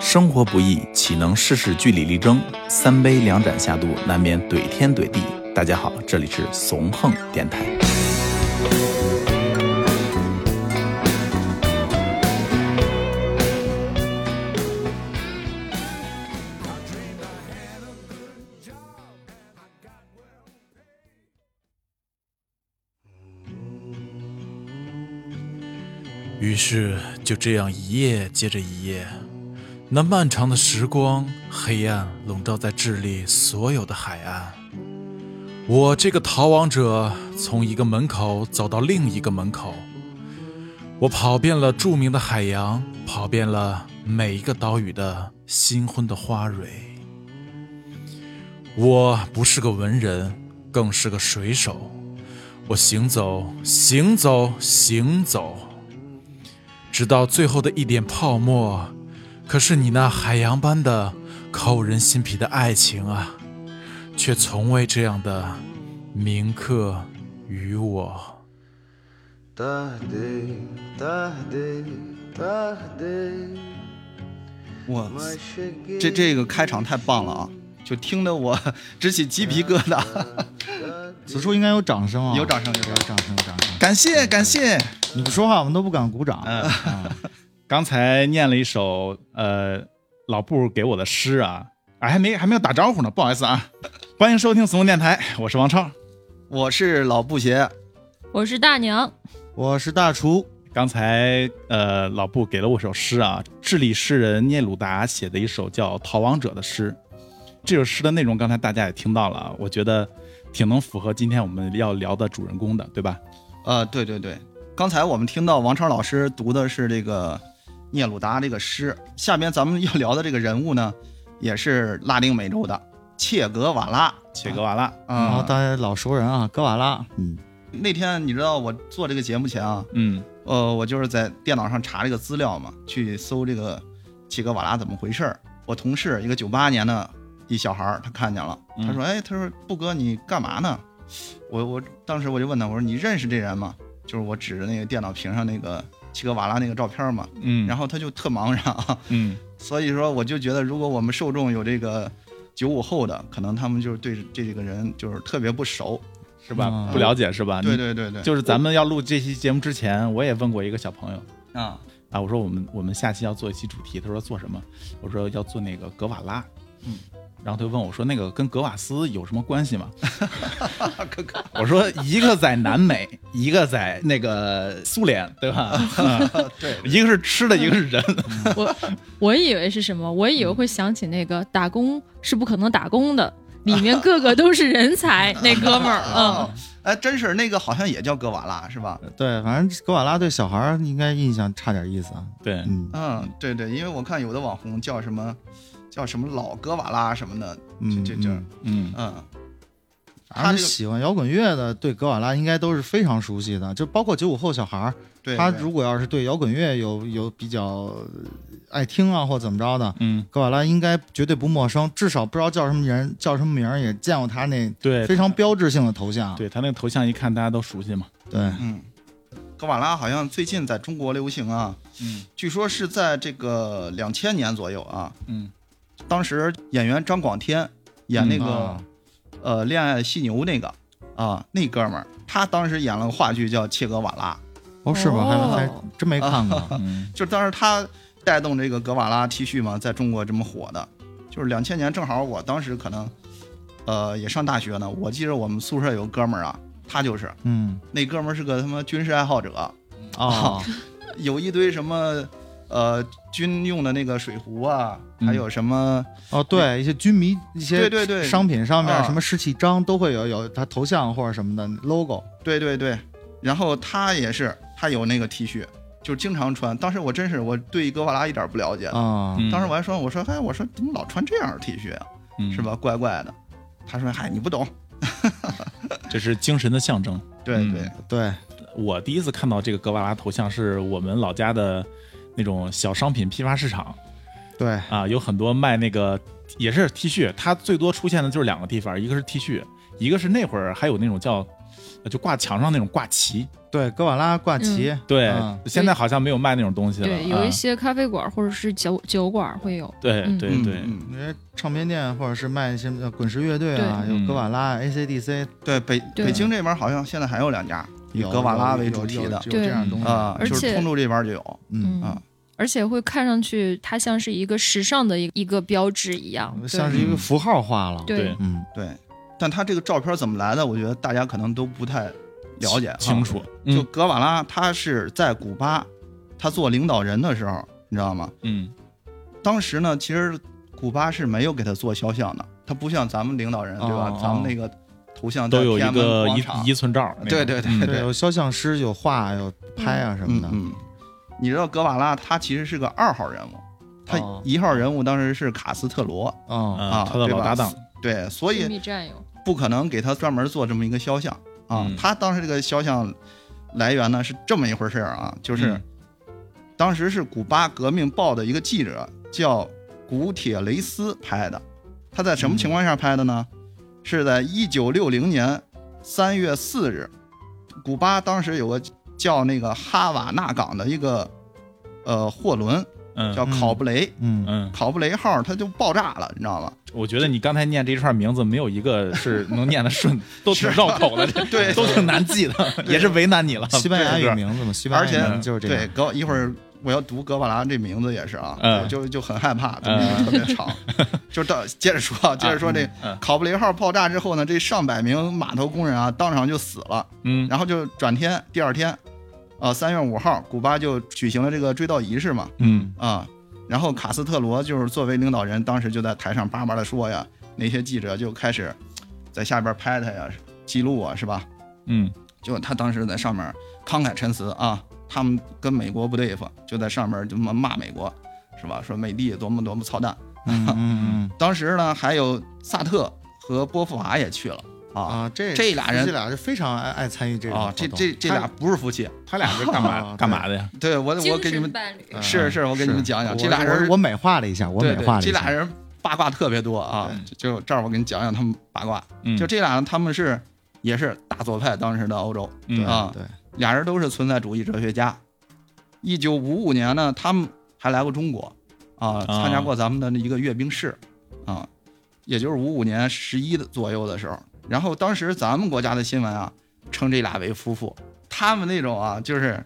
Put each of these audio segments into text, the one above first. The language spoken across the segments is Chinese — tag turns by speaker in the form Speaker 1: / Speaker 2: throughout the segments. Speaker 1: 生活不易，岂能事事据理力争？三杯两盏下肚，难免怼天怼地。大家好，这里是怂横电台。
Speaker 2: 于是就这样一夜接着一夜，那漫长的时光，黑暗笼罩在智利所有的海岸。我这个逃亡者从一个门口走到另一个门口，我跑遍了著名的海洋，跑遍了每一个岛屿的新婚的花蕊。我不是个文人，更是个水手。我行走，行走，行走。直到最后的一点泡沫。可是你那海洋般的扣人心脾的爱情啊，却从未这样的铭刻于我。
Speaker 3: Tarde, tarde, tarde,
Speaker 4: 我
Speaker 3: mas cheguei
Speaker 4: 这这个开场太棒了啊！就听得我 直起鸡皮疙瘩。
Speaker 5: 此处应该有掌声啊！
Speaker 4: 有掌声有掌声
Speaker 5: 有掌声，有掌声！
Speaker 4: 感谢感谢，
Speaker 5: 你不说话，我们都不敢鼓掌。啊
Speaker 6: 刚才念了一首呃老布给我的诗啊，哎，还没还没有打招呼呢，不好意思啊。欢迎收听怂电台，我是王超。
Speaker 4: 我是老布鞋，
Speaker 7: 我是大娘，
Speaker 5: 我是大厨，
Speaker 6: 刚才呃老布给了我首诗啊，智利诗人聂鲁达写的一首叫《逃亡者》的诗。这首诗的内容刚才大家也听到了啊，我觉得挺能符合今天我们要聊的主人公的，对吧？
Speaker 4: 呃，对对对，刚才我们听到王超老师读的是这个聂鲁达这个诗，下边咱们要聊的这个人物呢，也是拉丁美洲的切格瓦拉
Speaker 6: 切格瓦拉，
Speaker 5: 然后
Speaker 4: 啊、
Speaker 5: 大家老熟人啊，哥瓦拉，嗯，
Speaker 4: 那天你知道我做这个节目前啊，
Speaker 6: 嗯，
Speaker 4: 呃，我就是在电脑上查这个资料嘛，去搜这个切格瓦拉怎么回事儿。我同事一个九八年的一小孩儿，他看见了，
Speaker 6: 嗯
Speaker 4: 他说：“哎，他说布哥你干嘛呢？”我我当时我就问他，我说：“你认识这人吗？”就是我指着那个电脑屏上那个切格瓦拉那个照片嘛，
Speaker 6: 嗯，
Speaker 4: 然
Speaker 6: 后
Speaker 4: 后他就特茫然啊。
Speaker 6: 嗯
Speaker 4: 所以说，我就觉得如果我们受众有这个九五后的，可能他们就是对这个人就是特别不熟。
Speaker 6: 是吧
Speaker 5: 嗯？
Speaker 6: 不了解是吧？
Speaker 4: 对
Speaker 6: 啊你
Speaker 4: 对对对，
Speaker 6: 就是咱们要录这期节目之前，我也问过一个小朋友
Speaker 4: 啊，
Speaker 6: 啊，我说我们我们下期要做一期主题，他说做什么？我说要做那个格瓦拉，
Speaker 4: 嗯，
Speaker 6: 然后他就问我说那个跟格瓦斯有什么关系吗？我说一个在南美，一个在那个苏联，对吧？嗯
Speaker 4: 对，
Speaker 6: 一个是吃的，一个是人，
Speaker 7: 我我以为是什么？我以为会想起那个打工是不可能打工的，里面个个都是人才，那哥们儿，
Speaker 5: 哦
Speaker 7: 嗯，
Speaker 4: 哎，真是那个好像也叫格瓦拉是吧？
Speaker 5: 对，反正哥瓦拉对小孩儿应该印象差点意思啊。
Speaker 6: 对，
Speaker 5: 嗯，
Speaker 4: 嗯，对对，因为我看有的网红叫什么，叫什么老哥瓦拉什么的，
Speaker 5: 嗯
Speaker 4: 这这这，
Speaker 5: 嗯
Speaker 6: 嗯
Speaker 4: 嗯，
Speaker 5: 反正
Speaker 4: 这个
Speaker 5: 喜欢摇滚乐的对哥瓦拉应该都是非常熟悉的，就包括九五后小孩儿，
Speaker 4: 对，
Speaker 5: 他
Speaker 4: 对
Speaker 5: 如果要是对摇滚乐有有比较呃爱听啊或怎么着的，
Speaker 6: 嗯，
Speaker 5: 格瓦拉应该绝对不陌生，至少不知道叫什么人，叫什么名儿，也见过他那
Speaker 6: 对
Speaker 5: 非常标志性的头像。
Speaker 6: 对他那个头像一看大家都熟悉嘛，
Speaker 5: 对
Speaker 4: 嗯，哥瓦拉好像最近在中国流行啊，
Speaker 6: 嗯
Speaker 4: 据说是在这个两千年左右啊，
Speaker 6: 嗯
Speaker 4: 当时演员张广天演那
Speaker 6: 嗯
Speaker 4: 个、
Speaker 5: 啊
Speaker 4: 呃《恋爱犀牛》那个啊，那哥们儿他当时演了个话剧叫《切格瓦拉》，
Speaker 5: 哦是吗？
Speaker 7: 哦
Speaker 5: 还还真没看过。
Speaker 4: 啊
Speaker 6: 嗯
Speaker 4: 就是当时他带动这个格瓦拉 T 恤嘛，在中国这么火的，就是两千年正好我当时可能，呃，也上大学呢。我记着我们宿舍有个哥们儿啊，他就是
Speaker 5: 嗯
Speaker 4: 那哥们儿是个他妈军事爱好者，
Speaker 5: 哦，
Speaker 4: 有一堆什么呃军用的那个水壶啊，
Speaker 6: 嗯
Speaker 4: 还有什么、
Speaker 5: 哦，对，一些军迷一
Speaker 4: 对
Speaker 5: 些
Speaker 4: 对对
Speaker 5: 商品上面
Speaker 4: 啊
Speaker 5: 什么士气章都会有有他头像或者什么的 logo。
Speaker 4: 对对对，然后他也是他有那个 T 恤，就经常穿。当时我真是我对格瓦拉一点儿不了解，
Speaker 5: 啊，
Speaker 6: 嗯
Speaker 4: 当时我还说我说哎我说怎么老穿这样的 T 恤啊，是？吧？怪怪的。他说：“哎嗨，你不懂，
Speaker 6: 嗯这是精神的象征。
Speaker 4: 对
Speaker 6: 嗯
Speaker 4: 对，
Speaker 5: 对，
Speaker 6: 我第一次看到这个格瓦拉头像是我们老家的那种小商品批发市场
Speaker 5: 对，
Speaker 6: 啊，有很多卖那个也是 T 恤，它最多出现的就是两个地方，一个是 T 恤，一个是那会儿还有那种叫呃就挂墙上那种挂旗。
Speaker 5: 对，哥瓦拉挂旗，
Speaker 6: 对，
Speaker 5: 嗯
Speaker 6: 现在好像没有卖那种东西了。
Speaker 7: 对，有
Speaker 6: 啊
Speaker 7: 一些咖啡馆或者是酒酒馆会有，
Speaker 6: 对
Speaker 7: 嗯
Speaker 6: 对
Speaker 4: 嗯
Speaker 6: 对，
Speaker 4: 嗯
Speaker 5: 那些唱片店或者是卖一些呃滚石乐队啊，
Speaker 6: 对
Speaker 5: 有
Speaker 4: 嗯
Speaker 5: 哥瓦拉、AC/DC，
Speaker 4: 对北
Speaker 7: 对
Speaker 4: 北京这边好像现在还有两家以
Speaker 5: 有
Speaker 4: 格瓦拉
Speaker 5: 有
Speaker 4: 为
Speaker 5: 有
Speaker 4: 主题
Speaker 5: 有
Speaker 4: 的
Speaker 5: 有这样的东西
Speaker 6: 嗯
Speaker 4: 啊，
Speaker 7: 而
Speaker 4: 就
Speaker 7: 且
Speaker 4: 是通州这边就有，
Speaker 5: 嗯，
Speaker 4: 啊，
Speaker 7: 而且会看上去它像是一个时尚的一一个标志一样，对
Speaker 5: 像是一个符号化了，
Speaker 7: 对
Speaker 6: 对
Speaker 5: 嗯，
Speaker 4: 对。但他这个照片怎么来的，我觉得大家可能都不太了解哈啊
Speaker 6: 清楚。
Speaker 4: 就
Speaker 6: 嗯
Speaker 4: 格瓦拉，他是在古巴，他做领导人的时候，你知道吗？
Speaker 6: 嗯
Speaker 4: 当时呢，其实古巴是没有给他做肖像的，他不像咱们领导人对吧
Speaker 5: 哦？
Speaker 4: 咱们那个头像在
Speaker 6: 都有
Speaker 4: 天
Speaker 6: 一
Speaker 4: 安门
Speaker 6: 个
Speaker 4: 广场
Speaker 6: 一一寸照儿那种。
Speaker 4: 对对对
Speaker 6: 嗯
Speaker 5: 对，有肖像师，有画，有拍啊什么
Speaker 4: 嗯
Speaker 5: 的，
Speaker 4: 嗯，你知道格瓦拉他其实是个二号人物，他
Speaker 5: 哦
Speaker 4: 一号人物当时是卡斯特罗，
Speaker 5: 哦，
Speaker 6: 啊
Speaker 4: 啊，
Speaker 6: 他的
Speaker 4: 对
Speaker 6: 老
Speaker 4: 吧
Speaker 6: 搭档，
Speaker 4: 对，所
Speaker 7: 秘
Speaker 4: 以
Speaker 7: 密战友，
Speaker 4: 不可能给他专门做这么一个肖像啊
Speaker 6: 嗯。
Speaker 4: 他当时这个肖像来源呢是这么一回事儿啊，就是
Speaker 6: 嗯
Speaker 4: 当时是古巴革命报的一个记者叫古铁雷斯拍的，他在什么情况下拍的呢？是在一九六零年三月四日，古巴当时有个叫那个哈瓦那港的一个呃货轮
Speaker 6: 嗯
Speaker 4: 叫考布雷，
Speaker 5: 嗯，
Speaker 6: 嗯，
Speaker 4: 考布雷号它就爆炸了，你知道吗？
Speaker 6: 我觉得你刚才念这一串名字，没有一个是能念得 顺的，都挺绕口的，这
Speaker 4: 对
Speaker 6: 都挺难记的，也是为难你了。
Speaker 5: 嗯西班牙
Speaker 6: 这个
Speaker 5: 语名字嘛，西班
Speaker 4: 而
Speaker 5: 牙
Speaker 4: 且
Speaker 5: 语名字就是这
Speaker 4: 对
Speaker 5: 样，
Speaker 4: 格一会儿我要读格瓦拉这名字也是啊，
Speaker 6: 嗯
Speaker 4: 我就就很害怕，
Speaker 6: 嗯
Speaker 4: 特别 长。就到接着说啊，接着说这
Speaker 6: 嗯
Speaker 4: 考布雷号爆炸之后呢，这上百名码头工人啊当场就死了，
Speaker 6: 嗯
Speaker 4: 然后就转天第二天，呃三月五号，古巴就举行了这个追悼仪式嘛，
Speaker 6: 嗯
Speaker 4: 啊，然后卡斯特罗就是作为领导人，当时就在台上叭叭的说呀，那些记者就开始在下边拍他呀，记录啊，是吧？
Speaker 6: 嗯
Speaker 4: 就他当时在上面慷慨陈词啊，他们跟美国不对付，就在上面就骂骂美国，是吧？说美帝多么多么操蛋。
Speaker 5: 嗯嗯
Speaker 4: 当时呢，还有萨特和波伏娃也去了啊
Speaker 5: 嗯啊，这
Speaker 4: 这俩人
Speaker 5: 这俩是非常爱爱参与这种
Speaker 4: 啊，这
Speaker 5: 活动
Speaker 4: 这这俩不是夫妻。
Speaker 6: 他俩 是干嘛
Speaker 5: 啊
Speaker 6: 干嘛的呀？
Speaker 4: 对我我给你们
Speaker 7: 伴侣
Speaker 5: 嗯
Speaker 4: 是是我给你们讲讲
Speaker 5: 我
Speaker 4: 这俩人
Speaker 5: 我我美化了一下，我
Speaker 4: 对
Speaker 5: 美
Speaker 4: 对
Speaker 5: 化了一
Speaker 4: 这
Speaker 5: 下，
Speaker 4: 俩人八卦特别多啊，就就这儿我给你讲讲他们八卦。
Speaker 6: 嗯
Speaker 4: 就这俩人他们是也是大左派当时的欧洲，
Speaker 6: 嗯
Speaker 4: 啊
Speaker 5: 对，
Speaker 4: 俩人都是存在主义哲学家。一九五五年呢，他们还来过中国啊，参加过咱们的一个阅兵式啊，也就是五五年十一左右的时候。然后当时咱们国家的新闻啊，称这俩为夫妇，他们那种啊，就是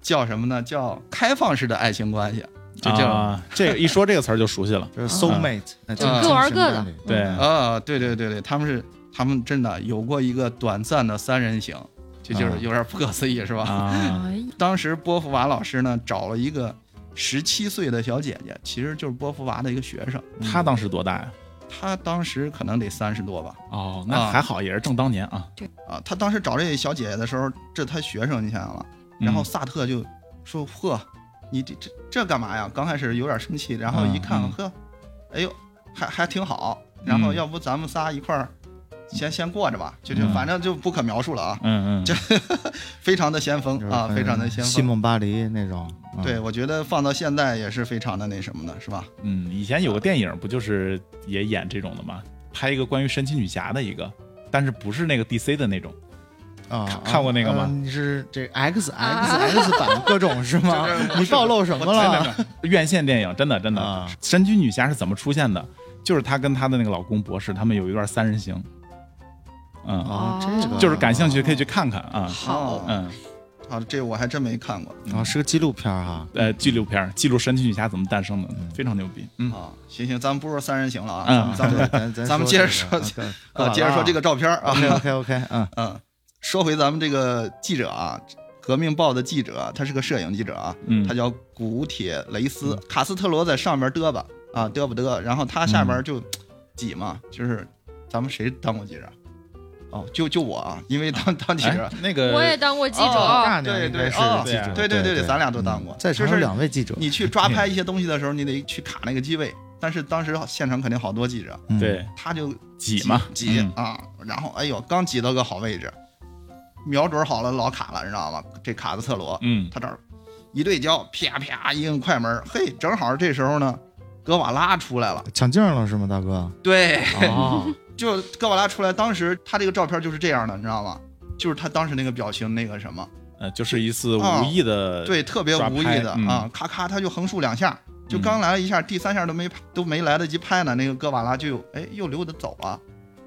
Speaker 4: 叫什么呢？叫开放式的爱情关系，就叫
Speaker 6: 啊， 这个一说这个词儿就熟悉了。
Speaker 5: 这是 soul mate，那
Speaker 7: 就
Speaker 5: 精
Speaker 7: 各玩
Speaker 5: 神
Speaker 7: 各
Speaker 5: 伴
Speaker 7: 的
Speaker 5: 侣，
Speaker 6: 对
Speaker 5: 啊嗯
Speaker 4: 啊，对对对对，他们是他们真的有过一个短暂的三人行，这就是有点不可思议，是吧？
Speaker 6: 啊，
Speaker 7: 哎，
Speaker 4: 当时波伏娃老师呢找了一个十七岁的小姐姐，其实就是波伏娃的一个学生，
Speaker 6: 他当时多大呀？
Speaker 4: 她当时可能得三十多吧。
Speaker 6: 哦，那还好，也是正当年啊。
Speaker 4: 啊，她当时找这小姐姐的时候，这她学生，你想想吧。然后萨特就说：“呵，你这这这干嘛呀？”刚开始有点生气，然后一看，
Speaker 6: 嗯
Speaker 4: 呵，哎呦，还还挺好。然后
Speaker 6: 嗯
Speaker 4: 要不咱们仨一块儿先先过着吧，就就
Speaker 6: 嗯
Speaker 4: 反正就不可描述了啊。
Speaker 6: 嗯嗯，
Speaker 4: 这非常的先锋
Speaker 5: 就是
Speaker 4: 啊，
Speaker 5: 很
Speaker 4: 非常的先
Speaker 5: 西
Speaker 4: 锋。
Speaker 5: 蒙巴黎那种，嗯
Speaker 4: 对，，我觉得放到现在也是非常的那什么的，是吧？
Speaker 6: 嗯，以前有个电影不就是也演这种的吗？拍一个关于神奇女侠的一个，但是不是那个 DC 的那种，
Speaker 5: 啊，
Speaker 6: 看看过那个吗
Speaker 5: 啊
Speaker 4: 嗯
Speaker 5: 你是这 X X
Speaker 7: 啊
Speaker 5: X 版各种是 吗？你暴露什么了？
Speaker 6: 院线电影，真的真的。
Speaker 5: 啊
Speaker 6: 神奇女侠是怎么出现的？就是她跟她的那个老公博士，他们有一段三人行。嗯，
Speaker 5: 啊，
Speaker 7: 哦
Speaker 5: 这个
Speaker 6: 就是感兴趣可以去看看啊。
Speaker 4: 好
Speaker 6: 嗯，
Speaker 4: 啊，这我还真没看过
Speaker 5: 啊，是个纪录片儿哈。
Speaker 6: 呃，纪录片儿记录神奇女侠怎么诞生的，非常牛逼。嗯，
Speaker 4: 啊。行行，咱们不说三人行了
Speaker 6: 嗯
Speaker 4: 啊，咱
Speaker 5: 咱
Speaker 4: 们 咱们
Speaker 5: 咱咱
Speaker 4: 咱们接着说
Speaker 5: 这个
Speaker 4: 啊，接着说这个照片儿啊，
Speaker 5: OK OK 嗯，
Speaker 4: 嗯，说回咱们这个记者啊，《革命报》的记者，他是个摄影记者啊，
Speaker 6: 嗯
Speaker 4: 他叫古铁雷斯，卡斯特罗在上边嘚吧啊嘚吧嘚，然后他下边就挤嘛，就是咱们谁当过记者？哦，就就我啊，因为当当记者
Speaker 6: 哎，那个
Speaker 7: 我也当过记
Speaker 4: 哦
Speaker 7: 者，
Speaker 5: 大娘应该是
Speaker 4: 对对
Speaker 5: 记者，
Speaker 4: 对对对
Speaker 5: 对
Speaker 4: 对咱俩都当过
Speaker 5: 嗯在场有两位记者，
Speaker 4: 你去抓拍一些东西的时候，你得去卡那个机位，但是当时现场肯定好多记者，
Speaker 5: 嗯，
Speaker 6: 对
Speaker 4: 他就
Speaker 6: 挤嘛
Speaker 4: 挤
Speaker 6: 嗯
Speaker 4: 啊，然后哎呦，刚挤到个好位置，瞄准好了老卡了，你知道吗？这卡斯特罗，
Speaker 6: 嗯
Speaker 4: 他这儿一对焦，啪啪一摁快门，嘿，正好这时候呢，格瓦拉出来了，
Speaker 5: 抢镜了是吗，大哥？
Speaker 4: 对，
Speaker 5: 哦，
Speaker 4: 就格瓦拉出来，当时他这个照片就是这样的，你知道吗？就是他当时那个表情那个什么，
Speaker 6: 呃，就是一次无意
Speaker 5: 呃
Speaker 6: 的，
Speaker 4: 对，特别
Speaker 6: 抓
Speaker 4: 无意
Speaker 6: 拍
Speaker 4: 的
Speaker 6: 嗯
Speaker 4: 啊，咔咔他就横竖两下，就刚
Speaker 5: 嗯
Speaker 4: 来了一下，第三下都没都没来得及拍呢，那个哥瓦拉就哎又溜达走了，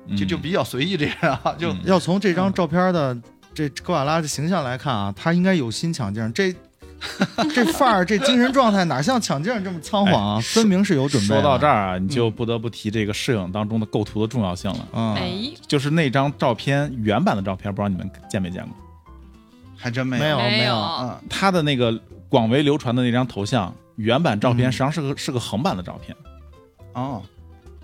Speaker 6: 嗯，
Speaker 4: 就就比较随意这人啊，就
Speaker 6: 嗯
Speaker 5: 要从这张照片的这哥瓦拉的形象来看啊，他应该有心抢镜，这这范儿、这精神状态哪像抢镜这么仓皇啊？
Speaker 6: 哎说
Speaker 5: 分明是有准备。
Speaker 6: 说到这，儿啊，你就不得不提这个摄影当中的构图的重要性了。
Speaker 5: 嗯，
Speaker 7: 哎，
Speaker 6: 就是那张照片原版的照片，不知道你们见没见过？
Speaker 4: 还真没
Speaker 5: 没有
Speaker 7: 没
Speaker 5: 有，
Speaker 4: 嗯，
Speaker 6: 他的那个广为流传的那张头像，原版照片实际上是个、是个横版的照片，
Speaker 4: 哦，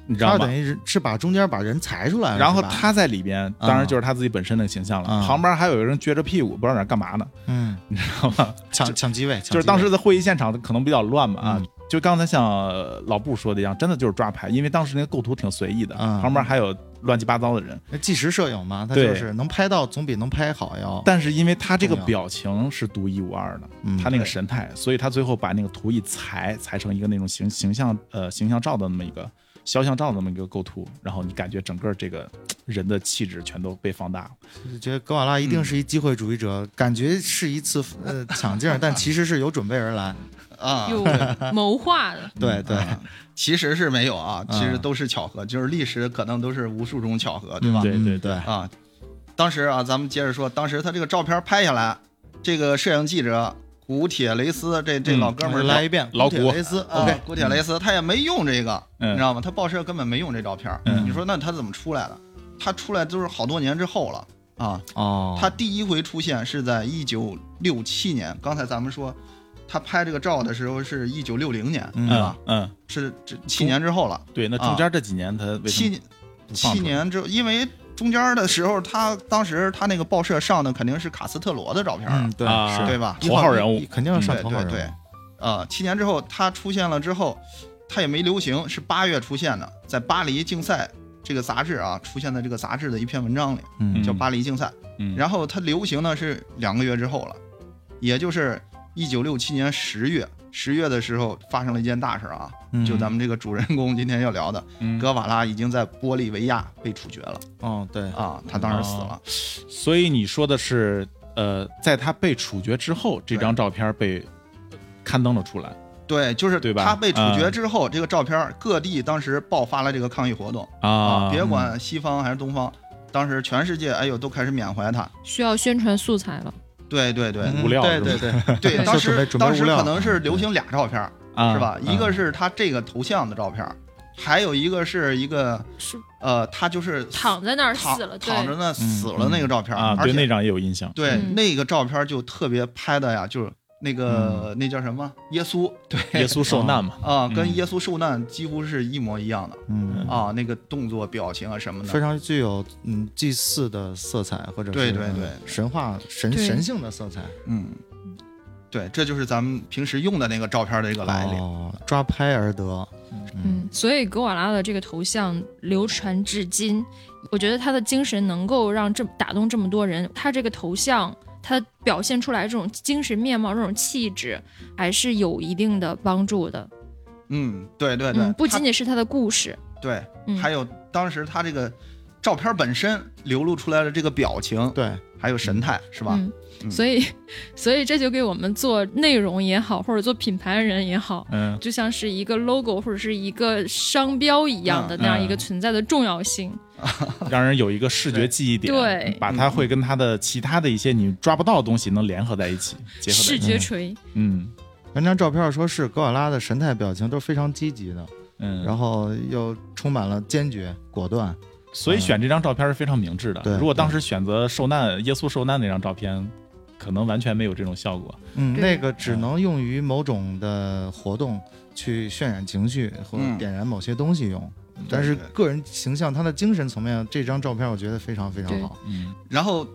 Speaker 6: 你知道
Speaker 5: 他
Speaker 6: 吗
Speaker 5: 等？于是是把中间把人裁出来了，
Speaker 6: 然后
Speaker 5: 是吧
Speaker 6: 他在里边，当然就是他自己本身那个形象了。
Speaker 5: 嗯
Speaker 6: 旁边还有一个人撅着屁股，不知道哪儿干嘛呢，
Speaker 5: 嗯
Speaker 6: 你知道吗？
Speaker 5: 抢抢机位，
Speaker 6: 就是当时的会议现场可能比较乱嘛啊。
Speaker 5: 嗯
Speaker 6: 就刚才像呃老布说的一样，真的就是抓拍，因为当时那个构图挺随意的，
Speaker 5: 嗯
Speaker 6: 旁边还有乱七八糟的人。
Speaker 5: 那纪实摄影嘛，他
Speaker 6: 对
Speaker 5: 就是能拍到总比能拍好要。
Speaker 6: 但是因为他这个
Speaker 5: 重要
Speaker 6: 表情是独一无二的，
Speaker 5: 嗯
Speaker 6: 他那个
Speaker 4: 对
Speaker 6: 神态，所以他最后把那个图一裁，裁成一个那种形形象呃形象照的那么一个肖像照的那么一个构图，然后你感觉整个这个人的气质全都被放大了。
Speaker 5: 就觉得格瓦拉一
Speaker 6: 嗯
Speaker 5: 定是一机会主义者，感觉是一次呃抢镜，但其实是有准备而来。
Speaker 6: 嗯
Speaker 4: 啊，
Speaker 7: 有谋划的，
Speaker 5: 对对，
Speaker 6: 啊
Speaker 4: 嗯其实是没有啊，
Speaker 5: 嗯
Speaker 4: 其实都是巧合，就是历史可能都是无数种巧合，对
Speaker 5: 嗯
Speaker 4: 吧？
Speaker 6: 对对
Speaker 5: 对，
Speaker 4: 啊，当时啊，咱们接着说，当时他这个照片拍下来，这个摄影记者古铁雷斯这这
Speaker 6: 嗯
Speaker 4: 老哥们儿、
Speaker 5: 来一嗯遍，
Speaker 6: 老
Speaker 5: 古铁
Speaker 6: 古
Speaker 5: 雷斯
Speaker 4: 啊
Speaker 5: ，OK，
Speaker 4: 古铁雷斯他也没用这个，
Speaker 6: 嗯
Speaker 4: 你知道吗？他报社根本没用这照片儿。
Speaker 6: 嗯
Speaker 4: 你说那他怎么出来的？他出来都是好多年之后了啊。
Speaker 5: 哦，
Speaker 4: 他第一回出现是在一九六七年，刚才咱们说他拍这个照的时候是一九六零年，
Speaker 5: 嗯
Speaker 4: 是吧
Speaker 6: 嗯？嗯，
Speaker 4: 是这七年之后了。
Speaker 6: 对，那
Speaker 5: 啊
Speaker 6: 中间这几年他为什么
Speaker 4: 七
Speaker 6: 不放出
Speaker 4: 七
Speaker 6: 来
Speaker 4: 年之后，因为中间的时候，他当时他那个报社上的肯定是卡斯特罗的照片儿，
Speaker 5: 嗯对
Speaker 6: 啊
Speaker 5: 是
Speaker 4: 对吧？
Speaker 6: 头号人物
Speaker 5: 一肯定要上
Speaker 4: 对
Speaker 5: 头
Speaker 4: 对
Speaker 5: 号人物。
Speaker 4: 对，呃，七年之后他出现了之后，他也没流行，是八月出现的，在巴黎竞赛这个杂志啊，出现在这个杂志的一篇文章里，
Speaker 5: 嗯
Speaker 4: 叫《巴黎竞赛》。
Speaker 6: 嗯
Speaker 4: 然后它流行呢是两个月之后了，也就是一九六七年十月，十月的时候发生了一件大事儿啊，
Speaker 5: 嗯
Speaker 4: 就咱们这个主人公今天要聊的，
Speaker 6: 嗯
Speaker 4: 格瓦拉已经在玻利维亚被处决了
Speaker 5: 哦对，
Speaker 4: 啊，他当时死了。
Speaker 6: 所以你说的是，呃，在他被处决之后，这张照片被呃刊登了出来
Speaker 4: 对，就是
Speaker 6: 对吧
Speaker 4: 他被处决之后，这个照片儿各地当时爆发了这个抗议活动
Speaker 6: 嗯
Speaker 4: 啊，别
Speaker 5: 嗯
Speaker 4: 管西方还是东方，当时全世界哎呦都开始缅怀他。
Speaker 7: 需要宣传素材了。
Speaker 4: 对对对
Speaker 5: 嗯
Speaker 6: 无聊
Speaker 5: 对
Speaker 6: 是吧
Speaker 5: 对对，
Speaker 4: 对，
Speaker 7: 对
Speaker 4: 当
Speaker 5: 准备
Speaker 4: 时
Speaker 5: 准备
Speaker 4: 当时
Speaker 5: 物料
Speaker 4: 可能是流行俩照片儿，
Speaker 6: 啊，
Speaker 4: 是吧？
Speaker 6: 嗯
Speaker 4: 一个是他这个头像的照片儿，还有一个是一个
Speaker 7: 是
Speaker 4: 呃，他就是
Speaker 7: 躺在那儿
Speaker 4: 躺
Speaker 7: 死了，对，
Speaker 4: 躺着
Speaker 5: 嗯
Speaker 4: 呢死了那个照片儿
Speaker 6: 啊，
Speaker 4: 而
Speaker 6: 对那
Speaker 4: 且
Speaker 6: 张也有印象，
Speaker 4: 对
Speaker 7: 嗯
Speaker 4: 那个照片儿就特别拍的呀，就是那个
Speaker 5: 嗯
Speaker 4: 那叫什么耶稣 对
Speaker 6: 耶稣受难嘛，
Speaker 4: 啊，
Speaker 6: 嗯
Speaker 4: 跟耶稣受难几乎是一模一样的。
Speaker 5: 嗯，
Speaker 4: 啊，那个动作、表情啊什么
Speaker 5: 非
Speaker 4: 的。
Speaker 5: 常具有嗯祭祀的色彩，或者是
Speaker 4: 对对对
Speaker 5: 嗯神话神
Speaker 7: 对
Speaker 5: 神性的色彩。
Speaker 4: 嗯，对，这就是咱们平时用的那个照片的一个来历。
Speaker 5: 哦，抓拍而得，
Speaker 7: 嗯，所以格瓦拉的这个头像流传至今，我觉得他的精神能够让这打动这么多人，他这个头像。他表现出来这种精神面貌、这种气质，还是有一定的帮助的。
Speaker 4: 嗯，对对对，
Speaker 7: 嗯，不
Speaker 4: 它
Speaker 7: 仅仅是他的故事，
Speaker 4: 对，
Speaker 7: 嗯，
Speaker 4: 还有当时他这个照片本身流露出来的这个表情，
Speaker 5: 对，
Speaker 4: 还有神态，是吧？
Speaker 7: 嗯
Speaker 4: 嗯
Speaker 7: 所以， 所以这就给我们做内容也好，或者做品牌的人也好，
Speaker 6: 嗯
Speaker 7: 就像是一个 logo 或者是一个商标一样的
Speaker 6: 嗯
Speaker 7: 那样一个存在的重要性。
Speaker 6: 让人有一个视觉记忆点，
Speaker 7: 对
Speaker 6: 把它会跟他的其他的一些你抓不到的东西能联合在一
Speaker 4: 嗯
Speaker 6: 起，结合在
Speaker 7: 视
Speaker 6: 一起，
Speaker 7: 觉锤，
Speaker 6: 嗯
Speaker 5: 那张照片说是格瓦拉的神态表情都是非常积极的，
Speaker 6: 嗯，
Speaker 5: 然后又充满了坚决果断。
Speaker 6: 所以选这张照片是非常明智的
Speaker 5: 对，
Speaker 6: 如果当时选择受难耶稣受难那张照片，可能完全没有这种效果，
Speaker 5: 嗯，
Speaker 7: 对
Speaker 5: 那个只能用于某种的活动去渲染情绪或者
Speaker 4: 嗯
Speaker 5: 点燃某些东西用。但是
Speaker 4: 对对
Speaker 5: 个人形象，他的精神层面，这张照片我觉得非常非常好。
Speaker 6: 嗯
Speaker 4: 然后，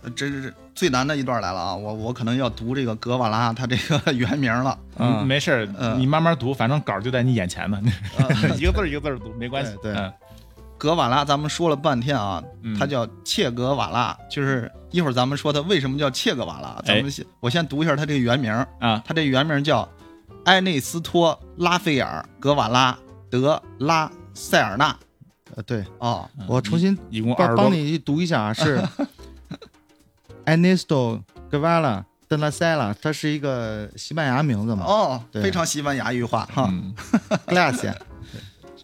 Speaker 4: 呃这这这最难的一段来了啊！我我可能要读这个格瓦拉他这个 原名了。
Speaker 6: 嗯，没事儿，
Speaker 4: 嗯
Speaker 6: 你慢慢读，反正稿儿就在你眼前呢， 一个字儿一个字儿读，没关系，
Speaker 5: 对对
Speaker 6: 嗯
Speaker 4: 格瓦拉，咱们说了半天啊，
Speaker 6: 嗯
Speaker 4: 他叫切格瓦拉，就是一会儿咱们说他为什么叫切格瓦拉。咱
Speaker 5: 哎
Speaker 4: 们先、我先读一下他这个原名儿，
Speaker 6: 啊，
Speaker 4: 他这原名叫埃内斯托·拉斐尔·格瓦拉·德拉塞尔纳。
Speaker 5: 呃，对
Speaker 4: 哦，
Speaker 5: 我重新
Speaker 6: 一共二十
Speaker 5: 帮帮
Speaker 6: 多，
Speaker 5: 你读一下啊，是 Ernesto Guevara de la Sala，它是一个西班牙名字嘛。
Speaker 4: 哦，
Speaker 5: 对
Speaker 4: 非常西班牙语化 哈。
Speaker 6: 嗯，
Speaker 5: ，Glass，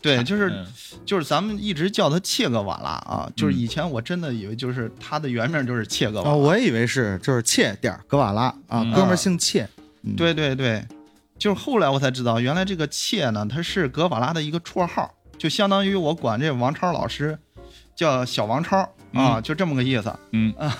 Speaker 4: 对，啊就是
Speaker 6: 嗯
Speaker 4: 就是咱们一直叫他切格瓦拉啊，就是
Speaker 6: 嗯
Speaker 4: 以前我真的以为就是他的原名就是切格瓦
Speaker 5: 啊，
Speaker 6: 哦
Speaker 4: 拉。
Speaker 5: 我以为是就是切点儿格瓦拉啊，
Speaker 6: 嗯
Speaker 5: 哥们儿 姓切。嗯，
Speaker 4: 对对对，就是后来我才知道，原来这个切呢，他是格瓦拉的一个绰号，就相当于我管这王超老师叫小王超啊，
Speaker 6: 嗯
Speaker 4: 就这么个意思。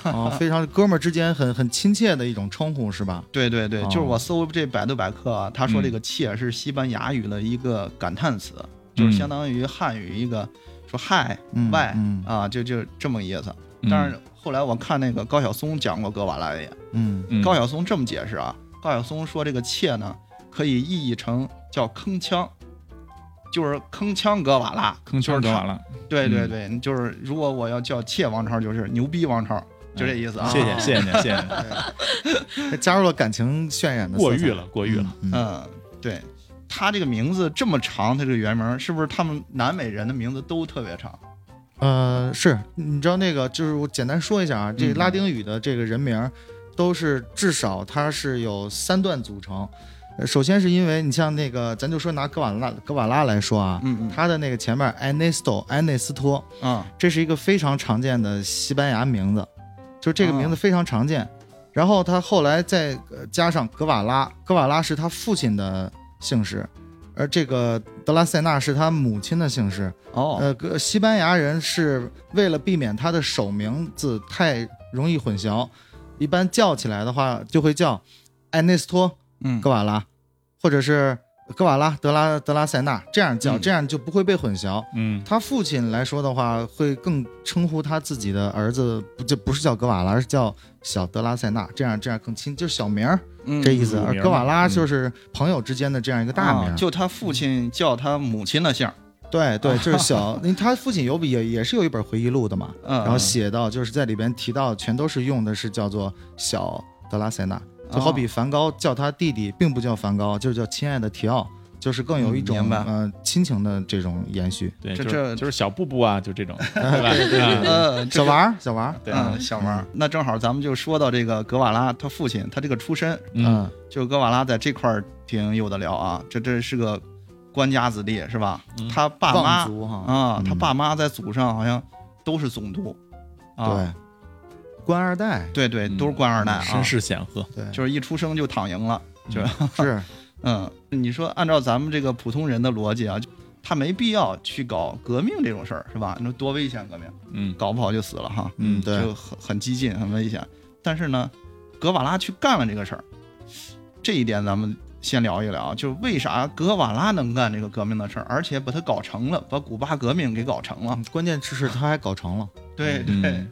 Speaker 5: 啊，非常哥们儿之间很很亲切的一种称呼是吧？
Speaker 4: 对对对，
Speaker 5: 哦
Speaker 4: 就是我搜这百度百科啊，他
Speaker 6: 嗯
Speaker 4: 说这个“切”是西班牙语的一个感叹词，
Speaker 6: 嗯
Speaker 4: 就是相当于汉语一个说嗨、
Speaker 5: 嗯
Speaker 4: 喂、
Speaker 5: 嗯
Speaker 4: 啊，就就这么个意思。
Speaker 6: 嗯
Speaker 4: 但是后来我看那个高晓松讲过格瓦拉也，
Speaker 5: 嗯，
Speaker 6: 嗯
Speaker 4: 高晓松这么解释啊，高晓松说这个“切”呢，可以意译成叫铿锵，就是铿锵格瓦拉，
Speaker 6: 坑圈得完了，
Speaker 4: 对对
Speaker 6: 嗯
Speaker 4: 对，就是如果我要叫切王超，就是牛逼王超，就这意思啊。
Speaker 6: 嗯谢谢谢谢您谢谢您，
Speaker 5: 还加入了感情渲染的色
Speaker 6: 过
Speaker 5: 彩
Speaker 6: 誉了过誉了，。
Speaker 5: 嗯嗯
Speaker 4: 嗯，对，他这个名字这么长，他这个原名是不是他们南美人的名字都特别长？
Speaker 5: 呃，是你知道那个，就是我简单说一下啊，这
Speaker 4: 嗯
Speaker 5: 拉丁语的这个人名儿都是至少它是有三段组成。呃首先是因为你像那个，咱就说拿格瓦拉格瓦拉来说啊，
Speaker 4: 嗯
Speaker 5: 它的那个前面 Ernesto 安内斯托，
Speaker 4: 嗯
Speaker 5: 这是一个非常常见的西班牙名字，就这个
Speaker 4: 啊
Speaker 5: 名字非常常见。然后他后来再呃加上格瓦拉，格瓦拉是他父亲的姓氏，而这个德拉塞纳是他母亲的姓氏。
Speaker 4: 哦
Speaker 5: 呃，格西班牙人是为了避免他的首名字太容易混淆，一般叫起来的话就会叫埃内斯托
Speaker 4: 嗯
Speaker 5: 格瓦拉，或者是格瓦拉德拉德拉塞纳这样叫，
Speaker 4: 嗯
Speaker 5: 这样就不会被混淆。
Speaker 6: 嗯
Speaker 5: 他父亲来说的话，会更称呼他自己的儿子，不就不是叫格瓦拉，而是叫小德拉塞纳，这样这样更亲，就是小名儿
Speaker 4: 嗯
Speaker 5: 这意思。
Speaker 6: 嗯
Speaker 5: 而格瓦拉就是朋友之间的这样一个大名儿，
Speaker 4: 啊就他父亲叫他母亲的姓儿，
Speaker 5: 对对，就 是小，因为他父亲有笔也也是有一本回忆录的嘛，
Speaker 4: 嗯，
Speaker 5: 然后写到就是在里边提到，全都是用的是叫做小德拉塞纳，就好
Speaker 4: 啊
Speaker 5: 比梵高叫他弟弟，并不叫梵高，就是叫亲爱的提奥，就是更有一
Speaker 4: 嗯明
Speaker 5: 种
Speaker 4: 白
Speaker 5: 呃亲情的这种延续。
Speaker 6: 对，
Speaker 4: 这
Speaker 6: 就
Speaker 4: 这
Speaker 6: 是就是小布布啊，就 这种，对吧？啊
Speaker 4: 呃，
Speaker 5: 嗯小
Speaker 4: 王。
Speaker 5: 娃儿，小娃儿，
Speaker 6: 对啊
Speaker 4: 嗯，小王儿，那正好咱们就说到这个格瓦拉，他父亲，他这个出身，
Speaker 6: 嗯，
Speaker 4: 就是格瓦拉在这块儿挺有的聊啊，这这是个官家子弟是吧？
Speaker 6: 嗯
Speaker 4: 他爸
Speaker 5: 望
Speaker 4: 妈
Speaker 5: 族哈，
Speaker 4: 啊，他
Speaker 5: 嗯
Speaker 4: 爸妈在祖上好像都是总督，啊，
Speaker 5: 对，嗯官二 代，
Speaker 4: 对对
Speaker 6: 嗯
Speaker 4: 都是官二代啊
Speaker 6: 身，世显赫，
Speaker 5: 对，
Speaker 4: 就是一出生就躺赢了，就是
Speaker 5: 是
Speaker 4: 嗯，你说按照咱们这个普通人的逻辑啊，就他没必要去搞革命这种事儿是吧？你说多危险，革命
Speaker 6: 嗯
Speaker 4: 搞不好就死了哈，
Speaker 5: 嗯对
Speaker 4: 就很很激进，很危险。但是呢，格瓦拉去干了这个事儿，这一点咱们先聊一聊，啊就是为啥格瓦拉能干这个革命的事儿，而且把它搞成了，把古巴革命给搞成了
Speaker 5: 嗯。关键是是他还搞成了，
Speaker 4: 对对，
Speaker 6: 嗯，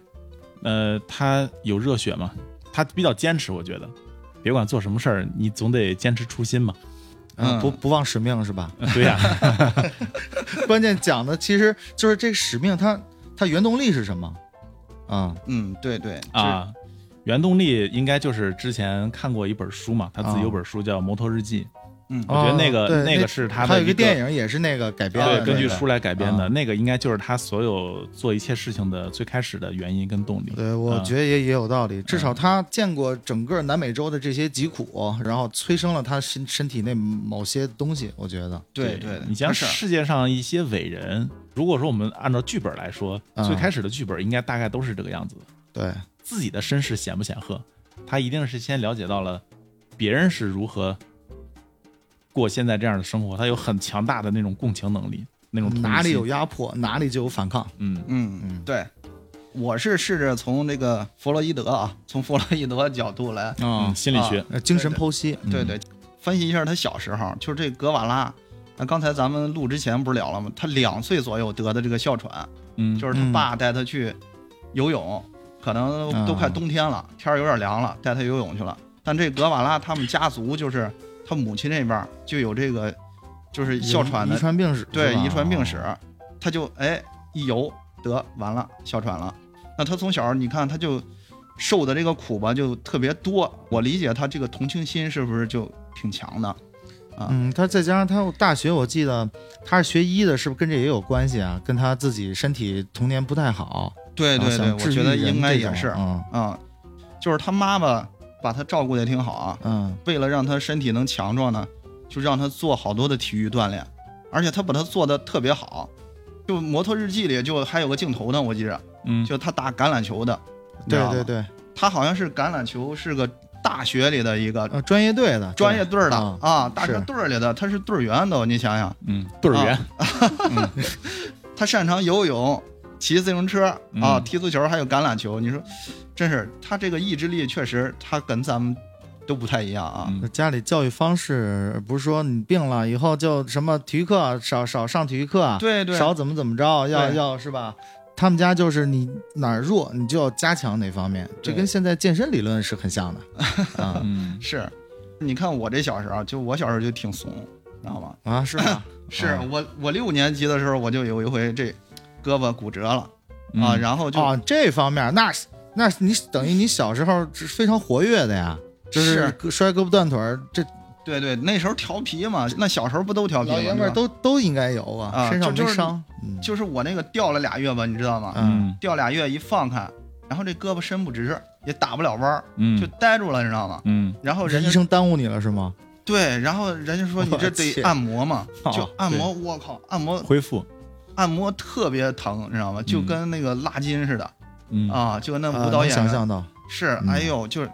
Speaker 6: 呃，他有热血嘛，他比较坚持，我觉得，别管做什么事儿，你总得坚持初心嘛，
Speaker 5: 嗯，
Speaker 4: 嗯
Speaker 5: 不不忘使命是吧？
Speaker 6: 对呀，
Speaker 5: 关键讲的其实就是这个使命，它它原动力是什么？啊，
Speaker 4: 嗯对对，
Speaker 6: 啊，原动力应该就是之前看过一本书嘛，他自己有本
Speaker 5: 啊
Speaker 6: 书叫《摩托日记》，
Speaker 4: 嗯
Speaker 6: 我觉得那
Speaker 5: 哦
Speaker 6: 个
Speaker 5: 对
Speaker 6: 那个是他
Speaker 5: 还
Speaker 6: 的
Speaker 5: 有一个电。影也是那个改编的，
Speaker 6: 对，
Speaker 5: 那
Speaker 6: 根据
Speaker 5: 个
Speaker 6: 书来改编的
Speaker 5: 啊
Speaker 6: 那个，应该就是他所有做一切事情的最开始的原因跟动力。
Speaker 5: 对，我
Speaker 6: 嗯
Speaker 5: 觉得也也有道理。至少他见过整个南美洲的这些疾苦，然后催生了他身身体内某些东西。我觉得，
Speaker 4: 对对，
Speaker 6: 你像
Speaker 4: 是
Speaker 6: 世界上一些伟人，如果说我们按照剧本来说，
Speaker 5: 嗯
Speaker 6: 最开始的剧本应该大概都是这个样子的。
Speaker 5: 对，
Speaker 6: 自己的身世显不显赫，他一定是先了解到了别人是如何过现在这样的生活，他有很强大的那种共情能力，那种同理心
Speaker 5: 哪里有压迫，哪里就有反抗。
Speaker 6: 嗯
Speaker 4: 嗯
Speaker 5: 嗯
Speaker 4: 对，我是试着从这个弗洛伊德啊，从弗洛伊德角度来
Speaker 6: 嗯
Speaker 5: 啊，
Speaker 6: 心理学、
Speaker 5: 呃精神
Speaker 4: 对
Speaker 5: 剖析，
Speaker 4: 对
Speaker 5: 嗯，
Speaker 4: 对，分析一下他小时候，就是这格瓦拉。那刚才咱们录之前不是聊了吗？他两岁左右得的这个哮喘，
Speaker 6: 嗯
Speaker 4: 就是他爸带他去游泳，可能都快
Speaker 5: 嗯
Speaker 4: 冬天了，天儿有点凉了，带他游泳去了。但这格瓦拉他们家族就是他母亲那边儿就有这个，就是哮喘
Speaker 5: 遗
Speaker 4: 的，
Speaker 5: 传病史，
Speaker 4: 对
Speaker 5: 是吧啊
Speaker 4: 遗传病史，他就哎一游得完了哮喘了。那他从小你看他就受的这个苦吧就特别多，我理解他这个同情心是不是就挺强的？啊
Speaker 5: 嗯，他再加上他大学，我记得他是学医的，是不是跟这也有关系啊？跟他自己身体童年不太好，
Speaker 4: 对
Speaker 5: 然后
Speaker 4: 对对，
Speaker 5: 想
Speaker 4: 我
Speaker 5: 治
Speaker 4: 觉
Speaker 5: 愈
Speaker 4: 得
Speaker 5: 人
Speaker 4: 应该
Speaker 5: 这
Speaker 4: 也
Speaker 5: 种
Speaker 4: 是。
Speaker 5: 嗯
Speaker 4: 啊、就是他妈妈把他照顾的挺好啊，
Speaker 5: 嗯
Speaker 4: 为了让他身体能强壮呢，就让他做好多的体育锻炼，而且他把他做的特别好。就《摩托日记》里就还有个镜头呢，我记着，
Speaker 6: 嗯，
Speaker 4: 就他打橄榄球的，你知
Speaker 5: 对
Speaker 4: 道吗
Speaker 5: 对，对，
Speaker 4: 他好像是橄榄球是个大学里的一个
Speaker 5: 呃，专业队的
Speaker 4: 专业队儿的
Speaker 5: 啊
Speaker 4: 啊，大
Speaker 5: 是
Speaker 4: 学队儿里的，他是队员都，你想想，
Speaker 6: 嗯，队
Speaker 4: 啊
Speaker 6: 儿员，
Speaker 4: 他擅长游泳、骑自行车啊、
Speaker 6: 嗯
Speaker 4: 踢足球，还有橄榄球。你说，真是他这个意志力确实，他跟咱们都不太一样啊。
Speaker 6: 嗯
Speaker 5: 家里教育方式不是说你病了以后就什么体育课少少上体育课啊，
Speaker 4: 对对，
Speaker 5: 少怎么怎么着，要
Speaker 4: 对
Speaker 5: 要是吧？他们家就是你哪儿弱，你就要加强哪方面，这
Speaker 4: 对
Speaker 5: 跟现在健身理论是很 像的啊
Speaker 6: 嗯，
Speaker 4: 是，你看我这小时候啊，就我小时候就挺怂，知道吗？
Speaker 5: 啊，是吧？
Speaker 4: 是
Speaker 5: 啊
Speaker 4: 我我六年级的时候，我就有一回这胳膊骨折了啊，
Speaker 6: 嗯
Speaker 4: 然后就
Speaker 5: 哦，这方面那是那是你等于你小时候是非常活跃的呀，就是
Speaker 4: 是
Speaker 5: 胳摔胳膊断腿儿，这
Speaker 4: 对对，那时候调皮嘛，那小时候不都调皮吗？
Speaker 5: 老爷们儿
Speaker 4: 是吧
Speaker 5: 都都应该有啊，
Speaker 4: 啊
Speaker 5: 身上
Speaker 4: 就就
Speaker 5: 没
Speaker 4: 是
Speaker 5: 伤，嗯
Speaker 4: 就是我那个掉了俩月吧，你知道吗？
Speaker 5: 嗯
Speaker 6: 嗯
Speaker 4: 掉俩月一放开，然后这胳膊伸不直，也打不了弯儿，
Speaker 6: 嗯，
Speaker 4: 就呆住了，你知道吗？
Speaker 6: 嗯
Speaker 4: 然后
Speaker 5: 这
Speaker 4: 人
Speaker 5: 医
Speaker 4: 家
Speaker 5: 生耽误你了是吗？
Speaker 4: 对，然后人家说你这
Speaker 5: 我
Speaker 4: 得
Speaker 5: 去
Speaker 4: 按摩嘛，就
Speaker 5: 哦
Speaker 4: 按摩，我靠，按摩
Speaker 6: 恢复，
Speaker 4: 按摩特别疼，你知道吗？就跟那个拉筋似的
Speaker 6: 嗯
Speaker 4: 啊，就跟那
Speaker 5: 嗯啊
Speaker 4: 舞蹈
Speaker 5: 能
Speaker 4: 演
Speaker 5: 想
Speaker 4: 员
Speaker 5: 象到，
Speaker 4: 是
Speaker 5: 嗯，
Speaker 4: 哎呦，就是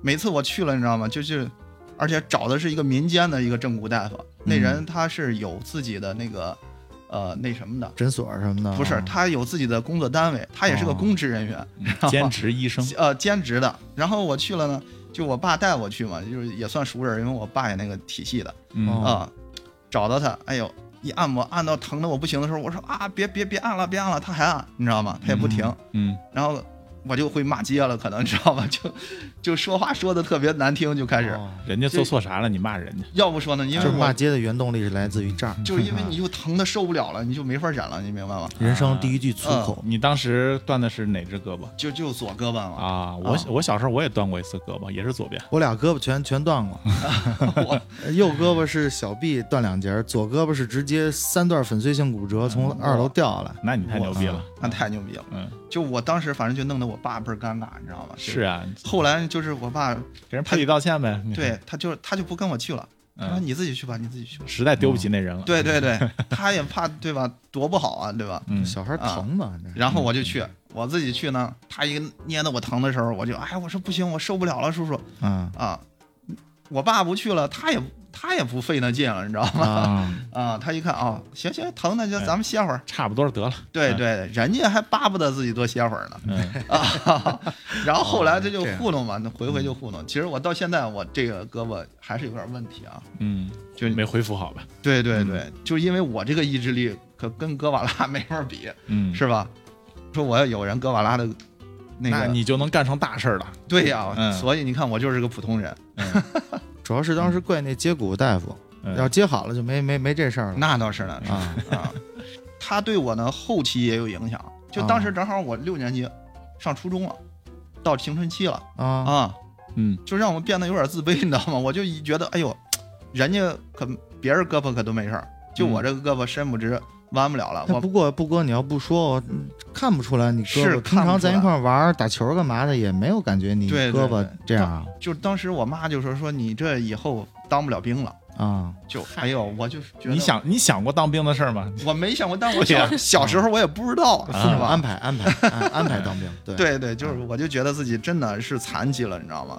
Speaker 4: 每次我去了，你知道吗？就是，而且找的是一个民间的一个正骨大夫，
Speaker 5: 嗯
Speaker 4: 那人他是有自己的那个，呃，那什么的，
Speaker 5: 诊所什么的
Speaker 4: 不是，他有自己的工作单位，他也是个公职人员，
Speaker 5: 哦
Speaker 6: 嗯兼职医生，
Speaker 4: 呃，兼职的。然后我去了呢，就我爸带我去嘛，就是也算熟人，因为我爸也那个体系的
Speaker 5: 哦
Speaker 6: 嗯
Speaker 4: 啊、找到他，哎呦。一按摩按到疼的我不行的时候，我说啊，别别别按了，别按了，他还按，你知道吗？他也不停，
Speaker 6: 嗯
Speaker 4: 然后我就会骂街了，可能你 知道吧？就就说话说的特别难听，就开始。
Speaker 5: 哦
Speaker 6: 人家做错啥了，你骂人家，
Speaker 4: 要不说呢，因
Speaker 5: 就
Speaker 4: 为
Speaker 5: 是骂
Speaker 4: 我
Speaker 5: 街的原动力是来自于这儿，
Speaker 4: 就是 因为你就疼的受不了了，你就没法忍了，你明白吗？
Speaker 5: 人生第一句
Speaker 4: 啊
Speaker 5: 粗口，
Speaker 6: 你当时断的是哪只胳膊
Speaker 4: 就就左胳膊嘛，
Speaker 6: 啊？我我小时候我也断过一次胳膊，也是左边，
Speaker 5: 我俩胳膊全全断过，
Speaker 4: 啊
Speaker 5: 右胳膊是小臂断两截儿，左胳膊是直接三段粉碎性骨折，从
Speaker 4: 嗯
Speaker 5: 二楼掉下来。
Speaker 6: 那你太牛逼了，
Speaker 4: 啊那太牛逼了。
Speaker 6: 嗯，
Speaker 4: 就我当时反正就弄得我爸倍儿尴尬，你知道吗？
Speaker 6: 是。啊，嗯
Speaker 4: 后来就是我爸，
Speaker 6: 给人赔礼道歉呗，你
Speaker 4: 对，他就他就不跟我去了，他说
Speaker 6: 嗯，
Speaker 4: 你自己去吧，你自己去吧。
Speaker 6: 实在丢不起那人了，
Speaker 4: 对 对对，他也怕对吧，多不好啊，对吧？
Speaker 6: 嗯，
Speaker 5: 小孩疼嘛，这
Speaker 4: 然后我就去，我自己去呢，他一捏的我疼的时候，我就哎，我说不行，我受不了了，叔叔。
Speaker 5: 嗯
Speaker 4: 啊，我爸不去了，他也他也不费那劲了，你知道吗？
Speaker 5: 啊，
Speaker 4: 啊，他一看啊，行行，疼那就
Speaker 6: 哎
Speaker 4: 咱们歇会儿。
Speaker 6: 差不多得了，
Speaker 4: 对
Speaker 6: 嗯
Speaker 4: 对，人家还巴不得自己多歇会儿呢
Speaker 6: 嗯
Speaker 4: 啊。然后后来他就
Speaker 5: 这样
Speaker 4: 糊弄嘛，那回回就糊弄。其实我到现在我这个胳膊还是有点问题啊，
Speaker 6: 嗯，
Speaker 4: 就
Speaker 6: 没恢复好吧？
Speaker 4: 对对对，就因为我这个意志力可跟哥瓦拉 没法比，
Speaker 6: 嗯，
Speaker 4: 是吧？说我要有人哥瓦拉的那
Speaker 6: 那
Speaker 4: 个，
Speaker 6: 你就能干成大事 儿了，
Speaker 4: 对呀、
Speaker 6: 嗯
Speaker 4: 所以你看我就是个普通人，
Speaker 5: 主要是当
Speaker 4: 嗯
Speaker 5: 时怪那接骨大夫，
Speaker 6: 嗯
Speaker 5: 要接好了就没没没这事儿了
Speaker 4: 那倒是呢，
Speaker 5: 啊。
Speaker 4: 啊，他对我呢后期也有影响。就当时正好我六年级上初中了，到青春期了
Speaker 5: 啊
Speaker 4: 啊，
Speaker 6: 嗯
Speaker 4: 就让我变得有点自卑，你知道吗？ 我就一觉得，哎呦，人家可别人胳膊可都没事儿，就
Speaker 6: 嗯
Speaker 4: 我这个胳膊伸不直，弯不了了。
Speaker 5: 那
Speaker 4: 我
Speaker 5: 不过不过你要不说，我嗯看不出来你胳膊。
Speaker 4: 是
Speaker 5: 平
Speaker 4: 看
Speaker 5: 常
Speaker 4: 不出
Speaker 5: 咱
Speaker 4: 来
Speaker 5: 一块儿玩儿打球干嘛的，也没有感觉你
Speaker 4: 对对
Speaker 5: 胳膊
Speaker 4: 对
Speaker 5: 这样啊
Speaker 4: 就当时我妈就说说你这以后当不了兵了，
Speaker 5: 啊。
Speaker 4: 就哎呦，我就觉得
Speaker 6: 你想你想过当兵的事儿吗？
Speaker 4: 我没想过，但我小小时候我也不知道，
Speaker 6: 啊
Speaker 4: 是
Speaker 5: 父母
Speaker 4: 吧
Speaker 5: 啊安？排安排安安排 当兵，对
Speaker 4: 对对，就是我就觉得自己真的是残疾了，你知道吗？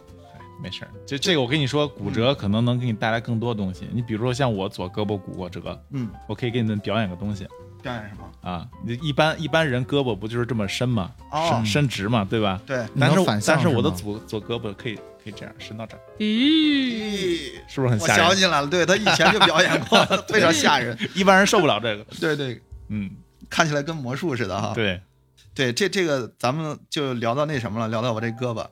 Speaker 6: 没事儿，就这个我跟你说，骨折可能能给你带来更多东西。你比如说像我左胳膊骨过折，
Speaker 4: 嗯，
Speaker 6: 我可以给你们表演个东西
Speaker 4: 干什么？
Speaker 6: 啊。你一般一般人胳膊不就是这么伸吗？
Speaker 4: 哦
Speaker 6: 伸伸直嘛，对吧？
Speaker 4: 对，
Speaker 5: 你能
Speaker 6: 但是
Speaker 5: 反向
Speaker 6: 但是我的
Speaker 5: 吗
Speaker 6: 左左胳膊可以可以这样伸到这儿，
Speaker 7: 咦，
Speaker 4: 咦
Speaker 6: 是不是很
Speaker 4: 我
Speaker 6: 吓
Speaker 4: 想
Speaker 6: 人？
Speaker 4: 起来了，对他以前就表演 过，非常吓人。
Speaker 6: 一般人受不了这个。
Speaker 4: 对对，
Speaker 6: 嗯，
Speaker 4: 看起来跟魔术似的哈。
Speaker 6: 对，
Speaker 4: 对，这这个咱们就聊到那什么了，聊到我这胳膊。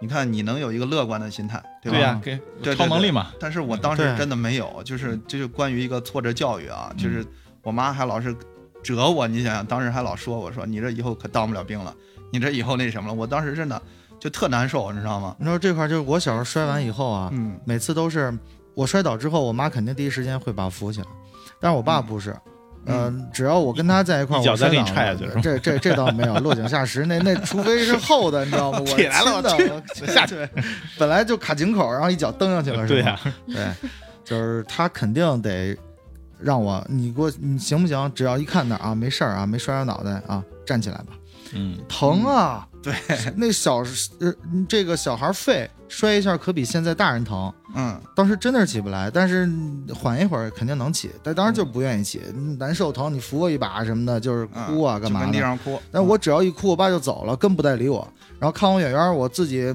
Speaker 4: 你看，你能有一个乐观的心态，对吧？
Speaker 6: 对呀，给
Speaker 4: 对对
Speaker 6: 超能力嘛。
Speaker 4: 但是我当时
Speaker 5: 对嗯
Speaker 4: 真的没有，就是这就关于一个挫折教育啊，就是我妈还老是折我，你想想，当时还老说我说你这以后可当不了兵了，你这以后那什么了，我当时真的就特难受，你知道吗？
Speaker 5: 你说这块儿就是我小时候摔完以后啊，
Speaker 4: 嗯，
Speaker 5: 每次都是我摔倒之后，我妈肯定第一时间会把我扶起来，但是我爸不是，呃，只要我跟他在一块儿，
Speaker 6: 嗯一脚
Speaker 5: 我摔
Speaker 6: 再给你
Speaker 5: 倒
Speaker 6: 踹
Speaker 5: 了
Speaker 6: 下去是吧
Speaker 5: 这这这倒没有，落井下石那那，除非是厚的，你知道吗？我
Speaker 6: 起来了
Speaker 5: 亲的，
Speaker 6: 我下去
Speaker 5: 去， 本来就卡井口，然后一脚蹬上去了，
Speaker 6: 呃对
Speaker 5: 是
Speaker 6: 呀
Speaker 5: 吧？、对，就是他肯定得让我，你给我，你行不行？只要一看那儿啊，没事儿啊，没摔着脑袋啊，站起来吧，
Speaker 6: 嗯，
Speaker 5: 疼啊！对， 那小呃，这个小孩儿肺摔一下可比现在大人疼，
Speaker 4: 嗯，
Speaker 5: 当时真的是起不来，但是缓一会儿肯定能起，但当时就不愿意起，难受疼，你扶我一把什么的，就是
Speaker 4: 嗯
Speaker 5: 哭啊，干
Speaker 4: 就
Speaker 5: 嘛
Speaker 4: 跟地
Speaker 5: 的？
Speaker 4: 上哭。
Speaker 5: 但我只要一哭，我爸就走了，更不带理我。然后看我远远，我自己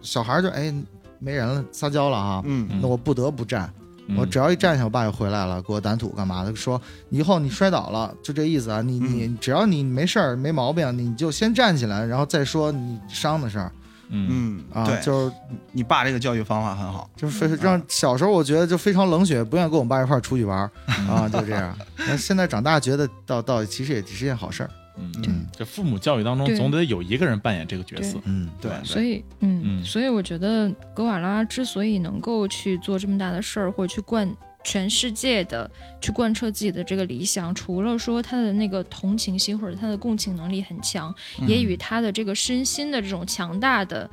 Speaker 5: 小孩就哎没人了，撒娇了哈，
Speaker 4: 嗯，
Speaker 5: 那我不得不站。
Speaker 6: 嗯
Speaker 5: 我只要一站下，我爸就回来了，给我掸土干嘛的，说以后你摔倒了就这意思啊，你
Speaker 4: 嗯
Speaker 5: 你只要你没事儿没毛病，你就先站起来，然后再说你伤的事儿
Speaker 6: 嗯
Speaker 4: 嗯，
Speaker 5: 啊，
Speaker 4: 对，
Speaker 5: 就是
Speaker 4: 你爸这个教育方法很好。
Speaker 5: 就是非让小时候我觉得就非常冷血，不愿意跟我爸一块儿出去玩儿啊，就这样。那现在长大觉得倒倒其实也是件好事儿，
Speaker 6: 嗯，
Speaker 5: 嗯
Speaker 6: 这父母教育当中
Speaker 7: 对
Speaker 6: 总得有一个人扮演这个角色
Speaker 7: 对，
Speaker 5: 嗯，
Speaker 4: 对，
Speaker 7: 所以，嗯，
Speaker 6: 嗯
Speaker 7: 所以我觉得格瓦拉之所以能够去做这么大的事儿，或者去贯全世界的去贯彻自己的这个理想，除了说他的那个同情心或者他的共情能力很强，
Speaker 6: 嗯
Speaker 7: 也与他的这个身心的这种强大的。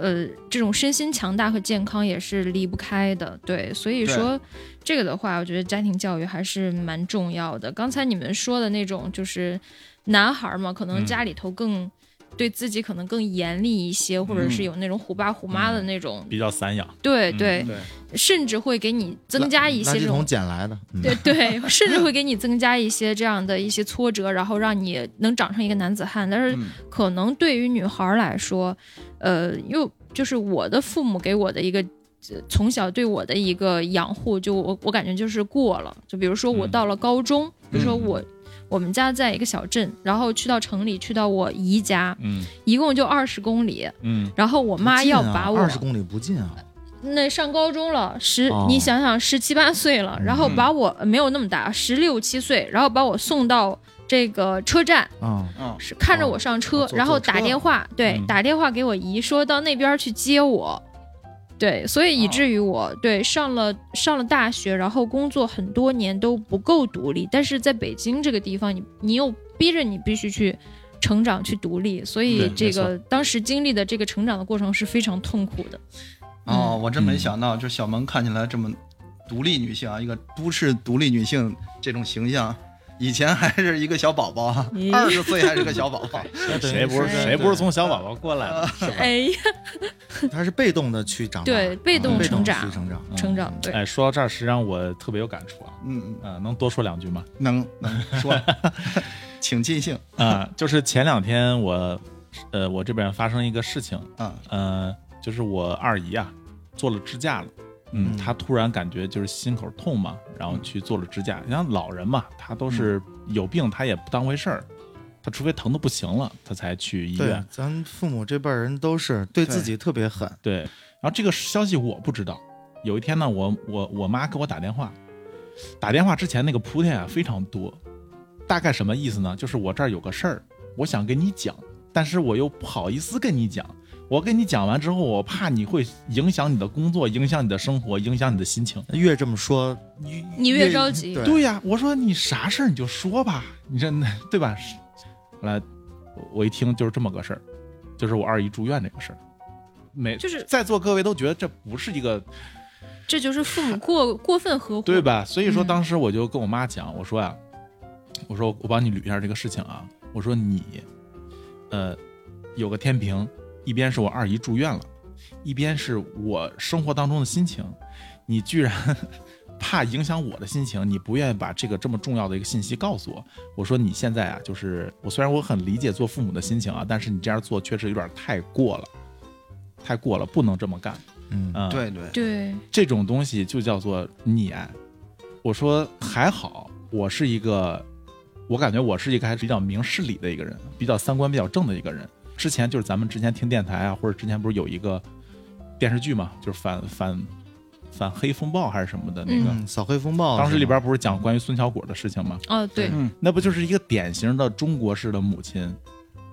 Speaker 7: 呃，这种身心强大和健康也是离不开的，对，所以说这个的话，我觉得家庭教育还是蛮重要的。刚才你们说的那种，就是男孩儿嘛，可能
Speaker 6: 嗯
Speaker 7: 家里头更、对自己可能更严厉一些，或者是有那种虎爸虎妈的那种，
Speaker 6: 比较散养。
Speaker 7: 对
Speaker 6: 嗯
Speaker 7: 对，
Speaker 4: 对
Speaker 7: 甚至会给你增加一些
Speaker 5: 垃
Speaker 7: 这
Speaker 5: 圾
Speaker 7: 种
Speaker 5: 桶捡来的，嗯
Speaker 7: 对对，甚至会给你增加一些这样的一些挫折，然后让你能长成一个男子汉。但是
Speaker 4: 嗯
Speaker 7: 可能对于女孩儿来说，呃，又就是我的父母给我的一个。呃从小对我的一个养护，就我我感觉就是过了。就比如说我
Speaker 6: 嗯
Speaker 7: 到了高中，比如说我我们家在一个小镇，然后去到城里，去到我姨家，
Speaker 6: 嗯
Speaker 7: 一共就二十公里。
Speaker 6: 嗯
Speaker 7: 然后我妈要把我、
Speaker 5: 啊二十公里不近啊，
Speaker 7: 那上高中了，十、
Speaker 5: 哦嗯
Speaker 7: 你想想十七八岁了，然后把我、呃没有那么大，十六七岁，然后把我送到这个车站，
Speaker 5: 啊，
Speaker 4: 嗯，
Speaker 7: 是看着我上车，
Speaker 5: 哦坐
Speaker 7: 然后
Speaker 5: 坐车
Speaker 7: 打电话，对，
Speaker 6: 嗯
Speaker 7: 打电话给我姨说到那边去接我。对，所以以
Speaker 4: 哦
Speaker 7: 至于我、对上了上了大学，然后工作很多年都不够独立，但是在北京这个地方，你你又逼着你必须去成长去独立，所以
Speaker 6: 对
Speaker 7: 这
Speaker 6: 没错
Speaker 7: 个当时经历的这个成长的过程是非常痛苦的。
Speaker 4: 哦，
Speaker 7: 嗯
Speaker 4: 我真没想到，就小萌看起来这么独立女性啊，一个都市独立女性这种形象，以前还是一个小宝宝，
Speaker 7: 咦
Speaker 4: 二十岁还是个小宝 宝，
Speaker 6: 谁不是
Speaker 7: 对
Speaker 6: 谁不是从小宝宝过来的？
Speaker 7: 哎呀，
Speaker 5: 他是被动的去长大，
Speaker 7: 对被动
Speaker 5: 啊
Speaker 7: 成长
Speaker 5: 去成长，
Speaker 7: 成长对。
Speaker 6: 哎，说到这儿，实际上我特别有感触啊。
Speaker 4: 嗯，
Speaker 6: 呃，能多说两句吗？
Speaker 4: 能能说，请尽兴，
Speaker 6: 啊、 就是前两天我，呃，我这边发生一个事情，
Speaker 4: 嗯
Speaker 6: 呃，就是我二姨啊做了支架了，嗯，
Speaker 5: 嗯
Speaker 6: 她突然感觉就是心口痛嘛，然后去做了支架。你像老人嘛，他都是有病，他也不当回事儿，他除非疼的不行了，他才去医
Speaker 5: 对
Speaker 6: 院。，
Speaker 5: 咱父母这辈儿人都是对自己特别狠，
Speaker 6: 对，然后这个消息我不知道。有一天呢，我我我妈给我打电话，打电话之前那个铺垫啊非常多，大概什么意思呢？就是我这儿有个事儿，我想跟你讲，但是我又不好意思跟你讲。我跟你讲完之后，我怕你会影响你的工作，影响你的生活，影响你的心情。
Speaker 5: 越这么说，
Speaker 7: 你越着急
Speaker 5: 对
Speaker 6: 对呀、我说你啥事儿你就说吧，你这 对吧？是后来我我一听就是这么个事儿，就是我二姨住院这个事儿。没，
Speaker 7: 就是
Speaker 6: 在座各位都觉得这不是一个
Speaker 7: 这就是父母过过分呵护，
Speaker 6: 对？吧？所以说
Speaker 7: 嗯
Speaker 6: 当时我就跟我妈讲，我说呀、啊我说我帮你捋一下这个事情啊，我说你，呃，有个天平，一边是我二姨住院了，一边是我生活当中的心情，你居然。怕影响我的心情，你不愿意把这个这么重要的一个信息告诉我。我说你现在啊，就是我虽然我很理解做父母的心情啊，但是你这样做确实有点太过了，太过了，不能这么干。
Speaker 5: 嗯，
Speaker 6: 嗯，
Speaker 4: 对对，
Speaker 7: 对，
Speaker 6: 这种东西就叫做溺爱。我说还好，我是一个，我感觉我是一个还是比较明事理的一个人，比较三观比较正的一个人。之前就是咱们之前听电台啊，或者之前不是有一个电视剧嘛，就是反反反黑风暴还是什么的那个，
Speaker 5: 嗯，扫黑风暴，
Speaker 6: 当时里边不是讲关于孙小果的事情吗？
Speaker 7: 哦对，
Speaker 4: 嗯
Speaker 6: 那不就是一个典型的中国式的母亲，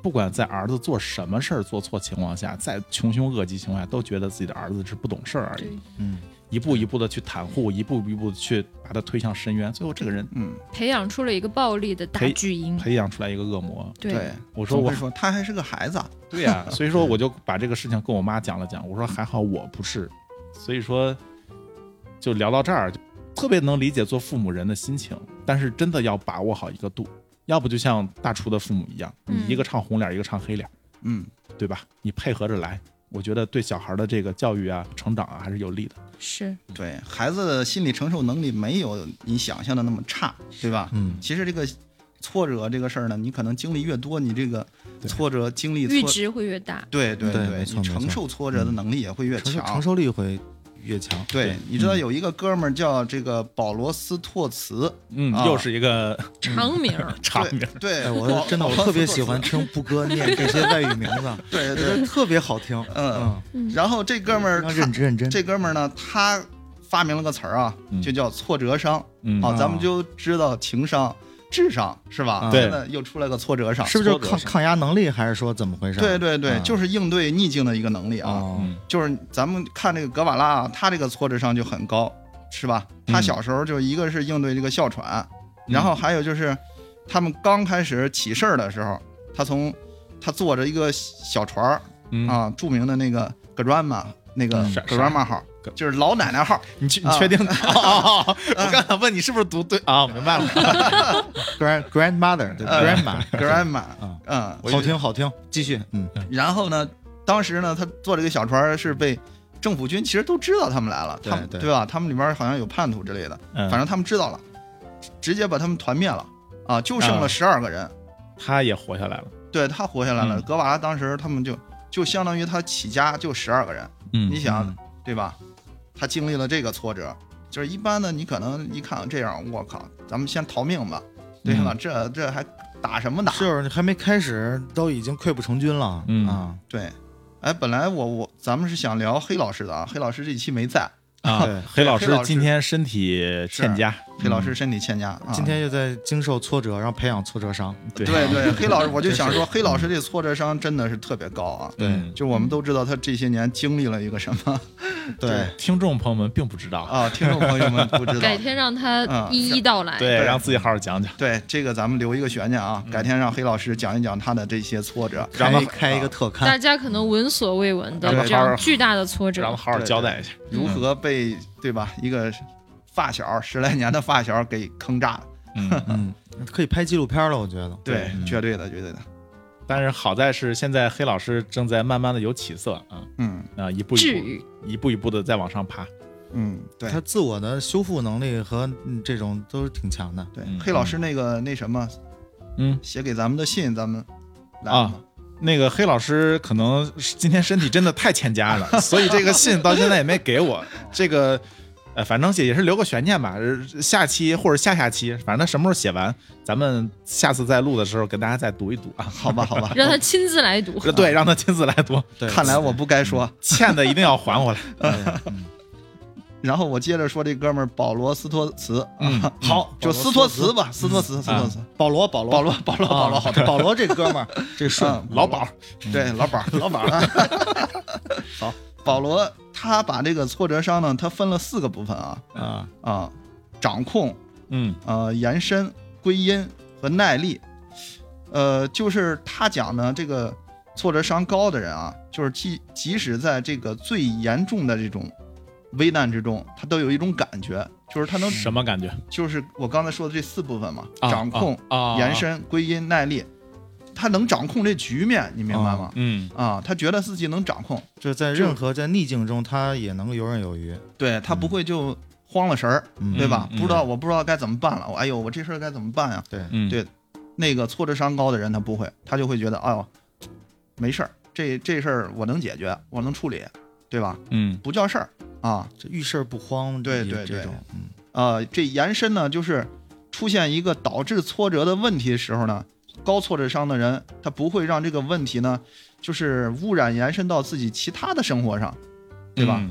Speaker 6: 不管在儿子做什么事儿做错情况下，在穷凶恶极情况下，都觉得自己的儿子是不懂事儿而已
Speaker 7: 对。
Speaker 5: 嗯，
Speaker 6: 一步一步的去袒护，一步一步的去把他推向深渊，最后这个人
Speaker 4: 嗯，
Speaker 7: 培养出了一个暴力的大
Speaker 6: 培
Speaker 7: 巨婴。
Speaker 6: 培养出来一个恶魔。
Speaker 7: 对，
Speaker 6: 我说
Speaker 4: 总
Speaker 6: 我
Speaker 4: 会说他还是个孩子，
Speaker 6: 对 呀、所以说我就把这个事情跟我妈讲了讲，我说还好我不是，所以说就聊到这儿，就特别能理解做父母人的心情，但是真的要把握好一个度，要不就像大厨的父母一样，
Speaker 7: 嗯
Speaker 6: 你一个唱红脸，一个唱黑脸，
Speaker 4: 嗯，
Speaker 6: 对吧？你配合着来，我觉得对小孩的这个教育啊、成长啊还是有利的。
Speaker 7: 是
Speaker 4: 对，孩子的心理承受能力没有你想象的那么差，对吧？
Speaker 6: 嗯，
Speaker 4: 其实这个挫折这个事儿呢，你可能经历越多，你这个
Speaker 6: 对
Speaker 4: 挫折经历
Speaker 7: 阈
Speaker 4: 挫，
Speaker 7: 值会越大。
Speaker 4: 对对
Speaker 5: 对没
Speaker 4: 你
Speaker 5: 错没
Speaker 4: 承
Speaker 5: 错嗯
Speaker 4: 受挫折的能力也会越
Speaker 5: 承受
Speaker 4: 强
Speaker 5: 承。受嗯力会越强。
Speaker 4: 对，你知道有一个哥们儿叫这个保罗斯托茨，
Speaker 6: 嗯，
Speaker 4: 啊
Speaker 6: 又是一个
Speaker 7: 长名儿
Speaker 6: 场
Speaker 4: 对
Speaker 6: 面，
Speaker 4: 对，
Speaker 5: 哎，
Speaker 4: 保
Speaker 5: 我真的
Speaker 4: 保
Speaker 5: 我
Speaker 4: 罗斯
Speaker 5: 特别
Speaker 4: 托
Speaker 5: 喜欢
Speaker 4: 茨
Speaker 5: 听布哥念这些外语名字，啊
Speaker 4: 对
Speaker 5: 我
Speaker 4: 对
Speaker 5: 觉得特别好听。
Speaker 4: 嗯
Speaker 5: 嗯，
Speaker 4: 然后这哥们儿
Speaker 5: 要
Speaker 4: 他
Speaker 5: 认真认真。
Speaker 4: 这哥们儿呢，他发明了个词儿啊
Speaker 6: 嗯，
Speaker 4: 就叫挫折商。
Speaker 6: 嗯，
Speaker 4: 好，
Speaker 5: 啊
Speaker 4: 咱们就知道情商、智商是吧？
Speaker 5: 啊
Speaker 6: 对
Speaker 4: 现在又出来个挫折商，
Speaker 5: 是不是就
Speaker 4: 挫
Speaker 5: 是
Speaker 4: 折
Speaker 5: 抗
Speaker 4: 商
Speaker 5: 抗压能力，还是说怎么回事？
Speaker 4: 对对对，
Speaker 5: 啊
Speaker 4: 就是应对逆境的一个能力啊。
Speaker 5: 哦，
Speaker 6: 嗯
Speaker 4: 就是咱们看这个格瓦拉啊，他这个挫折上就很高，是吧？
Speaker 6: 嗯
Speaker 4: 他小时候就一个是应对这个哮喘，然后还有就是他们刚开始起事儿的时候，他从他坐着一个小船儿
Speaker 6: 嗯，
Speaker 4: 啊，著名的那个 grandma 那个
Speaker 6: 嗯是
Speaker 4: grandma 号
Speaker 6: 是，
Speaker 4: 就是老奶奶 号
Speaker 6: 你确你
Speaker 4: 啊
Speaker 6: 确定？哦，哦哦我刚想问你是不是读对啊？明 白了。
Speaker 5: ，grand grandmother 对
Speaker 4: 呃
Speaker 5: grandma，
Speaker 4: grandma，
Speaker 5: 啊
Speaker 4: 嗯，
Speaker 5: 好听好听，继续，嗯，
Speaker 4: 然后呢，当时呢，他坐这个小船儿是被政府军其实都知道他们来了，
Speaker 5: 对
Speaker 4: 他们
Speaker 5: 对
Speaker 4: 吧？他们里边好像有叛徒之类的，
Speaker 6: 嗯，
Speaker 4: 反正他们知道了，直接把他们团灭了啊，就剩
Speaker 6: 啊
Speaker 4: 了十二个人。
Speaker 6: 他也活下来了。
Speaker 4: 对他活下来了，
Speaker 6: 嗯
Speaker 4: 格瓦拉当时他们就就相当于他起家就十二个人，
Speaker 6: 嗯
Speaker 4: 你想、对吧？他经历了这个挫折，就是一般的你可能一看这样，我靠，咱们先逃命吧，对吧？
Speaker 6: 嗯
Speaker 4: 这这还打什么打？
Speaker 5: 就是还没开始，都已经溃不成军了，
Speaker 6: 嗯
Speaker 5: 啊，
Speaker 4: 对，哎，本来我我咱们是想聊黑老师的啊，黑老师这期没在，
Speaker 6: 啊
Speaker 5: 对，
Speaker 6: 黑老
Speaker 4: 黑
Speaker 6: 师
Speaker 4: 老师啊
Speaker 6: 今天身体欠佳，
Speaker 4: 黑老师身体欠佳啊。
Speaker 5: 嗯今天又在经受挫折，然后培养挫折伤，
Speaker 6: 嗯对
Speaker 4: 对 对，黑老师，我就想说，黑老师这挫折伤真的是特别高啊。
Speaker 6: 嗯
Speaker 4: 就我们都知道他这些年经历了一个什么
Speaker 5: 对，
Speaker 6: 听众朋友们并不知道，
Speaker 4: 啊，听众朋友们不知道
Speaker 7: 改。天让他
Speaker 4: 嗯
Speaker 7: 一一道来。
Speaker 6: 对，
Speaker 4: 对
Speaker 6: 让自己好好讲讲，
Speaker 4: 对这个，咱们留一个悬念啊，改天让黑老师讲一讲他的这些挫折。呃
Speaker 6: 让他
Speaker 5: 嗯开开一个嗯特刊
Speaker 7: 大，家可能闻所未闻的
Speaker 6: 让他
Speaker 7: 这
Speaker 6: 好
Speaker 7: 样
Speaker 6: 好
Speaker 7: 巨大的挫
Speaker 6: 让他
Speaker 7: 折，
Speaker 6: 好好交代一下。
Speaker 4: 如何被对吧？一个发小十来年的发小给坑炸，
Speaker 6: 嗯，
Speaker 5: 嗯，可以拍纪录片了，我觉得，
Speaker 4: 对
Speaker 6: 嗯，
Speaker 4: 绝对的，绝对的，
Speaker 6: 但是好在是现在黑老师正在慢慢的有起色啊，
Speaker 4: 嗯
Speaker 6: 啊，一步一
Speaker 7: 治
Speaker 6: 步，
Speaker 7: 愈。，
Speaker 6: 一步一步的在往上爬。
Speaker 4: 嗯，对
Speaker 5: 他自我的修复能力和嗯这种都是挺强的，
Speaker 4: 对
Speaker 6: 嗯。
Speaker 4: 黑老师那个那什么，
Speaker 6: 嗯，
Speaker 4: 写给咱们的信，咱们来
Speaker 6: 啊
Speaker 4: 了吗
Speaker 6: 那个黑老师可能是今天身体真的太欠佳 了，所以这个信到现在也没给我。这个，呃，反正也也是留个悬念吧，呃下期或者下下期，反正他什么时候写完，咱们下次再录的时候给大家再读一读 啊。
Speaker 4: 好吧，好吧
Speaker 7: 让他亲自来读，
Speaker 6: 对，让他亲自来 读，
Speaker 5: 对，嗯
Speaker 4: 看来我不该说。
Speaker 6: 欠的一定要还回 来。
Speaker 5: 对
Speaker 4: 然后我接着说这哥们儿保罗斯托茨，
Speaker 6: 嗯，
Speaker 4: 好，就斯托茨吧，斯托茨，斯托茨，
Speaker 5: 嗯啊保罗保罗
Speaker 4: 保罗，保罗，保罗，好
Speaker 5: 好
Speaker 4: 的，
Speaker 5: 保罗这哥们儿 这顺
Speaker 4: 嗯
Speaker 6: 老宝，
Speaker 4: 对，老保，老保， 好，保罗他把这个挫折商呢，他分了四个部分啊
Speaker 5: 啊，
Speaker 4: 啊，掌控、
Speaker 6: 嗯
Speaker 4: 呃延伸、归因和耐力，呃，就是他讲呢，这个挫折商高的人啊，就是即即使在这个最严重的这种危难之中，他都有一种感觉，就是他能
Speaker 6: 什么感觉？
Speaker 4: 就是我刚才说的这四部分嘛，
Speaker 6: 啊
Speaker 4: 掌控、
Speaker 6: 啊啊
Speaker 4: 延伸、归因、耐力，他能掌控这局面，你明白吗？
Speaker 6: 嗯
Speaker 4: 啊，他觉得自己能掌控，
Speaker 5: 就在任何在逆境中，他也能游刃有余，
Speaker 4: 对他不会就慌了神儿，
Speaker 5: 嗯
Speaker 4: 对吧？
Speaker 6: 嗯嗯嗯
Speaker 4: 不知道我不知道该怎么办了，我哎呦，我这事儿该怎么办呀？
Speaker 5: 对，
Speaker 6: 嗯，
Speaker 4: 对那个挫折商高的人他不会，他就会觉得哎呦，没事儿，这这事儿我能解决，我能处理，对吧？
Speaker 6: 嗯
Speaker 4: 不叫事儿啊，
Speaker 5: 这遇事儿不慌，
Speaker 4: 对
Speaker 5: 也
Speaker 4: 对
Speaker 5: 这
Speaker 4: 对
Speaker 5: 种，嗯，
Speaker 4: 呃，这延伸呢，就是出现一个导致挫折的问题的时候呢，高挫折商的人他不会让这个问题呢，就是污染延伸到自己其他的生活上，对吧？
Speaker 6: 嗯？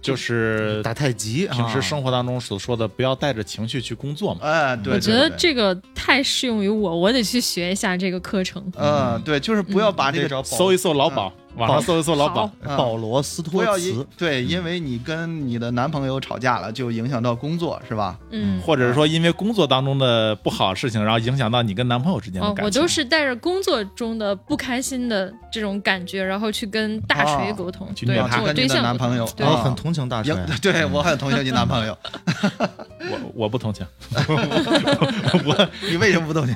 Speaker 6: 就是
Speaker 5: 打太极，
Speaker 6: 平时
Speaker 5: 啊
Speaker 6: 生活当中所说的，不要带着情绪去工作嘛。
Speaker 4: 哎，对，
Speaker 7: 我觉
Speaker 4: 对。
Speaker 7: 得
Speaker 4: 对
Speaker 7: 这个太适用于我，我得去学一下这个课程。
Speaker 4: 呃，对，就是不要把这
Speaker 5: 得
Speaker 4: 个
Speaker 5: 找保
Speaker 6: 搜一搜老宝，网上搜一搜老
Speaker 7: 好
Speaker 6: 鸨，
Speaker 4: 啊
Speaker 5: 保罗·斯
Speaker 4: 不
Speaker 5: 托
Speaker 4: 要因
Speaker 5: 茨，
Speaker 4: 对，因为你跟你的男朋友吵架了，就影响到工作是吧？
Speaker 7: 嗯，
Speaker 6: 或者是说因为工作当中的不好的事情，然后影响到你跟男朋友之间的
Speaker 7: 哦
Speaker 6: 感，情。
Speaker 7: 我都是带着工作中的不开心的这种感觉，然后去跟大锤
Speaker 4: 哦
Speaker 7: 沟通，
Speaker 6: 去
Speaker 7: 对，
Speaker 6: 虐
Speaker 7: 跟
Speaker 6: 他
Speaker 7: 我
Speaker 4: 跟
Speaker 7: 对
Speaker 4: 你的
Speaker 7: 象
Speaker 4: 男
Speaker 7: 沟通
Speaker 4: 朋友哦
Speaker 7: 对
Speaker 5: 然，后很同情大啊
Speaker 4: 也
Speaker 5: 锤，
Speaker 4: 对我很同情你男朋友，
Speaker 6: 我我不同情，
Speaker 4: 你为什么不同情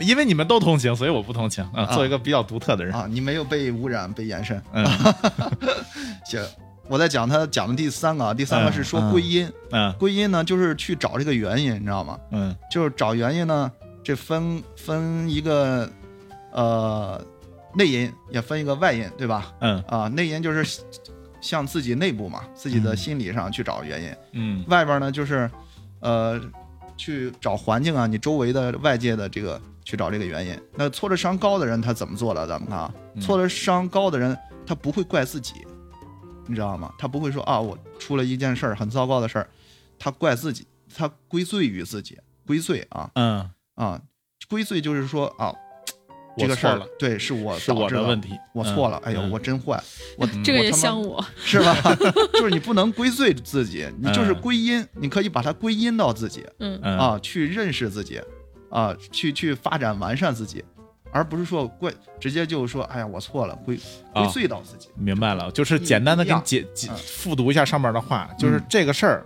Speaker 6: 因为你们都同情，所以我不同情啊。做一个比较独特的人，
Speaker 4: 啊？你没有被污染、被延伸。
Speaker 6: 嗯
Speaker 4: 行，我在讲他讲的第三个，啊，第三个是说
Speaker 5: 嗯
Speaker 4: 归因，
Speaker 6: 嗯
Speaker 4: 归因呢就是去找这个原因，你知道吗？
Speaker 6: 嗯
Speaker 4: 就是找原因呢，这分分一个呃内因，也分一个外因，对吧？
Speaker 6: 嗯
Speaker 4: 啊、内因就是向自己内部嘛，自己的
Speaker 6: 嗯
Speaker 4: 心理上去找原因，
Speaker 6: 嗯
Speaker 4: 外边呢就是呃去找环境啊，你周围的外界的这个去找这个原因。那挫折伤高的人他怎么做的？咱们看啊，
Speaker 6: 嗯
Speaker 4: 挫折伤高的人他不会怪自己，你知道吗？他不会说啊我出了一件事儿很糟糕的事儿，他怪自己，他归罪于自己，归罪啊
Speaker 6: 嗯，
Speaker 4: 啊，归罪就是说啊。
Speaker 6: 我
Speaker 4: 这个事
Speaker 6: 错
Speaker 4: 儿
Speaker 6: 了
Speaker 4: 对，是我
Speaker 6: 是
Speaker 4: 导
Speaker 6: 我
Speaker 4: 致
Speaker 6: 的
Speaker 4: 了
Speaker 6: 问，题，
Speaker 4: 我错了。
Speaker 6: 嗯
Speaker 4: 哎呦，
Speaker 6: 嗯
Speaker 4: 我真坏，
Speaker 6: 嗯
Speaker 7: 这个
Speaker 4: 我
Speaker 7: 也
Speaker 4: 他妈
Speaker 7: 像我，
Speaker 4: 是吧？ 就是你不能归罪自己，你就是
Speaker 6: 嗯
Speaker 4: 归因，你可以把它归因到自己。
Speaker 7: 嗯，
Speaker 6: 嗯
Speaker 4: 啊，去认识自己，啊，去去发展完善自己，而不是说怪直接就说，哎呀，我错了，归归
Speaker 6: 啊
Speaker 4: 罪到自己。
Speaker 6: 明白了，就是简单的给你解解
Speaker 4: 嗯
Speaker 6: 复读一下上面的话，就是这个事儿，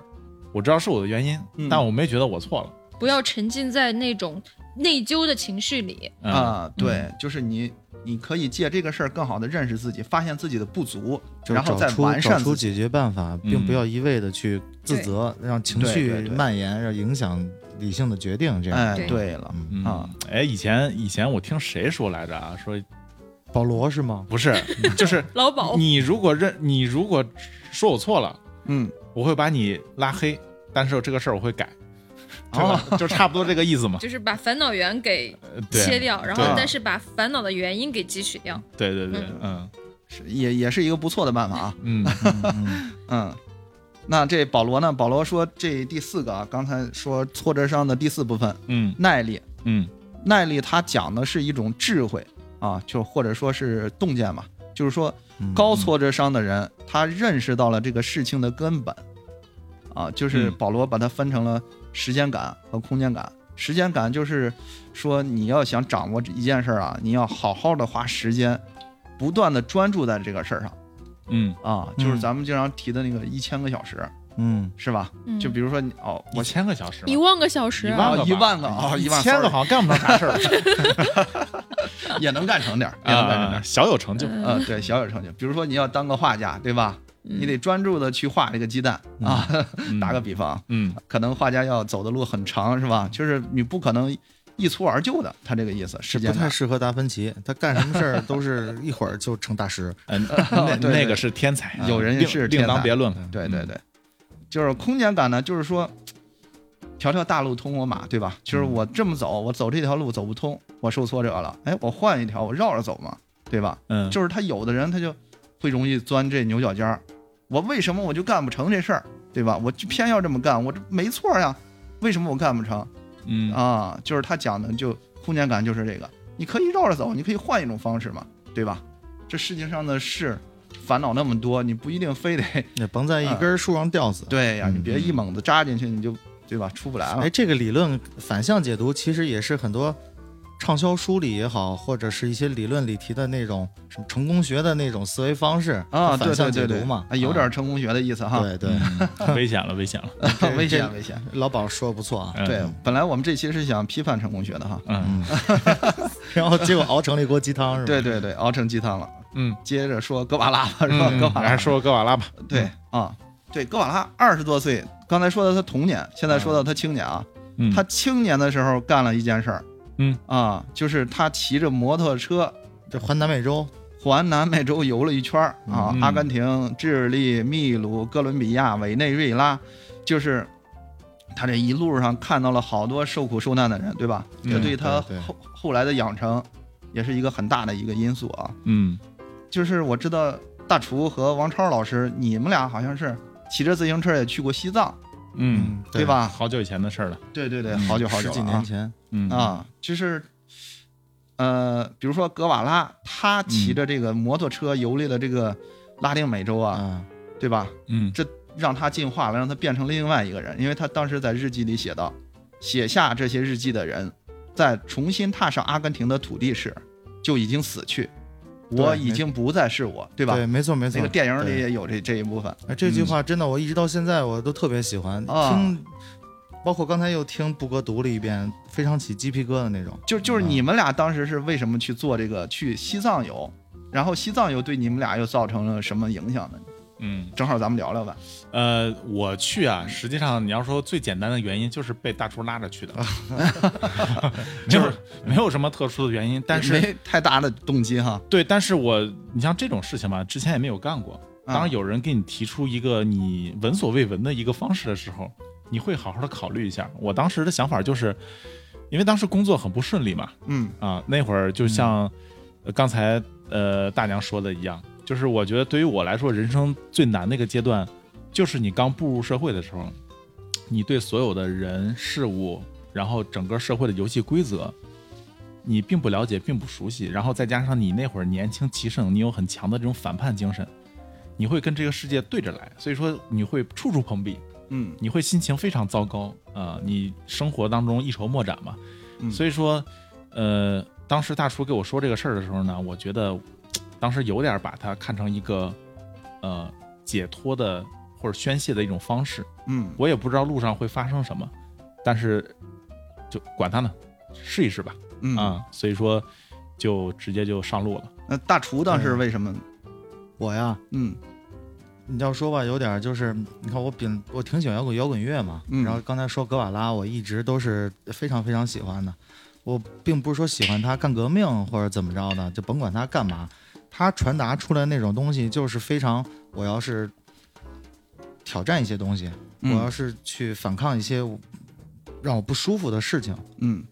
Speaker 6: 我知道是我的原因，
Speaker 4: 嗯
Speaker 6: 但我没觉得我错了
Speaker 7: 不要沉浸在那种内疚的情绪里，
Speaker 6: 嗯
Speaker 4: 啊，对，就是你，你可以借这个事儿更好的认识自己，发现自己的不足，
Speaker 5: 就是
Speaker 4: 然后
Speaker 5: 找
Speaker 4: 再
Speaker 5: 出
Speaker 4: 完
Speaker 5: 找
Speaker 4: 善
Speaker 5: 出
Speaker 4: 自己。嗯
Speaker 5: 解决办法，并不要一味的去自责，让情
Speaker 4: 对对
Speaker 5: 绪
Speaker 4: 对
Speaker 5: 蔓延，让影响理性的决定。这样，
Speaker 4: 哎，
Speaker 7: 对
Speaker 4: 对了，
Speaker 5: 嗯，
Speaker 6: 嗯
Speaker 4: 啊。
Speaker 6: 哎，以前以前我听谁说来着啊？说
Speaker 5: 保罗是吗？
Speaker 6: 不 是，就是
Speaker 7: 老鸨，
Speaker 6: 你如果认你如果说我错了，
Speaker 4: 嗯，
Speaker 6: 我会把你拉黑，但是这个事儿我会改，对
Speaker 4: 哦
Speaker 6: 吧？就差不多这个意思 嘛。
Speaker 7: 就是把烦恼源给
Speaker 6: 呃对
Speaker 7: 切掉，然后
Speaker 4: 对
Speaker 7: 但是把烦恼的原因给汲取掉。
Speaker 6: 对对对，嗯
Speaker 4: 是也也是一个不错的办法 啊。
Speaker 6: 嗯
Speaker 5: 嗯
Speaker 4: 嗯，那这保罗呢？保罗说这第四个啊，刚才说挫折伤的第四部分
Speaker 6: 嗯
Speaker 4: 耐力，
Speaker 6: 嗯
Speaker 4: 耐力它讲的是一种智慧啊，就或者说是洞见嘛，就是说
Speaker 5: 嗯
Speaker 4: 高挫折伤的人，他认识到了这个事情的根本，啊，就是
Speaker 6: 嗯
Speaker 4: 保罗把它分成了时间感和空间感。时间感就是说，你要想掌握一件事儿啊，你要好好的花时间，不断的专注在这个事儿上
Speaker 6: 嗯
Speaker 4: 啊，就是
Speaker 5: 嗯
Speaker 4: 咱们经常提的那个一千个小时，
Speaker 5: 嗯，
Speaker 4: 是吧？
Speaker 7: 嗯，
Speaker 4: 就比如说你哦，
Speaker 6: 嗯，一千个小时嘛，
Speaker 7: 一万个小时
Speaker 6: 一
Speaker 7: 啊，
Speaker 6: 万个
Speaker 4: 哦一
Speaker 6: 吧
Speaker 4: 万个哦一万
Speaker 6: 一千个
Speaker 4: sorry
Speaker 6: 好像干不 成啥事儿
Speaker 4: 也能干成点儿，也能干成点
Speaker 6: 啊，
Speaker 4: 儿。
Speaker 6: 小有成就。
Speaker 7: 嗯
Speaker 4: 呃，对，小有成就。比如说你要当个画家，对吧？你得专注的去画这个鸡蛋啊。打个比哦方，
Speaker 6: 嗯
Speaker 4: 可能画家要走的路很长，是吧？就是你不可能一蹴而就的，他这个意思。时
Speaker 5: 这
Speaker 4: 间
Speaker 5: 不太
Speaker 4: 感
Speaker 5: 适合达芬奇，他干什么事儿都是一会儿就成大师。
Speaker 6: 嗯， 那
Speaker 4: 对嗯对
Speaker 6: 那个是天才，嗯
Speaker 4: 有人
Speaker 6: 另
Speaker 4: 是天
Speaker 6: 另
Speaker 4: 才
Speaker 6: 当别论了。
Speaker 4: 对对对，就是空间感呢，就是说，条条大路通罗马，对吧？就是我这么走，我走这条路走不通，我受挫折了，哎，我换一条，我绕着走嘛，对吧？
Speaker 6: 嗯，
Speaker 4: 就是他有的人他就会容易钻这牛角尖儿，我为什么我就干不成这事儿，对吧？我就偏要这么干，我这没错呀，为什么我干不成？
Speaker 6: 嗯
Speaker 4: 啊，就是他讲的就空间感就是这个，你可以绕着走，你可以换一种方式嘛，对吧？这世界上的事烦恼那么多，你不一定非得
Speaker 5: 也甭在
Speaker 4: 嗯
Speaker 5: 一根树上吊死。
Speaker 4: 对呀、你别
Speaker 5: 嗯
Speaker 4: 一猛子扎进去，你就对吧，出不来了
Speaker 5: 哎，。这个理论反向解读，其实也是很多畅销书里也好，或者是一些理论里提的那种什么成功学的那种思维方式
Speaker 4: 啊，对
Speaker 5: 反
Speaker 4: 对
Speaker 5: 向解
Speaker 4: 对对
Speaker 5: 读嘛，
Speaker 4: 哎有点成功学的意思
Speaker 5: 啊
Speaker 4: 哈，
Speaker 5: 对对，
Speaker 6: 嗯危险了，危 险了。
Speaker 5: 这
Speaker 4: 危险
Speaker 5: 这
Speaker 4: 危险。
Speaker 5: 老鸨说得不 错啊，
Speaker 6: 嗯
Speaker 4: 对，本来我们这期是想批判成功学的哈，
Speaker 6: 嗯
Speaker 5: 然后结果熬成了一锅鸡汤是吧？
Speaker 4: 对对对，熬成鸡汤了。
Speaker 6: 嗯，
Speaker 4: 接着说格瓦拉吧，是吧？
Speaker 6: 嗯
Speaker 4: 格瓦
Speaker 6: 还
Speaker 4: 拉
Speaker 6: 是说格瓦拉吧。
Speaker 5: 嗯
Speaker 4: 对啊，对格瓦拉二十多岁，刚才说到他童年，现在说到他青年啊，
Speaker 6: 嗯，
Speaker 4: 他青年的时候干了一件事儿，
Speaker 6: 嗯
Speaker 4: 啊，就是他骑着摩托车
Speaker 5: 这环南美洲，
Speaker 4: 环南美洲游了一圈儿啊，
Speaker 6: 嗯
Speaker 4: 阿根廷、智利、秘鲁、哥伦比亚、委内瑞拉，就是他这一路上看到了好多受苦受难的人，对吧？
Speaker 6: 嗯
Speaker 4: 这对他
Speaker 5: 对对
Speaker 4: 后后来的养成也是一个很大的一个因素啊。
Speaker 6: 嗯
Speaker 4: 就是我知道大厨和王超老师，你们俩好像是骑着自行车也去过西藏，
Speaker 6: 嗯，
Speaker 4: 对？吧？
Speaker 6: 好久以前的事儿了。啊
Speaker 4: 对对对，
Speaker 5: 嗯
Speaker 4: 好久好久
Speaker 5: 十几
Speaker 4: 了
Speaker 5: 年
Speaker 4: 啊
Speaker 5: 前，
Speaker 6: 嗯，
Speaker 4: 啊，就是呃，比如说格瓦拉，他
Speaker 5: 嗯
Speaker 4: 骑着这个摩托车游历了这个拉丁美洲啊，
Speaker 5: 啊，
Speaker 4: 对吧？
Speaker 6: 嗯
Speaker 4: 让他进化了，让他变成另外一个人。因为他当时在日记里写道：“写下这些日记的人，在重新踏上阿根廷的土地时，就已经死去，
Speaker 5: 对
Speaker 4: 我已经不再是我，对吧
Speaker 5: 对，？”没错没错。
Speaker 4: 那个电影里
Speaker 5: 对，
Speaker 4: 也有这这一部分。
Speaker 5: 哎，这句话真的，我一直到现在我都特别喜欢
Speaker 4: 啊
Speaker 5: 听，包括刚才又听布哥读了一遍，非常起鸡皮疙瘩那种。
Speaker 4: 就就是
Speaker 5: 嗯
Speaker 4: 你们俩当时是为什么去做这个去西藏游？然后西藏游对你们俩又造成了什么影响呢？
Speaker 6: 嗯。
Speaker 4: 正好咱们聊聊吧。
Speaker 6: 呃，我去啊，实际上你要说最简单的原因，就是被大厨拉着 去的，没有没有什么特殊的原因。但是
Speaker 4: 没太大的动机 哈。
Speaker 6: 对，但是我你像这种事情吧，之前也没有干过。
Speaker 4: 啊
Speaker 6: 当有人给你提出一个你闻所未闻的一个方式的时候，你会好好的考虑一下。我当时的想法就是，因为当时工作很不顺利嘛，
Speaker 4: 嗯
Speaker 6: 啊，那会儿就像呃刚才呃大娘说的一样，就是我觉得对于我来说，人生最难的一个阶段，就是你刚步入社会的时候，你对所有的人事物，然后整个社会的游戏规则，你并不了解，并不熟悉，然后再加上你那会儿年轻气盛，你有很强的这种反叛精神，你会跟这个世界对着来，所以说你会处处碰壁，
Speaker 4: 嗯
Speaker 6: 你会心情非常糟糕啊、你生活当中一筹莫展嘛。
Speaker 4: 嗯
Speaker 6: 所以说，呃，当时大厨给我说这个事儿的时候呢，我觉得当时有点把它看成一个呃解脱的或者宣泄的一种方式。
Speaker 4: 嗯，
Speaker 6: 我也不知道路上会发生什么，但是就管它呢，试一试吧
Speaker 4: 嗯
Speaker 6: 啊、，所以说，就直接就上路了。
Speaker 4: 那大厨当时为什么？
Speaker 5: 我呀，
Speaker 4: 嗯
Speaker 5: 你要说吧，有点儿就是，你看我秉我挺喜欢摇滚摇滚乐嘛，
Speaker 4: 嗯
Speaker 5: 然后刚才说格瓦拉，我一直都是非常非常喜欢的。我并不是说喜欢他干革命或者怎么着的，就甭管他干嘛，他传达出来那种东西就是非常，我要是挑战一些东西，
Speaker 4: 嗯
Speaker 5: 我要是去反抗一些让我不舒服的事情，
Speaker 4: 嗯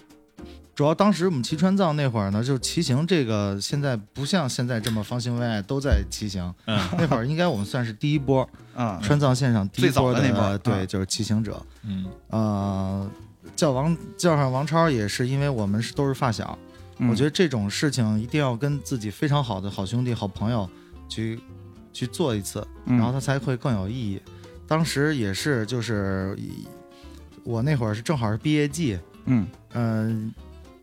Speaker 5: 主要当时我们骑川藏那会儿呢，就是骑行这个现在不像现在这么方兴未艾，都在骑行。
Speaker 6: 嗯，
Speaker 5: 那会儿应该我们算是第一波
Speaker 4: 啊，
Speaker 5: 川藏线上第一
Speaker 4: 最
Speaker 5: 波
Speaker 4: 早的那波
Speaker 5: 呃对，
Speaker 4: 嗯
Speaker 5: 就是骑行者。
Speaker 6: 嗯
Speaker 5: 呃，叫王叫上王超也是因为我们是都是发小，
Speaker 4: 嗯
Speaker 5: 我觉得这种事情一定要跟自己非常好的好兄弟、好朋友去去做一次，
Speaker 4: 嗯
Speaker 5: 然后它才会更有意义。当时也是就是以我那会儿是正好是毕业季，
Speaker 4: 嗯
Speaker 5: 嗯，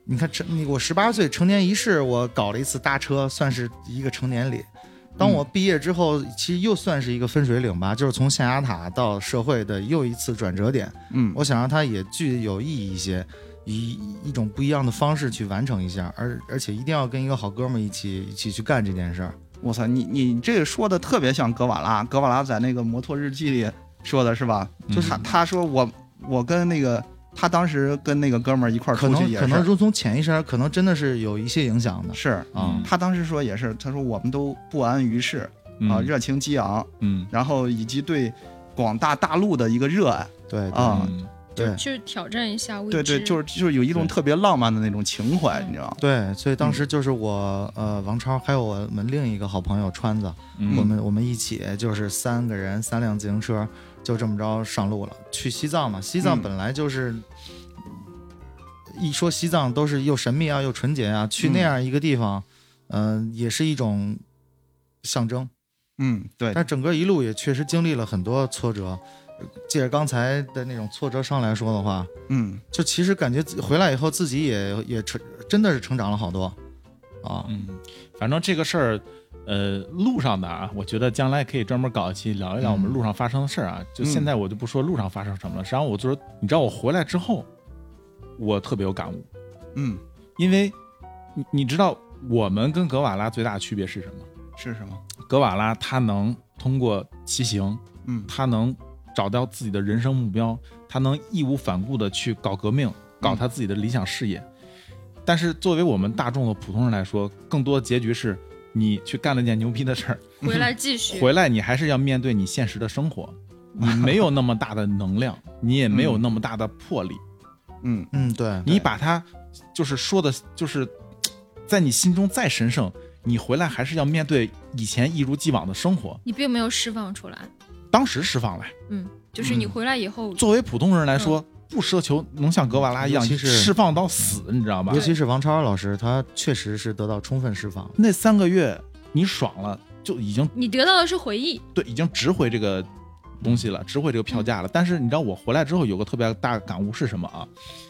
Speaker 5: 你看成你我十八岁成年仪式，我搞了一次搭车，算是一个成年礼。当我毕业之后，其实又算是一个分水岭
Speaker 4: 嗯
Speaker 5: 吧，就是从象牙塔到社会的又一次转折点。
Speaker 4: 嗯，
Speaker 5: 我想让它也具有意义一些，以一种不一样的方式去完成一下，而而且一定要跟一个好哥们儿一起一起去干这件事儿。
Speaker 4: 我操，你你这个说的特别像格瓦拉，格瓦拉在那个《摩托日记》里说的是吧？
Speaker 6: 嗯
Speaker 4: 就是他他说我我跟那个他当时跟那个哥们儿一块儿
Speaker 5: 可
Speaker 4: 出去
Speaker 5: 能
Speaker 4: 也
Speaker 5: 可能
Speaker 4: 是嗯
Speaker 5: 如从潜意识，可能真的是有一些影响的
Speaker 4: 是，
Speaker 6: 嗯
Speaker 5: 啊。
Speaker 4: 他当时说也是，他说我们都不安于世啊，
Speaker 6: 嗯
Speaker 4: 热情激昂，
Speaker 6: 嗯
Speaker 4: 然后以及对广大大陆的一个热爱
Speaker 5: 对对
Speaker 4: 啊，
Speaker 6: 嗯
Speaker 5: 对
Speaker 7: 去挑战一下未
Speaker 4: 对对，就是是就是有一种
Speaker 6: 对
Speaker 4: 特别浪漫的那种情怀，
Speaker 7: 嗯
Speaker 4: 你知道吗？
Speaker 5: 对，所以当
Speaker 4: 嗯
Speaker 5: 时就是我、呃王超还有我们另一个好朋友川子，
Speaker 6: 嗯
Speaker 5: 我们我们一起就是三个人三辆自行车，就这么着上路了，去西藏嘛。西藏
Speaker 4: 嗯
Speaker 5: 本来就是、一说西藏都是又神秘啊又纯洁啊，去那
Speaker 4: 嗯
Speaker 5: 样一个地方，嗯、也是一种象征。
Speaker 4: 嗯，对，
Speaker 5: 但整个一路也确实经历了很多挫折。呃借着刚才的那种挫折上来说的话，
Speaker 4: 嗯
Speaker 5: 就其实感觉自回来以后自己也也成真的是成长了好多啊。
Speaker 6: 嗯，反正这个事儿，呃，路上的啊，我觉得将来可以专门搞一期聊一聊我们
Speaker 5: 嗯
Speaker 6: 路上发生的事儿啊。就
Speaker 4: 嗯
Speaker 6: 现在我就不说路上发生什么了，实际上我就说，你知道我回来之后，我特别有感悟，
Speaker 4: 嗯，
Speaker 6: 因为你你知道我们跟格瓦拉最大的区别是什么？
Speaker 4: 是什么？
Speaker 6: 格瓦拉他能通过骑行，
Speaker 4: 嗯
Speaker 6: 他能找到自己的人生目标，他能义无反顾的去搞革命，搞他自己的理想事业。但是作为我们大众的普通人来说，更多的结局是你去干了件牛逼的事儿，
Speaker 7: 回
Speaker 4: 嗯
Speaker 7: 来继续
Speaker 6: 回来你还是要面对你现实的生活，你没有那么大的能量，你也没有那么大的魄力，
Speaker 4: 嗯
Speaker 5: 嗯，对，
Speaker 6: 你把它就是说的，就是在你心中再神圣。你回来还是要面对以前一如既往的生活，
Speaker 7: 你并没有释放出来，
Speaker 6: 当时释放了，
Speaker 7: 嗯，就是你
Speaker 4: 嗯
Speaker 7: 回来以后
Speaker 6: 作为普通人来说，不奢求能像格瓦拉一样
Speaker 5: 嗯尤其是
Speaker 6: 释放到死，你知道吧
Speaker 5: 尤？其是王超老师，他确实是得到充分释放。
Speaker 6: 那三个月你爽了，就已经
Speaker 7: 你得到的是回忆，
Speaker 6: 对，已经值回这个东西了，值回这个票价了。但是你知道我回来之后有个特别大的感悟是什么啊？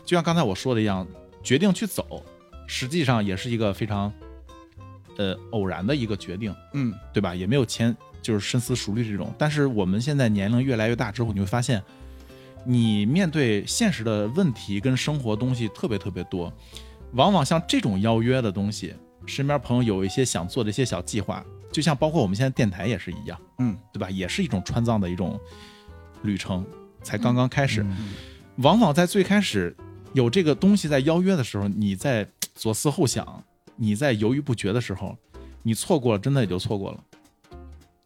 Speaker 6: 就像刚才我说的一样，决定去走，实际上也是一个非常呃偶然的一个决定，
Speaker 4: 嗯，
Speaker 6: 对吧？也没有前就是深思熟虑这种。但是我们现在年龄越来越大之后，你会发现，你面对现实的问题跟生活东西特别特别多，往往像这种邀约的东西，身边朋友有一些想做的一些小计划，就像包括我们现在电台也是一样，
Speaker 4: 嗯，
Speaker 6: 对吧？也是一种川藏的一种旅程，才刚刚开始。往往在最开始有这个东西在邀约的时候，你在左思后想，你在犹豫不决的时候，你错过了，真的也就错过了。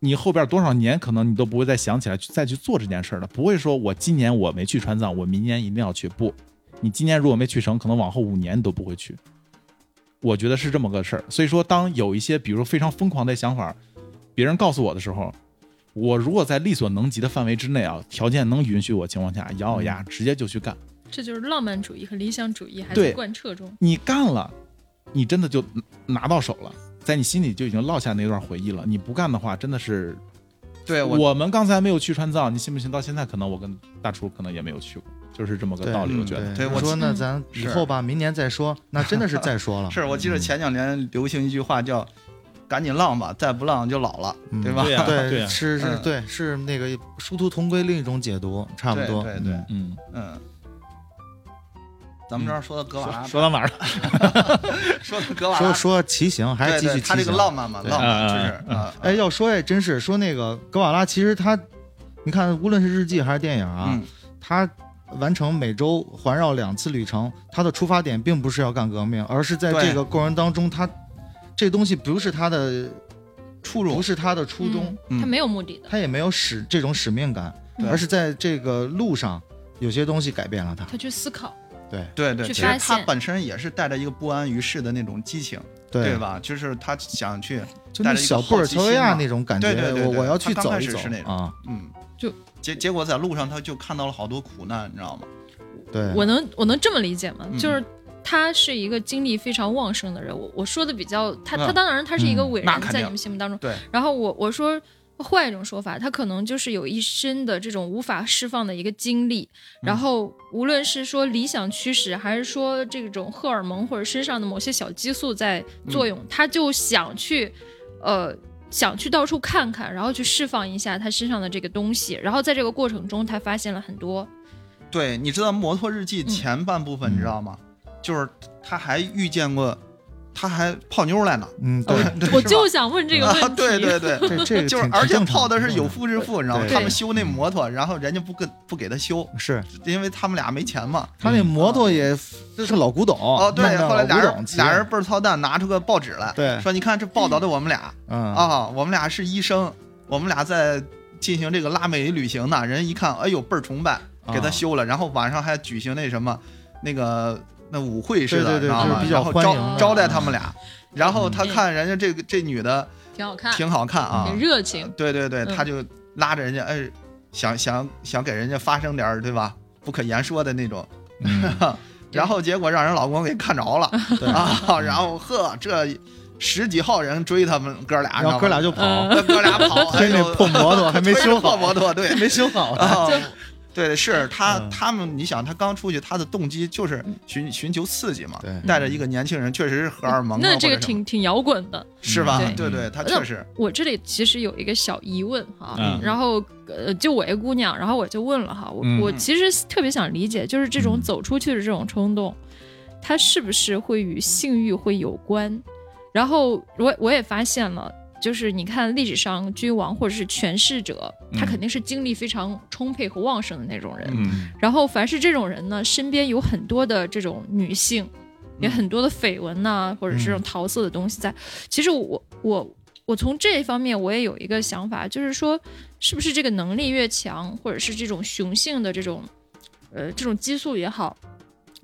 Speaker 6: 你后边多少年，可能你都不会再想起来去再去做这件事儿了。不会说我今年我没去川藏，我明年一定要去。不，你今年如果没去成，可能往后五年你都不会去。我觉得是这么个事儿。所以说，当有一些比如说非常疯狂的想法，别人告诉我的时候，我如果在力所能及的范围之内啊，条件能允许我情况下，咬咬牙直接就去干。
Speaker 7: 这就是浪漫主义和理想主义还
Speaker 6: 对
Speaker 7: 在贯彻中。
Speaker 6: 你干了，你真的就拿到手了，在你心里就已经落下那段回忆了。你不干的话，真的是
Speaker 4: 对我
Speaker 6: 我们刚才没有去川藏，你信不信？到现在可能我跟大厨可能也没有去过，就是这么个
Speaker 5: 对
Speaker 6: 道理。
Speaker 4: 嗯
Speaker 6: 我觉得，
Speaker 4: 对
Speaker 5: 我
Speaker 4: 我
Speaker 5: 说
Speaker 7: 记
Speaker 5: 那咱以
Speaker 4: 是
Speaker 5: 后吧，明年再说。那真的是再说 了，
Speaker 4: 是我记得前两年流行一句话叫“赶紧浪吧，再不浪就老了”，
Speaker 5: 嗯
Speaker 4: 对吧？
Speaker 6: 对呀啊
Speaker 5: 对，
Speaker 6: 呀
Speaker 5: 是是，
Speaker 4: 嗯
Speaker 5: 对，是那个殊途同归另一种解读，差不多。
Speaker 4: 对对对，
Speaker 6: 嗯，
Speaker 4: 嗯。咱们这儿说到格瓦拉，
Speaker 6: 说到 哪儿了？
Speaker 4: 嗯说到格瓦
Speaker 5: 说
Speaker 4: 拉，
Speaker 5: 说骑行，还是
Speaker 4: 对
Speaker 5: 继
Speaker 4: 对，
Speaker 5: 续骑
Speaker 4: 他
Speaker 5: 行。
Speaker 4: 这个浪漫嘛，
Speaker 5: 对
Speaker 4: 浪漫
Speaker 6: 嗯
Speaker 4: 就是啊，
Speaker 5: 哎，要说哎，真是说那个格瓦拉，其实他，你看，无论是日记还是电影啊，
Speaker 4: 嗯，
Speaker 5: 他完成每周环绕两次旅程，他的出发点并不是要干革命，而是在
Speaker 4: 对
Speaker 5: 这个过程当中，他这东西不是他的初衷，不是他的初衷，
Speaker 7: 嗯，
Speaker 4: 嗯
Speaker 7: 他没有目的的，
Speaker 5: 他也没有使这种使命感，
Speaker 4: 对
Speaker 5: 而是在这个路上有些东西改变了他。
Speaker 7: 他去思考。
Speaker 4: 对对，
Speaker 7: 去
Speaker 4: 其实
Speaker 7: 发
Speaker 4: 他
Speaker 7: 现
Speaker 4: 本身也是带着一个不安于世的那种激情，对？吧？就是他想去，
Speaker 5: 就那小布尔乔维亚那种感
Speaker 4: 带
Speaker 5: 觉，
Speaker 4: 着一个好奇心嘛对对对对
Speaker 5: 我我要去
Speaker 4: 他刚
Speaker 5: 走
Speaker 4: 开
Speaker 5: 一
Speaker 4: 始
Speaker 5: 走
Speaker 4: 是那种
Speaker 5: 啊，
Speaker 4: 嗯，
Speaker 7: 就
Speaker 4: 结结果在路上他就看到了好多苦难，你知道吗？
Speaker 5: 对，
Speaker 7: 我能我能这么理解吗？
Speaker 4: 嗯
Speaker 7: 就是他是一个精力非常旺盛的人。我我说的比较，他
Speaker 4: 嗯
Speaker 7: 他当然他是一个伟
Speaker 4: 那
Speaker 7: 人，
Speaker 4: 肯定
Speaker 7: 在你们心目当中。
Speaker 4: 对。
Speaker 7: 然后我我说换一种说法，他可能就是有一身的这种无法释放的一个精力。
Speaker 4: 嗯
Speaker 7: 然后无论是说理想驱使，还是说这种荷尔蒙或者身上的某些小激素在作
Speaker 4: 嗯
Speaker 7: 用，他就想去，呃。想去到处看看，然后去释放一下他身上的这个东西，然后在这个过程中，他发现了很多，
Speaker 4: 对，你知道《摩托日记》
Speaker 7: 嗯
Speaker 4: 前半部分你知道吗？就是他还遇见过，他还泡妞来呢。
Speaker 5: 嗯，对，
Speaker 7: 我
Speaker 4: 是吧
Speaker 7: 就想问这个问题。
Speaker 4: 啊，对对 对，
Speaker 5: 这这个
Speaker 4: 就是
Speaker 5: 挺
Speaker 4: 而且
Speaker 5: 挺正常嗯
Speaker 4: 泡的是有夫之妇，你知道吗？
Speaker 5: 对嗯
Speaker 4: 他们修那摩托，然后人家不跟不给他修，
Speaker 5: 是
Speaker 4: 因为他们俩没钱嘛。
Speaker 5: 他那摩托也这是老古董
Speaker 4: 嗯啊哦，对，
Speaker 5: 弄的
Speaker 4: 后来
Speaker 5: 老
Speaker 4: 俩
Speaker 5: 古
Speaker 4: 人
Speaker 5: 董
Speaker 4: 俩人倍儿操蛋，拿出个报纸来，
Speaker 5: 对
Speaker 4: 说你看这报道的我们俩
Speaker 5: 嗯
Speaker 4: 啊，我们俩是医生，我们俩在进行这个拉美旅行呢。人一看，哎呦倍儿崇拜，
Speaker 5: 啊
Speaker 4: 给他修了，然后晚上还举行那什么那个那舞会似的，你知
Speaker 5: 对对对
Speaker 4: 道
Speaker 5: 就是
Speaker 4: 吗？
Speaker 5: 比较
Speaker 4: 然后
Speaker 5: 欢迎
Speaker 4: 招
Speaker 5: 的
Speaker 4: 招待他们俩，然后他
Speaker 7: 嗯
Speaker 4: 看人家这个这女的
Speaker 7: 挺好看，
Speaker 4: 挺好看啊，
Speaker 5: 嗯
Speaker 7: 很热情。
Speaker 4: 对对对，
Speaker 7: 嗯
Speaker 4: 他就拉着人家，哎，想想想给人家发生点儿，对吧？不可言说的那种。嗯然后结果让人老公给看 着了啊，然后呵，这十几号人追他们哥俩，
Speaker 5: 然后哥俩
Speaker 4: 就
Speaker 5: 就跑，
Speaker 7: 嗯
Speaker 4: 哥俩跑，哎
Speaker 5: 推那
Speaker 4: 呦，
Speaker 5: 破摩托还 没
Speaker 4: 推着
Speaker 5: 修
Speaker 4: 破
Speaker 5: 好，
Speaker 4: 摩托， 对，
Speaker 5: 没修好呢，
Speaker 4: 啊
Speaker 7: 就，
Speaker 4: 对，是他
Speaker 5: 嗯
Speaker 4: 他们，你想他刚出去，他的动机就是寻寻求刺激嘛。
Speaker 5: 对
Speaker 4: 带着一个年轻人，确实是荷尔蒙啊，
Speaker 7: 那这个
Speaker 4: 或者什么
Speaker 7: 挺挺摇滚的。
Speaker 4: 是吧？
Speaker 7: 嗯
Speaker 4: 对对，他
Speaker 7: 那
Speaker 4: 确实，
Speaker 7: 我这里其实有一个小疑问哈，
Speaker 6: 嗯
Speaker 7: 然后呃，就我一姑娘，然后我就问了哈，我、
Speaker 6: 嗯
Speaker 7: 我其实特别想理解，就是这种
Speaker 5: 嗯
Speaker 7: 走出去的这种冲动，它是不是会与性欲会有关？然后我我也发现了。就是你看历史上君王或者是权势者，
Speaker 6: 嗯
Speaker 7: 他肯定是精力非常充沛和旺盛的那种人。
Speaker 6: 嗯，
Speaker 7: 然后凡是这种人呢，身边有很多的这种女性，
Speaker 4: 嗯
Speaker 7: 也很多的绯闻呐、或者是这种桃色的东西在。其实我我我从这一方面我也有一个想法，就是说，是不是这个能力越强，或者是这种雄性的这种呃这种激素也好，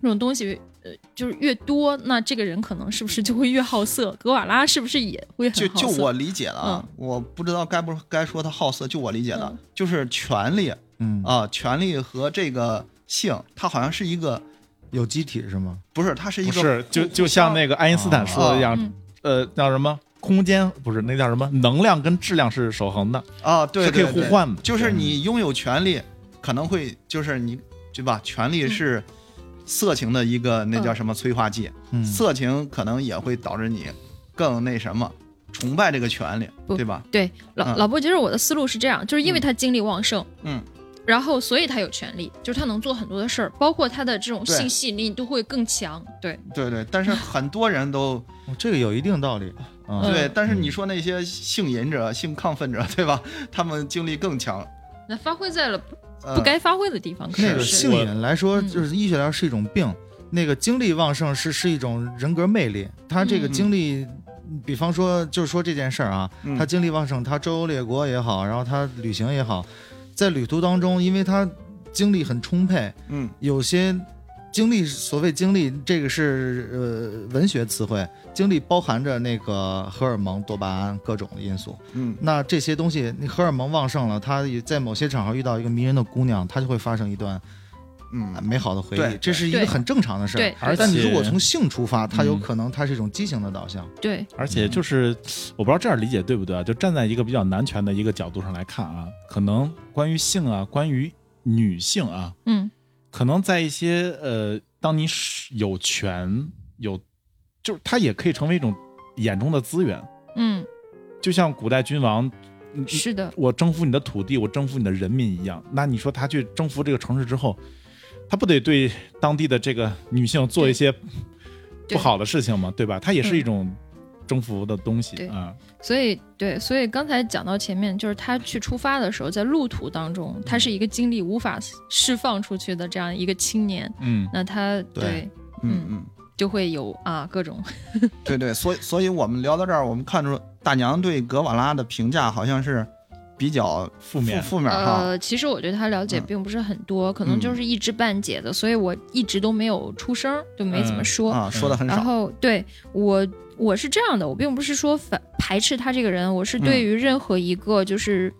Speaker 7: 这种东西。呃，就是越多，那这个人可能是不是就会越好色？格瓦拉是不是也会
Speaker 4: 就
Speaker 7: 很好色？嗯
Speaker 4: 就我理解的啊，我不知道该不该说他好色。就我理解的，
Speaker 7: 嗯
Speaker 4: 就是权力啊、
Speaker 5: 嗯，
Speaker 4: 权力和这个性，它好像是一个
Speaker 5: 有机体是吗？
Speaker 4: 不是，哦它是一
Speaker 6: 不
Speaker 4: 个
Speaker 6: 是，就就像那个爱因斯坦说的一样
Speaker 7: 嗯，
Speaker 6: 呃，叫什么？空间不是那叫什么？能量跟质量是守恒的，
Speaker 4: 啊，对，
Speaker 6: 是可以
Speaker 4: 对
Speaker 6: 互
Speaker 4: 对
Speaker 6: 换的。
Speaker 4: 就是你拥有权利，可能会就是你对吧？权利是
Speaker 7: 嗯
Speaker 4: 色情的一个那叫什么催化剂，
Speaker 5: 嗯，
Speaker 4: 色情可能也会导致你更那什么，崇拜这个权利，
Speaker 7: 不
Speaker 4: 对吧？
Speaker 7: 对，老、
Speaker 4: 嗯
Speaker 7: 老伯，其实我的思路是这样，就是因为他精力旺盛，
Speaker 4: 嗯，
Speaker 7: 然后所以他有权利，就是他能做很多的事儿，包括他的这种
Speaker 4: 对
Speaker 7: 性吸引力都会更强。对，
Speaker 4: 对对，但是很多人都
Speaker 5: 哦这个有一定道理。嗯，
Speaker 7: 嗯
Speaker 4: 对，但是你说那些性瘾者、性亢奋者， 对吧？他们精力更强，
Speaker 7: 那发挥在了不
Speaker 4: 呃
Speaker 7: 不该发挥的地方，可
Speaker 5: 那
Speaker 7: 能
Speaker 5: 个
Speaker 7: 是
Speaker 5: 性瘾来说，
Speaker 7: 嗯
Speaker 5: 就是医学来说是一种病，那个精力旺盛是是一种人格魅力。他这个
Speaker 4: 嗯
Speaker 5: 精力，比方说就是说这件事儿啊，
Speaker 4: 嗯
Speaker 5: 他精力旺盛，他周游列国也好，然后他旅行也好，在旅途当中，因为他精力很充沛，
Speaker 4: 嗯，
Speaker 5: 有些精力，所谓精力，这个是呃文学词汇，精力包含着那个荷尔蒙、多巴胺各种的因素。
Speaker 4: 嗯，
Speaker 5: 那这些东西，你荷尔蒙旺盛了，他也在某些场合遇到一个迷人的姑娘，他就会发生一段
Speaker 4: 嗯
Speaker 5: 美好的回
Speaker 4: 对
Speaker 5: 忆，这是一个
Speaker 7: 对
Speaker 5: 很正常的事
Speaker 7: 对
Speaker 5: 儿。
Speaker 6: 而
Speaker 5: 但你
Speaker 6: 且
Speaker 5: 如果从性出发，它有
Speaker 6: 嗯
Speaker 5: 可能它是一种畸形的导向。
Speaker 7: 对，
Speaker 6: 而且就是，我不知道这样理解对不对啊？就站在一个比较男权的一个角度上来看啊，可能关于性啊，关于女性啊，
Speaker 7: 嗯，
Speaker 6: 可能在一些呃，当你是有权有，就是它也可以成为一种眼中的资源，
Speaker 7: 嗯，
Speaker 6: 就像古代君王，嗯
Speaker 7: 是的，
Speaker 6: 我征服你的土地，我征服你的人民一样。那你说他去征服这个城市之后，他不得对当地的这个女性做一些不好的事情吗？对吧？它也是一种征服的东西
Speaker 7: 对
Speaker 6: 啊。
Speaker 7: 所以对，所以刚才讲到前面，就是他去出发的时候，在路途当中，他是一个精力无法释放出去的这样一个青年，
Speaker 6: 嗯，
Speaker 7: 那他对
Speaker 4: 嗯嗯，
Speaker 7: 就会有啊各种
Speaker 4: 对对，所以所以我们聊到这儿，我们看出大娘对格瓦拉的评价好像是比较
Speaker 6: 负面
Speaker 4: 负面哈，
Speaker 7: 呃，其实我对他了解
Speaker 4: 嗯
Speaker 7: 并不是很多，可能就是一知半解的，所以我一直都没有出声，就没怎么说。
Speaker 4: 啊，说的很
Speaker 7: 然
Speaker 4: 少，嗯
Speaker 7: 后对我嗯我是这样的，我并不是说反排斥他这个人，我是对于任何一个就是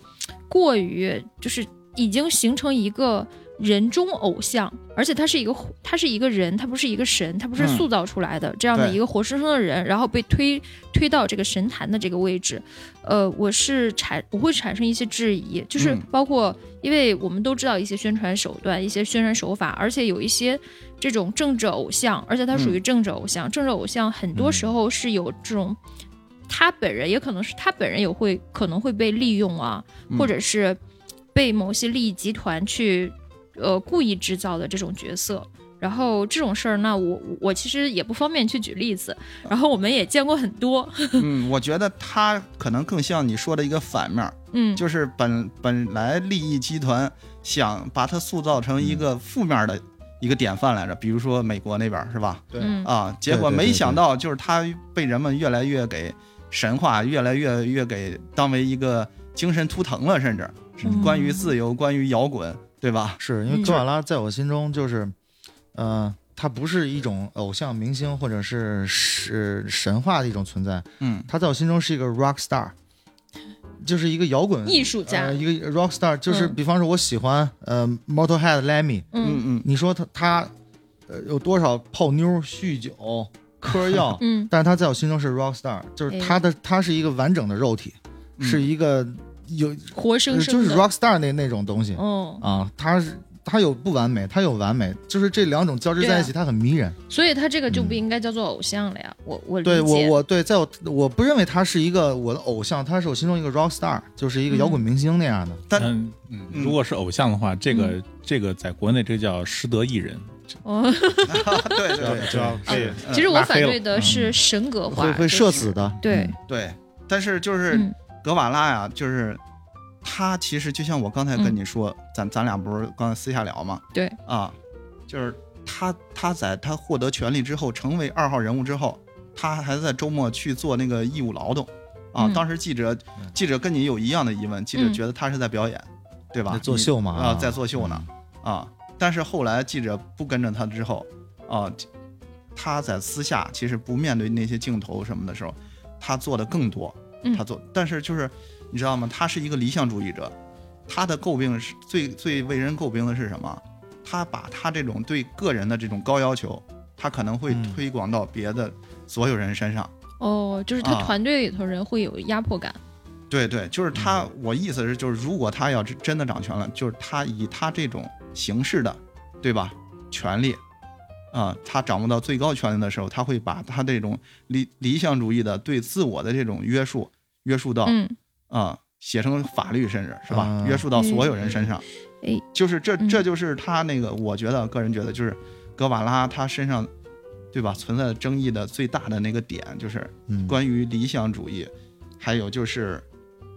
Speaker 7: 过于就是已经形成一个。人中偶像，而且他是一个活他是一个人，他不是一个神，他不是
Speaker 4: 嗯
Speaker 7: 塑造出来的、这样的
Speaker 4: 对
Speaker 7: 一个活生生的人，然后被推推到这个神坛的这个位置，呃，我是产我会产生一些质疑，就是
Speaker 4: 嗯
Speaker 7: 包括因为我们都知道一些宣传手段、一些宣传手法，而且有一些这种政治偶像，而且他
Speaker 5: 嗯
Speaker 7: 属于政治偶像，政治偶像很多时候是有这种，他本人也可能是他本人也会可能会被利用啊，
Speaker 4: 嗯
Speaker 7: 或者是被某些利益集团去呃故意制造的这种角色。然后这种事儿，那我我其实也不方便去举例子，然后我们也见过很多，
Speaker 4: 嗯，我觉得他可能更像你说的一个反面，
Speaker 7: 嗯，
Speaker 4: 就是本本来利益集团想把它塑造成一个负面的一个典范来着，比如说美国那边儿是吧？
Speaker 5: 对
Speaker 7: 嗯
Speaker 4: 啊，结果
Speaker 5: 对对对
Speaker 4: 没想到就是他被人们越来越给神化，越来越越给当为一个精神图腾了，甚至是
Speaker 7: 嗯
Speaker 4: 关于自由，关于摇滚，对吧？
Speaker 5: 是因为
Speaker 7: 嗯
Speaker 5: 格瓦拉在我心中就是，呃，他不是一种偶像明星或者是是神话的一种存在，
Speaker 4: 嗯
Speaker 5: 他在我心中是一个 rock star，就是一个摇滚
Speaker 7: 艺术家
Speaker 5: 呃，一个 rock star 就是
Speaker 7: 嗯
Speaker 5: 比方说我喜欢、呃 Motorhead Lemmy，
Speaker 7: 嗯，
Speaker 4: 嗯
Speaker 5: 你说他他呃有多少泡妞、酗酒、嗑药
Speaker 7: 嗯
Speaker 5: 但是他在我心中是 rock star，就是
Speaker 7: 哎
Speaker 5: 他的他是一个完整的肉体，
Speaker 4: 嗯，
Speaker 5: 是一个有
Speaker 7: 活
Speaker 5: 就
Speaker 7: 生生
Speaker 5: 是
Speaker 7: 的
Speaker 5: rock star 那那种东西。
Speaker 7: 嗯，
Speaker 5: 啊，他是他有不完美，他有完美，就是这两种交织
Speaker 7: 啊
Speaker 5: 在一起，他很迷人。
Speaker 7: 所以他这个就不应该叫做偶像了呀。我我理
Speaker 5: 嗯对
Speaker 7: 解，
Speaker 5: 我我对，在我我不认为他是一个我的偶像，他是我心中一个 rock star，就是
Speaker 7: 嗯
Speaker 5: 一个摇滚明星那样的。
Speaker 4: 但
Speaker 6: 嗯嗯，如果是偶像的话，这个这个在国内这叫师德艺人，
Speaker 7: 嗯，
Speaker 4: 对对对
Speaker 6: 就要被
Speaker 4: 呃
Speaker 7: 其实我
Speaker 6: 拉黑
Speaker 7: 反
Speaker 6: 了
Speaker 7: 对
Speaker 4: 嗯
Speaker 7: 的是神格化，
Speaker 5: 会会
Speaker 7: 就是
Speaker 5: 社死。的，
Speaker 7: 对，
Speaker 4: 对，但是就是
Speaker 7: 嗯
Speaker 4: 格瓦拉呀，就是他其实就像我刚才跟你说，咱咱俩不是刚才私下聊嘛？
Speaker 7: 嗯对
Speaker 4: 啊，就是他他在他获得权利之后，成为二号人物之后，他还在周末去做那个义务劳动啊。
Speaker 7: 嗯
Speaker 4: 当时记者记者跟你有一样的疑问，记者
Speaker 7: 嗯
Speaker 4: 觉得他是在表演，对吧
Speaker 5: 在？作秀嘛
Speaker 4: 你
Speaker 5: 啊嗯
Speaker 4: 啊，在作秀呢啊。但是后来记者不跟着他之后啊，他在私下其实不面对那些镜头什么的时候，他做的更多
Speaker 7: 嗯。
Speaker 4: 他做，但是就是你知道吗？他是一个理想主义者，他的诟病是最最为人诟病的是什么？他把他这种对个人的这种高要求，他可能会
Speaker 6: 嗯
Speaker 4: 推广到别的所有人身上。
Speaker 7: 哦，就是他
Speaker 4: 啊
Speaker 7: 团队里头人会有压迫感。
Speaker 4: 对对，就是他，我意思是，就是如果他要真真的掌权了，就是他以他这种形式的，对吧？权力，啊、他掌握到最高权力的时候，他会把他这种理理想主义的对自我的这种约束，约束到啊、
Speaker 7: 嗯，
Speaker 4: 写成法律，甚至是吧、
Speaker 5: 啊
Speaker 4: 约束到所有人身上。
Speaker 7: 哎，
Speaker 4: 就是这，
Speaker 7: 嗯
Speaker 4: 这就是他那个，我觉得个人觉得就是格瓦拉他身上，对吧？存在争议的最大的那个点就是
Speaker 5: 嗯，
Speaker 4: 关于理想主义，还有就是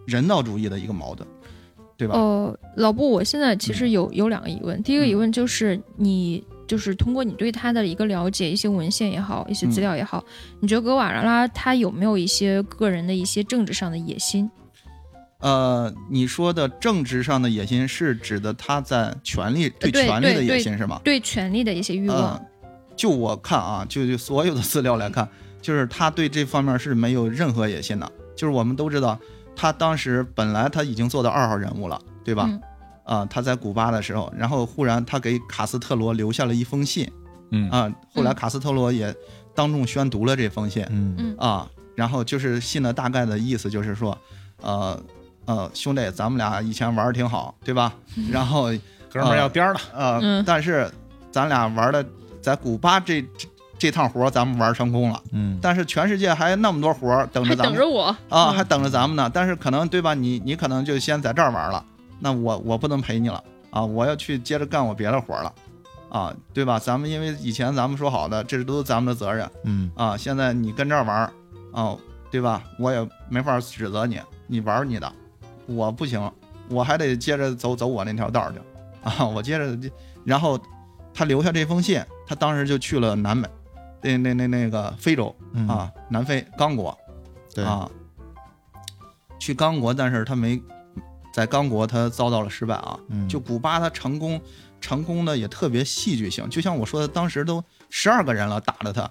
Speaker 4: 人道主义的一个矛盾，对吧？嗯
Speaker 7: 呃，老布，我现在其实有、有两个疑问。第一个疑问就是你。就是通过你对他的一个了解，一些文献也好，一些
Speaker 4: 嗯
Speaker 7: 资料也好，你觉得格瓦拉他有没有一些个人的一些政治上的野心？
Speaker 4: 呃，你说的政治上的野心是指的他在权力对
Speaker 7: 呃对
Speaker 4: 权力的
Speaker 7: 对
Speaker 4: 野
Speaker 7: 对
Speaker 4: 心是吗？
Speaker 7: 对权力的一些欲望？
Speaker 4: 呃，就我看啊，就就所有的资料来看，就是他对这方面是没有任何野心的。就是我们都知道，他当时本来他已经做到二号人物了，对吧？
Speaker 7: 嗯
Speaker 4: 啊、他在古巴的时候，然后忽然他给卡斯特罗留下了一封信，
Speaker 6: 嗯
Speaker 4: 啊、后来
Speaker 7: 嗯
Speaker 4: 卡斯特罗也当众宣读了这封信，
Speaker 5: 嗯
Speaker 7: 嗯
Speaker 4: 啊，然后就是信的大概的意思就是说，呃呃，兄弟，咱们俩以前玩的挺好，对吧？然后
Speaker 6: 哥们儿要颠儿了，
Speaker 4: 呃，
Speaker 7: 嗯
Speaker 4: 但是咱俩玩的在古巴这这这趟活儿咱们玩成功了，
Speaker 5: 嗯，
Speaker 4: 但是全世界还那么多活儿等
Speaker 7: 还
Speaker 4: 着咱
Speaker 7: 等
Speaker 4: 们
Speaker 7: 着我
Speaker 4: 啊，
Speaker 7: 嗯
Speaker 4: 还等着咱们呢。但是可能对吧？你你可能就先在这儿玩了，那我我不能陪你了啊，我要去接着干我别的活儿了。啊，对吧？咱们因为以前咱们说好的，这都是咱们的责任，
Speaker 5: 嗯
Speaker 4: 啊，现在你跟这儿玩儿，啊，对吧？我也没法指责你，你玩儿你的，我不行，我还得接着走走我那条道儿去， 啊，我接着就，然后他留下这封信，他当时就去了南美，那那那那个非洲
Speaker 5: 嗯，
Speaker 4: 啊，南非刚果，
Speaker 5: 对，
Speaker 4: 啊，去刚果，但是他没在刚果他遭到了失败啊，
Speaker 5: 嗯
Speaker 4: 就古巴他成功成功的也特别戏剧性，就像我说的，当时都十二个人了打的他，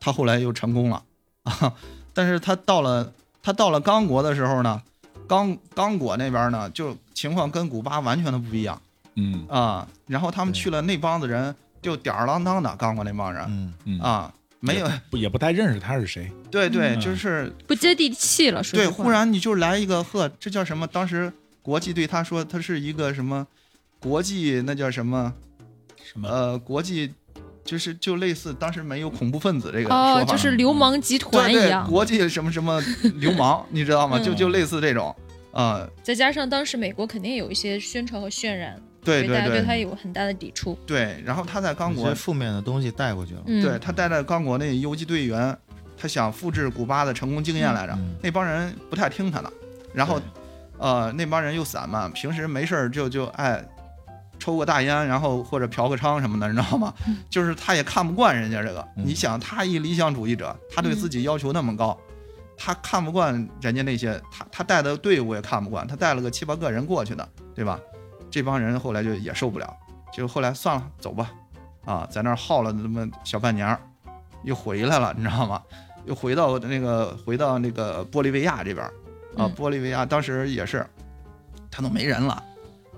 Speaker 4: 他后来又成功了 啊。但是他到了他到了刚果的时候呢，刚刚果那边呢就情况跟古巴完全的不一样
Speaker 6: 嗯
Speaker 4: 啊。然后他们
Speaker 5: 对
Speaker 4: 去了那帮子人就吊儿郎当的刚果那帮人、
Speaker 5: 嗯
Speaker 6: 嗯，
Speaker 4: 啊，没有
Speaker 6: 不也不太认识他是谁，
Speaker 4: 对对，
Speaker 6: 嗯
Speaker 4: 就是
Speaker 7: 不接地气了，说
Speaker 4: 对，
Speaker 7: 实话
Speaker 4: 忽然你就来一个呵，这叫什么？当时国际对他说，他是一个什么国际那叫什么
Speaker 6: 什么
Speaker 4: 呃国际，就是就类似当时没有恐怖分子这个说法，
Speaker 7: 哦，就是流氓集团
Speaker 4: 对
Speaker 7: 一
Speaker 4: 对，
Speaker 7: 样。
Speaker 4: 国际什么什么流 氓，你知道吗？就
Speaker 7: 嗯
Speaker 4: 就类似这种，呃，
Speaker 7: 再加上当时美国肯定有一些宣传和渲染，
Speaker 4: 对
Speaker 7: 所以
Speaker 4: 对
Speaker 7: 大家对
Speaker 4: 对
Speaker 7: 他有很大的抵触。
Speaker 4: 对。然后他在刚
Speaker 5: 一
Speaker 4: 果
Speaker 5: 些，负面的东西带过去了，
Speaker 7: 嗯，
Speaker 4: 对他带着刚果那游击队员，他想复制古巴的成功经验来着，
Speaker 5: 嗯
Speaker 4: 那帮人不太听他的，然后呃，那帮人又散漫，平时没事儿就就爱抽个大烟，然后或者嫖个娼什么的，你知道吗？就是他也看不惯人家这个。
Speaker 5: 嗯
Speaker 4: 你想，他一理想主义者，他对自己要求那么高，他看不惯人家那些，他他带的队伍也看不惯，他带了个七八个人过去的，对吧？这帮人后来就也受不了，就后来算了，走吧，啊，在那儿耗了那么小半年儿，又回来了，你知道吗？又回到那个回到那个玻利维亚这边儿啊
Speaker 7: 嗯，
Speaker 4: 玻利维亚当时也是，他都没人了，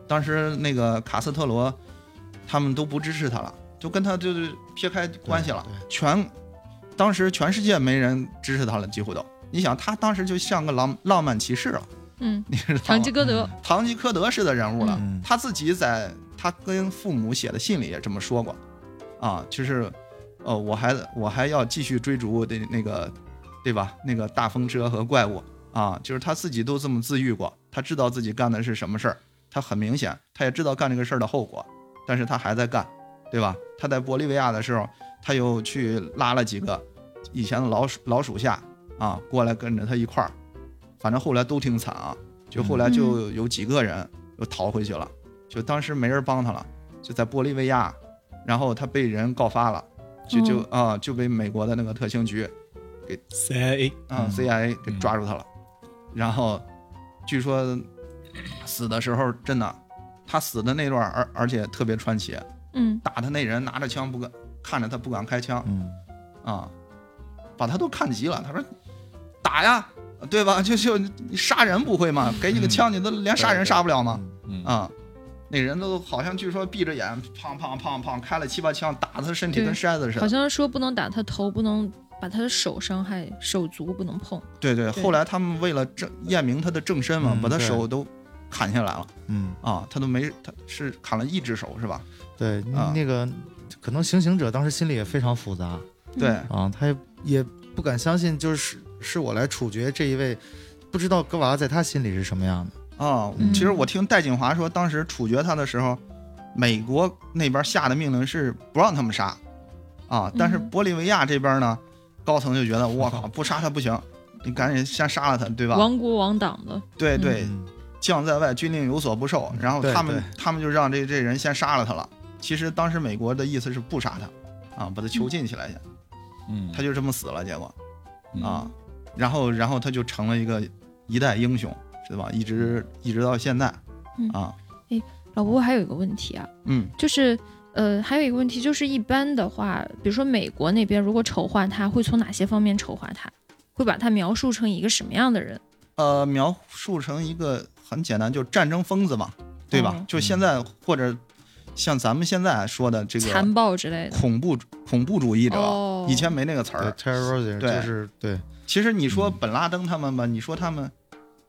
Speaker 4: 当时那个卡斯特罗他们都不支持他了，就跟他就是撇开关系了
Speaker 5: 对，
Speaker 4: 全当时全世界没人支持他了，几乎都。你想，他当时就像个浪浪漫骑士了，
Speaker 7: 嗯，
Speaker 4: 你知道
Speaker 7: 堂
Speaker 4: 吗
Speaker 7: 吉？诃德，
Speaker 4: 堂吉诃德式的人物了。
Speaker 5: 嗯
Speaker 4: 他自己在他跟父母写的信里也这么说过，啊，就是，呃，我还我还要继续追逐的那个，对吧？那个大风车和怪物啊，就是他自己都这么自愈过，他知道自己干的是什么事儿，他很明显，他也知道干这个事儿的后果，但是他还在干，对吧？他在玻利维亚的时候，他又去拉了几个以前的老鼠老属下啊过来跟着他一块儿，反正后来都挺惨啊，就后来就有几个人又逃回去了，就当时没人帮他了，就在玻利维亚，然后他被人告发了，就就啊就被美国的那个特勤局
Speaker 6: CIA
Speaker 4: 啊
Speaker 5: 嗯
Speaker 4: CIA 给抓住他了，然后据说死的时候真的，他死的那段儿而而且特别传奇，
Speaker 7: 嗯，
Speaker 4: 打他那人拿着枪不敢看着他不敢开枪，
Speaker 5: 嗯
Speaker 4: 啊，把他都看急了。他说：“打呀， 对吧？就就你杀人不会吗？给你个枪，你都连杀人杀不了吗
Speaker 5: 嗯？”
Speaker 6: 嗯
Speaker 4: 啊，那人都好像据说闭着眼，砰砰砰砰开了七八枪，打他身体
Speaker 7: 对
Speaker 4: 跟筛子似
Speaker 7: 好
Speaker 4: 的。
Speaker 7: 像说不能打他头，不能把他的手伤害，手足不能碰。
Speaker 4: 对对，
Speaker 7: 对
Speaker 4: 后来他们为了证验明他的正身嘛，
Speaker 5: 嗯
Speaker 4: 把他
Speaker 5: 对
Speaker 4: 手都砍下来了
Speaker 5: 嗯，
Speaker 4: 啊，他都没，他是砍了一只手是吧？
Speaker 5: 对，
Speaker 4: 啊
Speaker 5: 那个可能行刑者当时心里也非常复杂
Speaker 7: 嗯
Speaker 4: 对，
Speaker 5: 啊，他也也不敢相信，就是是我来处决这一位，不知道格瓦拉在他心里是什么样的。
Speaker 4: 啊、
Speaker 7: 嗯
Speaker 4: 其实我听戴锦华说，当时处决他的时候，美国那边下的命令是不让他们杀，啊，但是
Speaker 7: 嗯
Speaker 4: 玻利维亚这边呢，高层就觉得我靠，不杀他不行，你赶紧先杀了他，对吧？
Speaker 7: 亡国亡党的，
Speaker 4: 对对，
Speaker 5: 嗯
Speaker 4: 将在外，军令有所不受。然后
Speaker 5: 对
Speaker 4: 他们
Speaker 5: 对
Speaker 4: 他们就让这这人先杀了他了。其实当时美国的意思是不杀他，啊，把他囚禁起来去，
Speaker 6: 嗯，
Speaker 4: 他就这么死了。结果
Speaker 6: 嗯
Speaker 4: 啊，然后然后他就成了一个一代英雄，是吧？一直一直到现在
Speaker 7: 嗯
Speaker 4: 啊，
Speaker 7: 老伯伯还有一个问题啊，
Speaker 4: 嗯。
Speaker 7: 就是呃，还有一个问题就是，一般的话，比如说美国那边如果丑化他，会从哪些方面丑化他？会把他描述成一个什么样的人？
Speaker 4: 呃，描述成一个很简单，就是战争疯子嘛，对吧？
Speaker 7: 嗯
Speaker 4: 就现在或者像咱们现在说的这个
Speaker 7: 残暴之类的。
Speaker 4: 恐怖恐怖主义者，
Speaker 7: 哦
Speaker 4: 以前没那个词
Speaker 5: 对
Speaker 4: 儿。
Speaker 5: ，terrorism
Speaker 4: 对
Speaker 5: 就是对，
Speaker 4: 其实你说本拉登他们吧，你说他们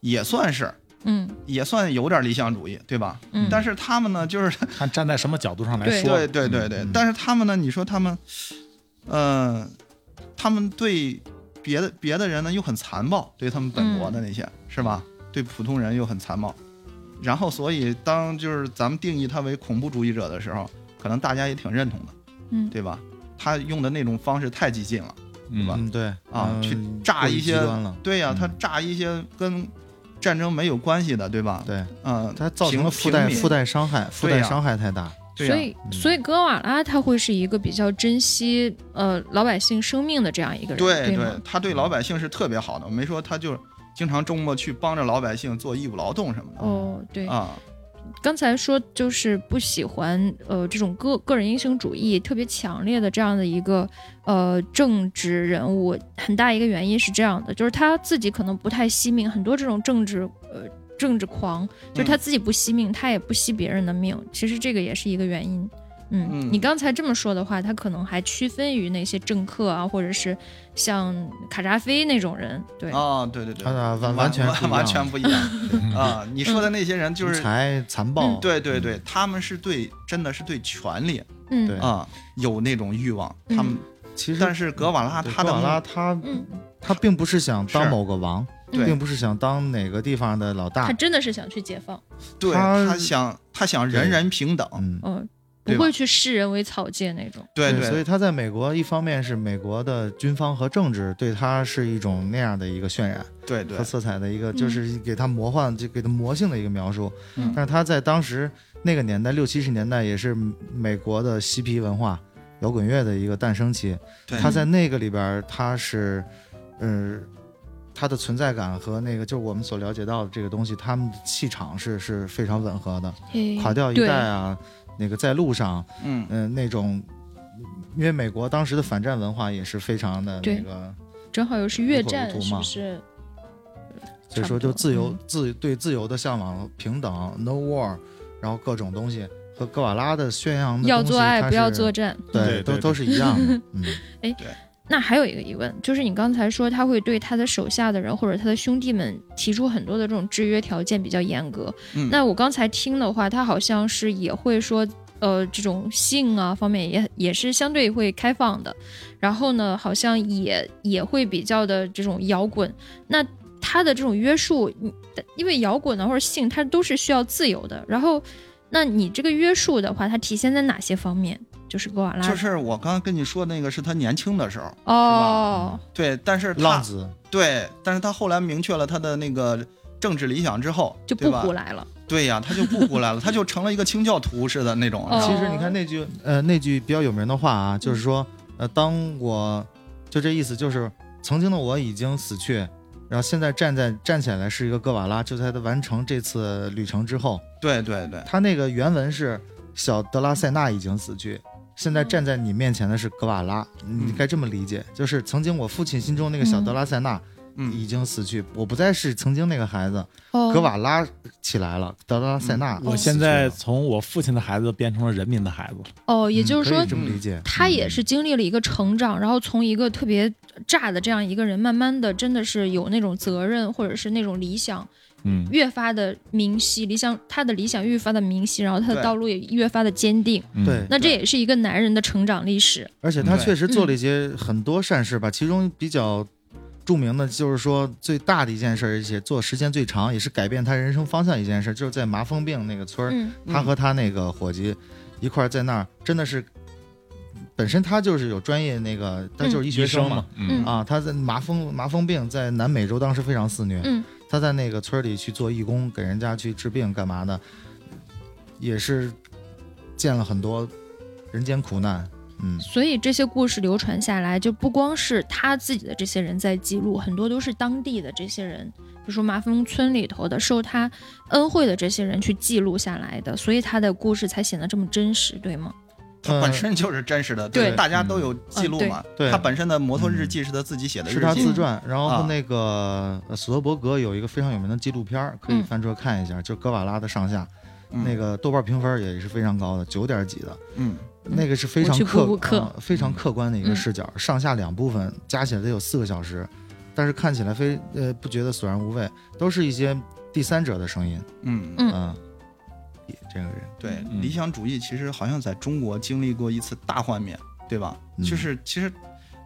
Speaker 4: 也算是
Speaker 7: 嗯
Speaker 4: 也算有点理想主义，对吧？
Speaker 7: 嗯，
Speaker 4: 但是他们呢，就是
Speaker 6: 看站在什么角度上来
Speaker 7: 对
Speaker 6: 说，
Speaker 4: 对对对
Speaker 7: 嗯
Speaker 4: 对，但是他们呢，你说他们，呃，他们对别的别的人呢又很残暴，对他们本国的
Speaker 7: 嗯
Speaker 4: 那些、是吧？对普通人又很残暴，然后所以当就是咱们定义他为恐怖主义者的时候，可能大家也挺认同的，
Speaker 7: 嗯
Speaker 4: 对吧？他用的那种方式太激进了，
Speaker 6: 嗯
Speaker 4: 吧
Speaker 5: 嗯对
Speaker 4: 啊
Speaker 5: 嗯
Speaker 4: 去炸
Speaker 5: 过于
Speaker 4: 一些
Speaker 5: 极端了，
Speaker 4: 对呀、
Speaker 5: 嗯
Speaker 4: 他炸一些跟战争没有关系的，对吧？
Speaker 5: 对，
Speaker 4: 嗯、
Speaker 5: 它造成
Speaker 4: 平
Speaker 5: 了附带
Speaker 4: 平民
Speaker 5: 附带伤害，附
Speaker 4: 对
Speaker 5: 带
Speaker 4: 呀
Speaker 5: 伤害太大。
Speaker 4: 对呀、
Speaker 7: 所以，
Speaker 5: 嗯
Speaker 7: 所以格瓦拉他会是一个比较珍惜呃老百姓生命的这样一个人，
Speaker 4: 对
Speaker 7: 吗？
Speaker 4: 他对老百姓是特别好的。我没说他就是经常周末去帮着老百姓做义务劳动什么的。
Speaker 7: 哦，对，
Speaker 4: 啊，
Speaker 7: 刚才说就是不喜欢呃这种个个人英雄主义特别强烈的这样的一个呃政治人物，很大一个原因是这样的，就是他自己可能不太惜命，很多这种政治呃政治狂，就是
Speaker 4: 嗯
Speaker 7: 他自己不惜命，他也不惜别人的命，其实这个也是一个原因。嗯，
Speaker 4: 嗯
Speaker 7: 你刚才这么说的话，他可能还区分于那些政客啊，或者是像卡扎菲那种人，对，
Speaker 4: 啊，对对对，
Speaker 5: 他俩完
Speaker 4: 完
Speaker 5: 完全不
Speaker 4: 完
Speaker 5: 一样
Speaker 4: 完全不一 样啊！你说的那些人就是嗯
Speaker 5: 独，裁残暴，
Speaker 4: 对对对，他们是对，真的是对权力
Speaker 7: 嗯，
Speaker 5: 嗯对
Speaker 4: 啊有那种欲望，他们，
Speaker 5: 其实
Speaker 4: 但是格瓦拉
Speaker 5: 对
Speaker 4: 他
Speaker 5: 格
Speaker 4: 的
Speaker 5: 瓦拉
Speaker 4: 目
Speaker 5: 他
Speaker 7: 嗯，
Speaker 5: 他并不是想当
Speaker 4: 是
Speaker 5: 某个王，
Speaker 4: 对
Speaker 5: 并不是想当哪个地方的老大
Speaker 7: 他，真的是想去解放。
Speaker 4: 对
Speaker 5: 他
Speaker 4: 他想他想人人平等，
Speaker 5: 嗯，
Speaker 7: 嗯，
Speaker 4: 对
Speaker 7: 不
Speaker 4: 吧
Speaker 7: 会去视人为草芥那种。
Speaker 4: 对
Speaker 5: 所
Speaker 4: 对
Speaker 5: 以他在美国，一方面是美国的军方和政治对他是一种那样的一个渲染
Speaker 4: 对对
Speaker 5: 和，色彩的一个，
Speaker 7: 嗯
Speaker 5: 就是给他魔幻，就给他魔性的一个描述。
Speaker 7: 嗯
Speaker 5: 但是他在当时那个年代，六七十年代也是美国的嬉皮文化、摇滚乐的一个诞生期。
Speaker 4: 对
Speaker 5: 他在那个里边儿，他是，呃，他的存在感和那个就是我们所了解到的这个东西，他们的气场是是非常吻合的。
Speaker 7: 嗯
Speaker 5: 垮掉一代啊，那个在路上，
Speaker 4: 嗯
Speaker 5: 嗯、那种，因为美国当时的反战文化也是非常的
Speaker 7: 对
Speaker 5: 那个，
Speaker 7: 对，正好又是越
Speaker 5: 人口
Speaker 7: 战，
Speaker 5: 如荼
Speaker 7: 是
Speaker 5: 嘛
Speaker 7: 不是？
Speaker 5: 所以
Speaker 7: 差
Speaker 5: 说
Speaker 7: 不多
Speaker 5: 就自由、
Speaker 7: 嗯
Speaker 5: 自对自由的向往、平等、no war，然后各种东西和格瓦拉的宣扬
Speaker 7: 嗯
Speaker 5: 的
Speaker 7: 要
Speaker 5: 东西
Speaker 7: 做爱，
Speaker 5: 它
Speaker 7: 不要
Speaker 5: 是
Speaker 7: 作战。
Speaker 5: 对，
Speaker 6: 对
Speaker 5: 都
Speaker 6: 对
Speaker 5: 都是一样 的，嗯，
Speaker 7: 那还有一个疑问，就是你刚才说他会对他的手下的人或者他的兄弟们提出很多的这种制约条件比较严格。
Speaker 4: 嗯
Speaker 7: 那我刚才听的话，他好像是也会说，呃，这种性啊方面也也是相对会开放的，然后呢，好像也也会比较的这种摇滚。那他的这种约束，嗯因为摇滚呢或者性，它都是需要自由的。然后，那你这个约束的话，它体现在哪些方面？就是格瓦拉
Speaker 4: 就是我刚刚跟你说那个是他年轻的时候，
Speaker 7: 哦，
Speaker 4: 对，但是他
Speaker 5: 浪子，
Speaker 4: 对，但是他后来明确了他的那个政治理想之后，
Speaker 7: 就
Speaker 4: 对
Speaker 7: 不
Speaker 4: 吧
Speaker 7: 胡？来了。
Speaker 4: 对呀、他就不胡来了，他就成了一个清教徒似的那 种。
Speaker 7: 哦嗯
Speaker 5: 其实你看那句呃那句比较有名的话啊，就是说呃，当我就这意思就是曾经的我已经死去，然后现在站在站起来是一个哥瓦拉，就在他完成这次旅程之后，
Speaker 4: 对对对，
Speaker 5: 他那个原文是小德拉塞纳已经死去。现在站在
Speaker 7: 嗯
Speaker 5: 你面前的是格瓦拉，你该这么理解，就是曾经我父亲心中那个小德拉塞纳，
Speaker 4: 嗯
Speaker 5: 已经死去，我不再是曾经那个孩子。
Speaker 7: 哦，嗯
Speaker 5: 格瓦拉起来了，德拉塞纳死去了。嗯
Speaker 6: 我现在从我父亲的孩子变成了人民的孩子，
Speaker 7: 哦，也就是
Speaker 5: 嗯
Speaker 7: 说
Speaker 5: 可以这么理解，
Speaker 7: 他也是经历了一个成长，然后从一个特别炸的这样一个人，慢慢的真的是有那种责任或者是那种理想，
Speaker 6: 嗯，
Speaker 7: 越发的明晰，理想他的理想越发的明晰，然后他的
Speaker 4: 对
Speaker 7: 道路也越发的坚定。
Speaker 6: 嗯
Speaker 5: 对，
Speaker 7: 那这也是一个男人的成长历史。
Speaker 5: 而且他
Speaker 4: 对
Speaker 5: 确实做了一些很多善事吧，其中比较著名的就是说最大的一件事，而且做时间最长，也是改变他人生方向一件事，就是在麻风病那个村儿，
Speaker 7: 嗯
Speaker 5: 他和他那个伙计一块儿在那儿，真的是本身他就是有专业那个，他就是医学生嘛，，
Speaker 7: 嗯
Speaker 5: 啊，他在麻风麻风病在南美洲当时非常肆虐，
Speaker 7: 嗯
Speaker 5: 他在那个村儿里去做义工，给人家去治病干嘛的，也是见了很多人间苦难，嗯。
Speaker 7: 所以这些故事流传下来，就不光是他自己的这些人在记录，很多都是当地的这些人，比如说麻风村里头的受他恩惠的这些人去记录下来的，所以他的故事才显得这么真实，对吗？
Speaker 4: 他
Speaker 5: 呃
Speaker 4: 本身就是真实的，
Speaker 7: 对嗯
Speaker 4: 就是大家都有记录嘛。
Speaker 5: 对
Speaker 4: 他本身的摩托日记是他自己写的日
Speaker 5: 是他
Speaker 4: 记，
Speaker 5: 自传。然后
Speaker 4: 啊
Speaker 5: 那个呃索德伯格有一个非常有名的纪录片儿，可以
Speaker 7: 嗯
Speaker 5: 翻出来看一下，就哥瓦拉的上下，
Speaker 4: 嗯
Speaker 5: 那个豆瓣评分也是非常高的，九点几的，
Speaker 4: 嗯，
Speaker 5: 那个是非
Speaker 7: 我
Speaker 5: 常
Speaker 7: 去
Speaker 5: 客
Speaker 7: 补补课嗯
Speaker 5: 啊非常客观的一个视角，上下两部分加起来得有四个小时，但是看起来非呃不觉得索然无味，都是一些第三者的声音，
Speaker 4: 嗯
Speaker 7: 嗯
Speaker 5: 嗯，也这个人
Speaker 4: 对，
Speaker 6: 嗯
Speaker 4: 理想主义其实好像在中国经历过一次大幻灭，对吧？
Speaker 5: 嗯
Speaker 4: 就是其实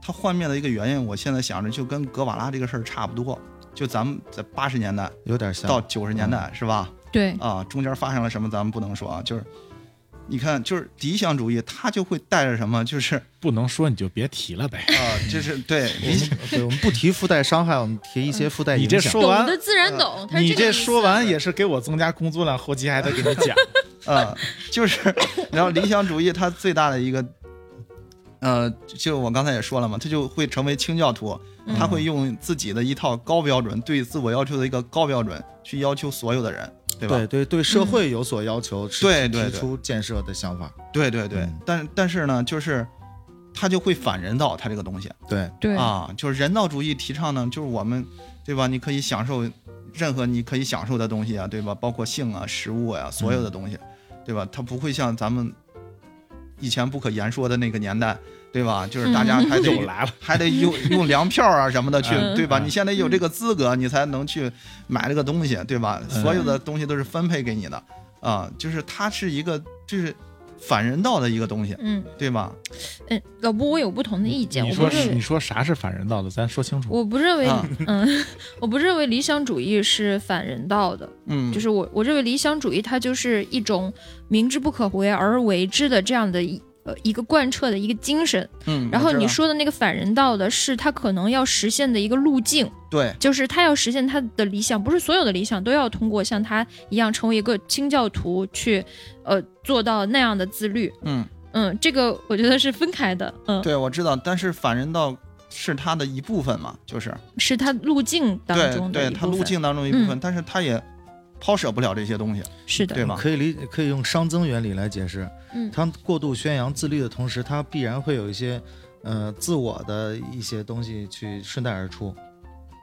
Speaker 4: 它幻灭的一个原因，我现在想着就跟格瓦拉这个事儿差不多，就咱们在八十年代
Speaker 5: 有点像
Speaker 4: 到九十年
Speaker 5: 嗯
Speaker 4: 代、是吧？
Speaker 7: 对，
Speaker 4: 啊，中间发生了什么咱们不能说啊，就是你看，就是理想主义，它就会带着什么，就是
Speaker 6: 不能说你就别提了呗。
Speaker 4: 啊，就是对
Speaker 5: 我
Speaker 4: 理想。
Speaker 5: 们对我们不提附带伤害，我们提一
Speaker 7: 嗯
Speaker 5: 些附带影
Speaker 6: 你
Speaker 5: 响。
Speaker 6: 这说
Speaker 7: 懂
Speaker 6: 完，嗯
Speaker 7: 的自然懂。他是
Speaker 6: 你
Speaker 7: 这个
Speaker 6: 这
Speaker 7: 意思
Speaker 6: 说完也是给我增加工作量，后期还得给你 讲。
Speaker 4: 啊，就是，然后理想主义它最大的一个，呃，就我刚才也说了嘛，他就会成为清教徒，他
Speaker 5: 嗯
Speaker 4: 会用自己的一套高标准，对自我要求的一个高标准去要求所有的人，对吧？
Speaker 5: 对对
Speaker 7: 嗯
Speaker 5: 对，社会有所要求，是
Speaker 4: 对对
Speaker 5: 提
Speaker 4: 对
Speaker 5: 出建设的想法，
Speaker 4: 对对对
Speaker 5: 嗯
Speaker 4: 但但是呢，就是他就会反人道，他这个东西
Speaker 5: 对，
Speaker 7: 对，
Speaker 4: 啊，就是人道主义提倡呢，就是我们，对吧？你可以享受任何你可以享受的东西啊，对吧？包括性啊、食物啊，所有的东西，对吧？它不会像咱们以前不可言说的那个年代，对
Speaker 7: 嗯
Speaker 4: 吧？就是大家还得、
Speaker 6: 又来了，
Speaker 4: 还得用用粮票啊什么的去，
Speaker 7: 嗯
Speaker 4: 对吧？
Speaker 6: 嗯
Speaker 4: 你现在有这个资格，你才能去买这个东西，对吧？
Speaker 6: 嗯
Speaker 4: 所有的东西都是分配给你的啊，就是它是一个就是反人道的一个东西，
Speaker 7: 嗯
Speaker 4: 对吧？
Speaker 7: 嗯，老布，我有不同的意见。
Speaker 6: 你
Speaker 7: 我不
Speaker 6: 说
Speaker 7: 认
Speaker 6: 是你
Speaker 7: 为，
Speaker 6: 说啥是反人道的？咱说清楚。
Speaker 7: 我不认为，
Speaker 4: 啊
Speaker 7: 嗯，我不认为理想主义是反人道的。
Speaker 4: 嗯，
Speaker 7: 就是我我认为理想主义它就是一种明知不可为而为之的这样的一呃一个贯彻的一个精神。
Speaker 4: 嗯，
Speaker 7: 然后
Speaker 4: 我知道
Speaker 7: 你说的那个反人道的是它可能要实现的一个路径，
Speaker 4: 对，
Speaker 7: 就是他要实现他的理想，不是所有的理想都要通过像他一样成为一个清教徒去呃做到那样的自律。
Speaker 4: 嗯。
Speaker 7: 嗯，这个我觉得是分开的，嗯，
Speaker 4: 对，我知道，但是反人道是它的一部分嘛，就是
Speaker 7: 是他路径当
Speaker 4: 对
Speaker 7: 中的
Speaker 4: 对，
Speaker 7: 一
Speaker 4: 它
Speaker 7: 部
Speaker 4: 路
Speaker 7: 分，嗯
Speaker 4: 径当中一部分，但是它也抛舍不了这些东西，
Speaker 7: 是的，
Speaker 4: 对吧？
Speaker 5: 可以理可以用熵增原理来解释。
Speaker 7: 嗯
Speaker 5: 他过度宣扬自律的同时，他必然会有一些呃自我的一些东西去顺带而出。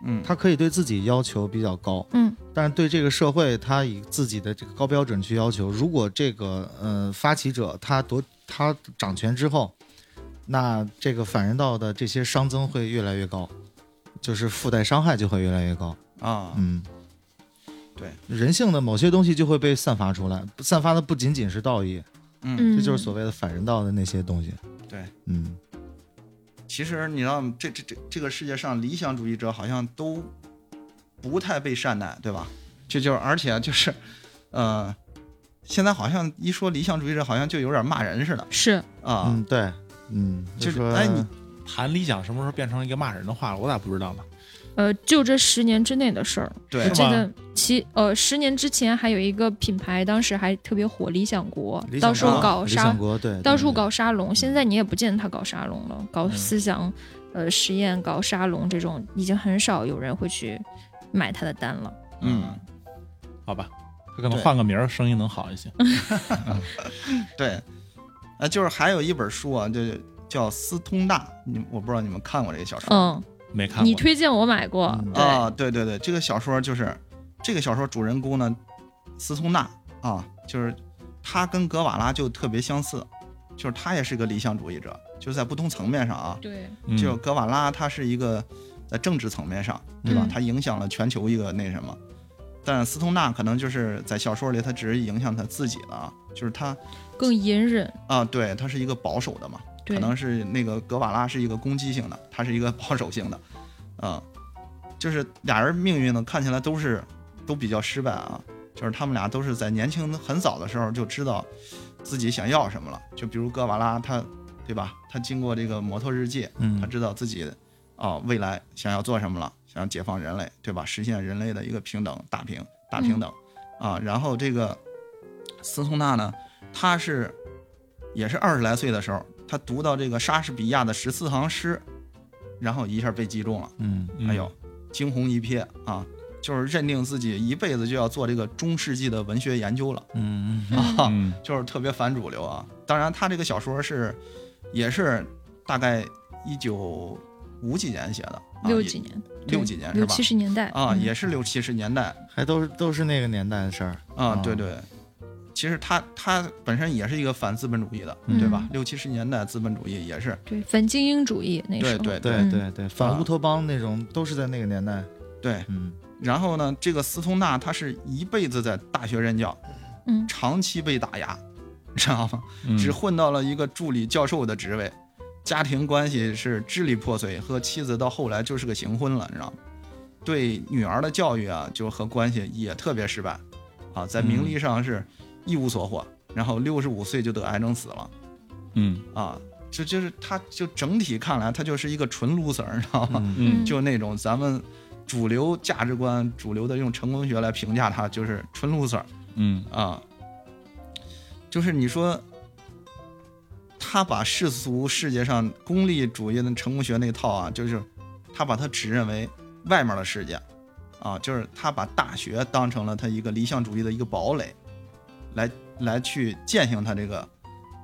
Speaker 4: 嗯，
Speaker 5: 他可以对自己要求比较高，
Speaker 7: 嗯，
Speaker 5: 但是对这个社会，他以自己的这个高标准去要求。如果这个呃发起者他夺他掌权之后，那这个反人道的这些熵增会越来越高，就是附带伤害就会越来越高。
Speaker 4: 啊，
Speaker 5: 嗯，
Speaker 4: 对，
Speaker 5: 人性的某些东西就会被散发出来，散发的不仅仅是道义，
Speaker 7: 嗯，
Speaker 5: 这就是所谓的反人道的那些东西。
Speaker 4: 对，
Speaker 5: 嗯，
Speaker 4: 其实你让这这这这个世界上理想主义者好像都不太被善待，对吧？这就是而且就是，呃，现在好像一说理想主义者，好像就有点骂人似的
Speaker 7: 是
Speaker 4: 啊。
Speaker 5: 嗯，对，嗯，
Speaker 4: 就是
Speaker 5: 说，
Speaker 4: 哎你
Speaker 6: 谈理想什么时候变成一个骂人的话了？我咋不知道呢？
Speaker 7: 呃，就这十年之内的事儿，
Speaker 4: 对
Speaker 7: 我
Speaker 6: 是
Speaker 7: 记
Speaker 6: 吗
Speaker 7: 得其呃十年之前还有一个品牌，当时还特别火，理想国，
Speaker 5: 理想
Speaker 7: 到处
Speaker 4: 国嗯
Speaker 7: 搞
Speaker 5: 理
Speaker 7: 沙
Speaker 5: 想国对，
Speaker 7: 到处
Speaker 5: 对
Speaker 7: 搞沙龙，现在你也不见他搞沙龙了，搞思想、呃实验、搞沙龙这种，已经很少有人会去买他的单了。
Speaker 4: 嗯，
Speaker 6: 好吧，他可能
Speaker 4: 对嗯
Speaker 6: 换个名儿，声音能好一些。
Speaker 4: 对，哎啊，就是还有一本书啊，就叫《斯通大》，你我不知道你们看过这个小说吗
Speaker 7: 嗯，
Speaker 6: 没看
Speaker 7: 你
Speaker 6: 过。
Speaker 7: 推荐我买过，
Speaker 5: 嗯
Speaker 7: 对，
Speaker 4: 啊，对对对，这个小说就是这个小说主人公呢，斯通纳啊，就是他跟格瓦拉就特别相似，就是他也是个理想主义者，就是在不同层面上啊，
Speaker 7: 对，
Speaker 6: 嗯
Speaker 4: 就格瓦拉他是一个在政治层面上，对吧
Speaker 7: 嗯？
Speaker 4: 他影响了全球一个那什么，但斯通纳可能就是在小说里，他只是影响他自己了啊，就是他
Speaker 7: 更隐忍，
Speaker 4: 啊，对他是一个保守的嘛，
Speaker 7: 对
Speaker 4: 可，能是那个格瓦拉是一个攻击性的，他是一个保守性的，嗯，就是俩人命运呢看起来都是都比较失败啊，就是他们俩都是在年轻很早的时候就知道自己想要什么了，就比如格瓦拉他，对吧？他经过这个摩托日记，他
Speaker 5: 嗯，
Speaker 4: 知道自己啊、未来想要做什么了，想要解放人类，对吧？实现人类的一个平等、大平、大平等、啊。然后这个斯通纳呢，他是也是二十来岁的时候，他读到这个莎士比亚的十四行诗，然后一下被击中了，
Speaker 5: 嗯，
Speaker 6: 嗯
Speaker 4: 哎呦，惊鸿一瞥啊！就是认定自己一辈子就要做这个中世纪的文学研究了
Speaker 5: 嗯，嗯
Speaker 4: 啊。
Speaker 6: 嗯
Speaker 4: 就是特别反主流啊。当然，他这个小说是也是大概一九五几年写的，啊
Speaker 7: 六
Speaker 4: 也
Speaker 7: 几年，
Speaker 4: 六几年
Speaker 7: 六
Speaker 4: 是吧
Speaker 7: 七？十年代
Speaker 4: 啊，
Speaker 7: 嗯
Speaker 4: 也是六七十年代
Speaker 5: 还都是都是那个年代的事儿，
Speaker 4: 啊，
Speaker 5: 哦
Speaker 4: 对对。其实他他本身也是一个反资本主义的，
Speaker 7: 嗯
Speaker 4: 对吧？六七十年代资本主义也是，
Speaker 7: 对反精英主义那时
Speaker 4: 对对
Speaker 7: 候，
Speaker 5: 对
Speaker 7: 嗯
Speaker 5: 对对，反乌托邦那种都是在那个年代，
Speaker 4: 对。
Speaker 5: 嗯，
Speaker 4: 然后呢，这个斯通纳他是一辈子在大学任教，
Speaker 7: 嗯
Speaker 4: 长期被打压，知道吗？
Speaker 6: 嗯
Speaker 4: 只混到了一个助理教授的职位，家庭关系是支离破碎，和妻子到后来就是个行婚了，你知道吗？对女儿的教育啊，就和关系也特别失败，啊，在名利上是一无所获，然后六十五岁就得癌症死了，
Speaker 6: 嗯
Speaker 4: 啊，这就是他就整体看来他就是一个纯 loser，你知道吗？
Speaker 5: 嗯
Speaker 6: 嗯
Speaker 4: 就那种咱们主流价值观、主流的用成功学来评价他，就是纯 loser。
Speaker 6: 嗯
Speaker 4: 啊，就是你说他把世俗世界上功利主义的成功学那套啊，就是他把它指认为外面的世界啊，就是他把大学当成了他一个理想主义的一个堡垒，来来去践行他这个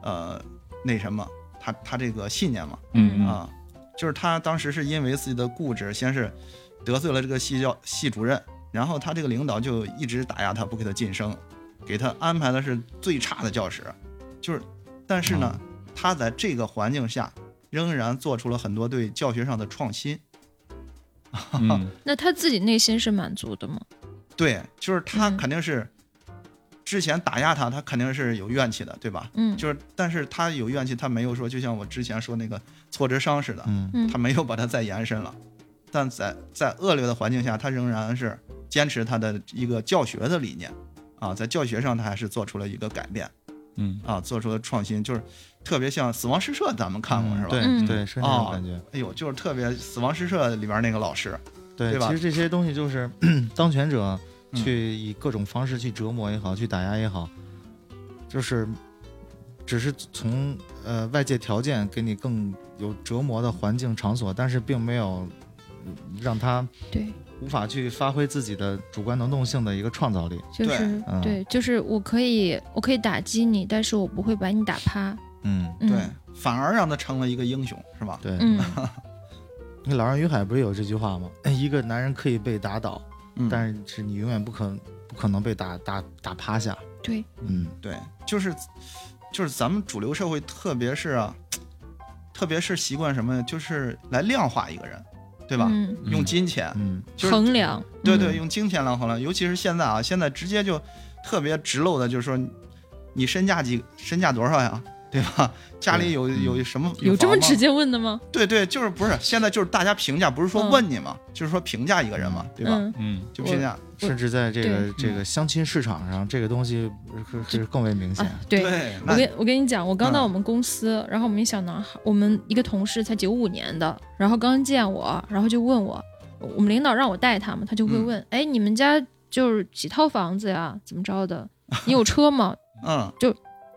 Speaker 4: 呃那什么，他他这个信念嘛。
Speaker 6: 嗯啊
Speaker 4: 啊，就是他当时是因为自己的固执，先是得罪了这个系教系主任，然后他这个领导就一直打压他，不给他晋升，给他安排的是最差的教室，就是，但是呢，他在这个环境下仍然做出了很多对教学上的创新。
Speaker 6: 嗯
Speaker 7: 那他自己内心是满足的吗？
Speaker 4: 对，就是他
Speaker 7: 嗯
Speaker 4: 肯定是之前打压他，他肯定是有怨气的，对吧？
Speaker 7: 嗯，
Speaker 4: 就是，但是他有怨气，他没有说，就像我之前说那个挫折伤似的，
Speaker 5: 嗯
Speaker 7: 嗯
Speaker 4: 他没有把它再延伸了，但在在恶劣的环境下，他仍然是坚持他的一个教学的理念啊，在教学上他还是做出了一个改变
Speaker 6: 嗯
Speaker 4: 啊，做出了创新，就是特别像《死亡诗社》，咱们看过是吧？
Speaker 5: 对
Speaker 7: 嗯
Speaker 5: 对，是那
Speaker 4: 哦
Speaker 5: 种感觉。
Speaker 4: 哎呦，就是特别《死亡诗社》里边那个老师，
Speaker 5: 对，
Speaker 4: 对吧
Speaker 5: 其实这些东西就是 当权者
Speaker 4: 嗯
Speaker 5: 去以各种方式去折磨也好，去打压也好，就是只是从呃外界条件给你更有折磨的环境场所，但是并没有嗯让他
Speaker 7: 对，
Speaker 5: 无法去发挥自己的主观能动性的一个创造力。
Speaker 7: 就是
Speaker 5: 嗯
Speaker 7: 对，就是我可以我可以打击你，但是我不会把你打趴。
Speaker 5: 嗯，
Speaker 7: 嗯、
Speaker 4: 对，反而让他成了一个英雄，是吧？
Speaker 5: 对。
Speaker 7: 嗯，
Speaker 5: 那《老人与海》不是有这句话吗？哎一个男人可以被打倒，
Speaker 4: 嗯，
Speaker 5: 但是你永远不可不可能被打打打趴下。
Speaker 7: 对，
Speaker 5: 嗯
Speaker 4: 对，就是就是咱们主流社会，特别是啊，特别是习惯什么，就是来量化一个人，对吧？
Speaker 7: 嗯，
Speaker 4: 用金钱，
Speaker 5: 嗯，
Speaker 4: 就是
Speaker 7: 衡量，
Speaker 4: 对
Speaker 7: 嗯
Speaker 4: 对，用金钱来衡量，尤其是现在啊，现在直接就特别直漏的，就是说你你身价几身价多少呀，对吧？家里有
Speaker 7: 嗯
Speaker 4: 有什么
Speaker 7: 有这么
Speaker 4: 房吗
Speaker 7: 直？接问的吗？
Speaker 4: 对对，就是不是现在就是大家评价，不是说
Speaker 7: 嗯
Speaker 4: 问你嘛，就是说评价一个人嘛，对吧？
Speaker 7: 嗯，
Speaker 6: 嗯
Speaker 4: 就评价，
Speaker 5: 甚至在这个这个相亲市场上，这个东西是是更为明显。
Speaker 7: 啊，对。我
Speaker 4: 那
Speaker 7: 跟我跟你讲，我刚到
Speaker 4: 嗯
Speaker 7: 我们公司，然后我们一小男孩，我们一个同事才九五年的，然后刚见我，然后就问我，我们领导让我带他嘛，他就会
Speaker 4: 嗯
Speaker 7: 问，哎、你们家就是几套房子呀？怎么着的？你有车吗？
Speaker 4: 嗯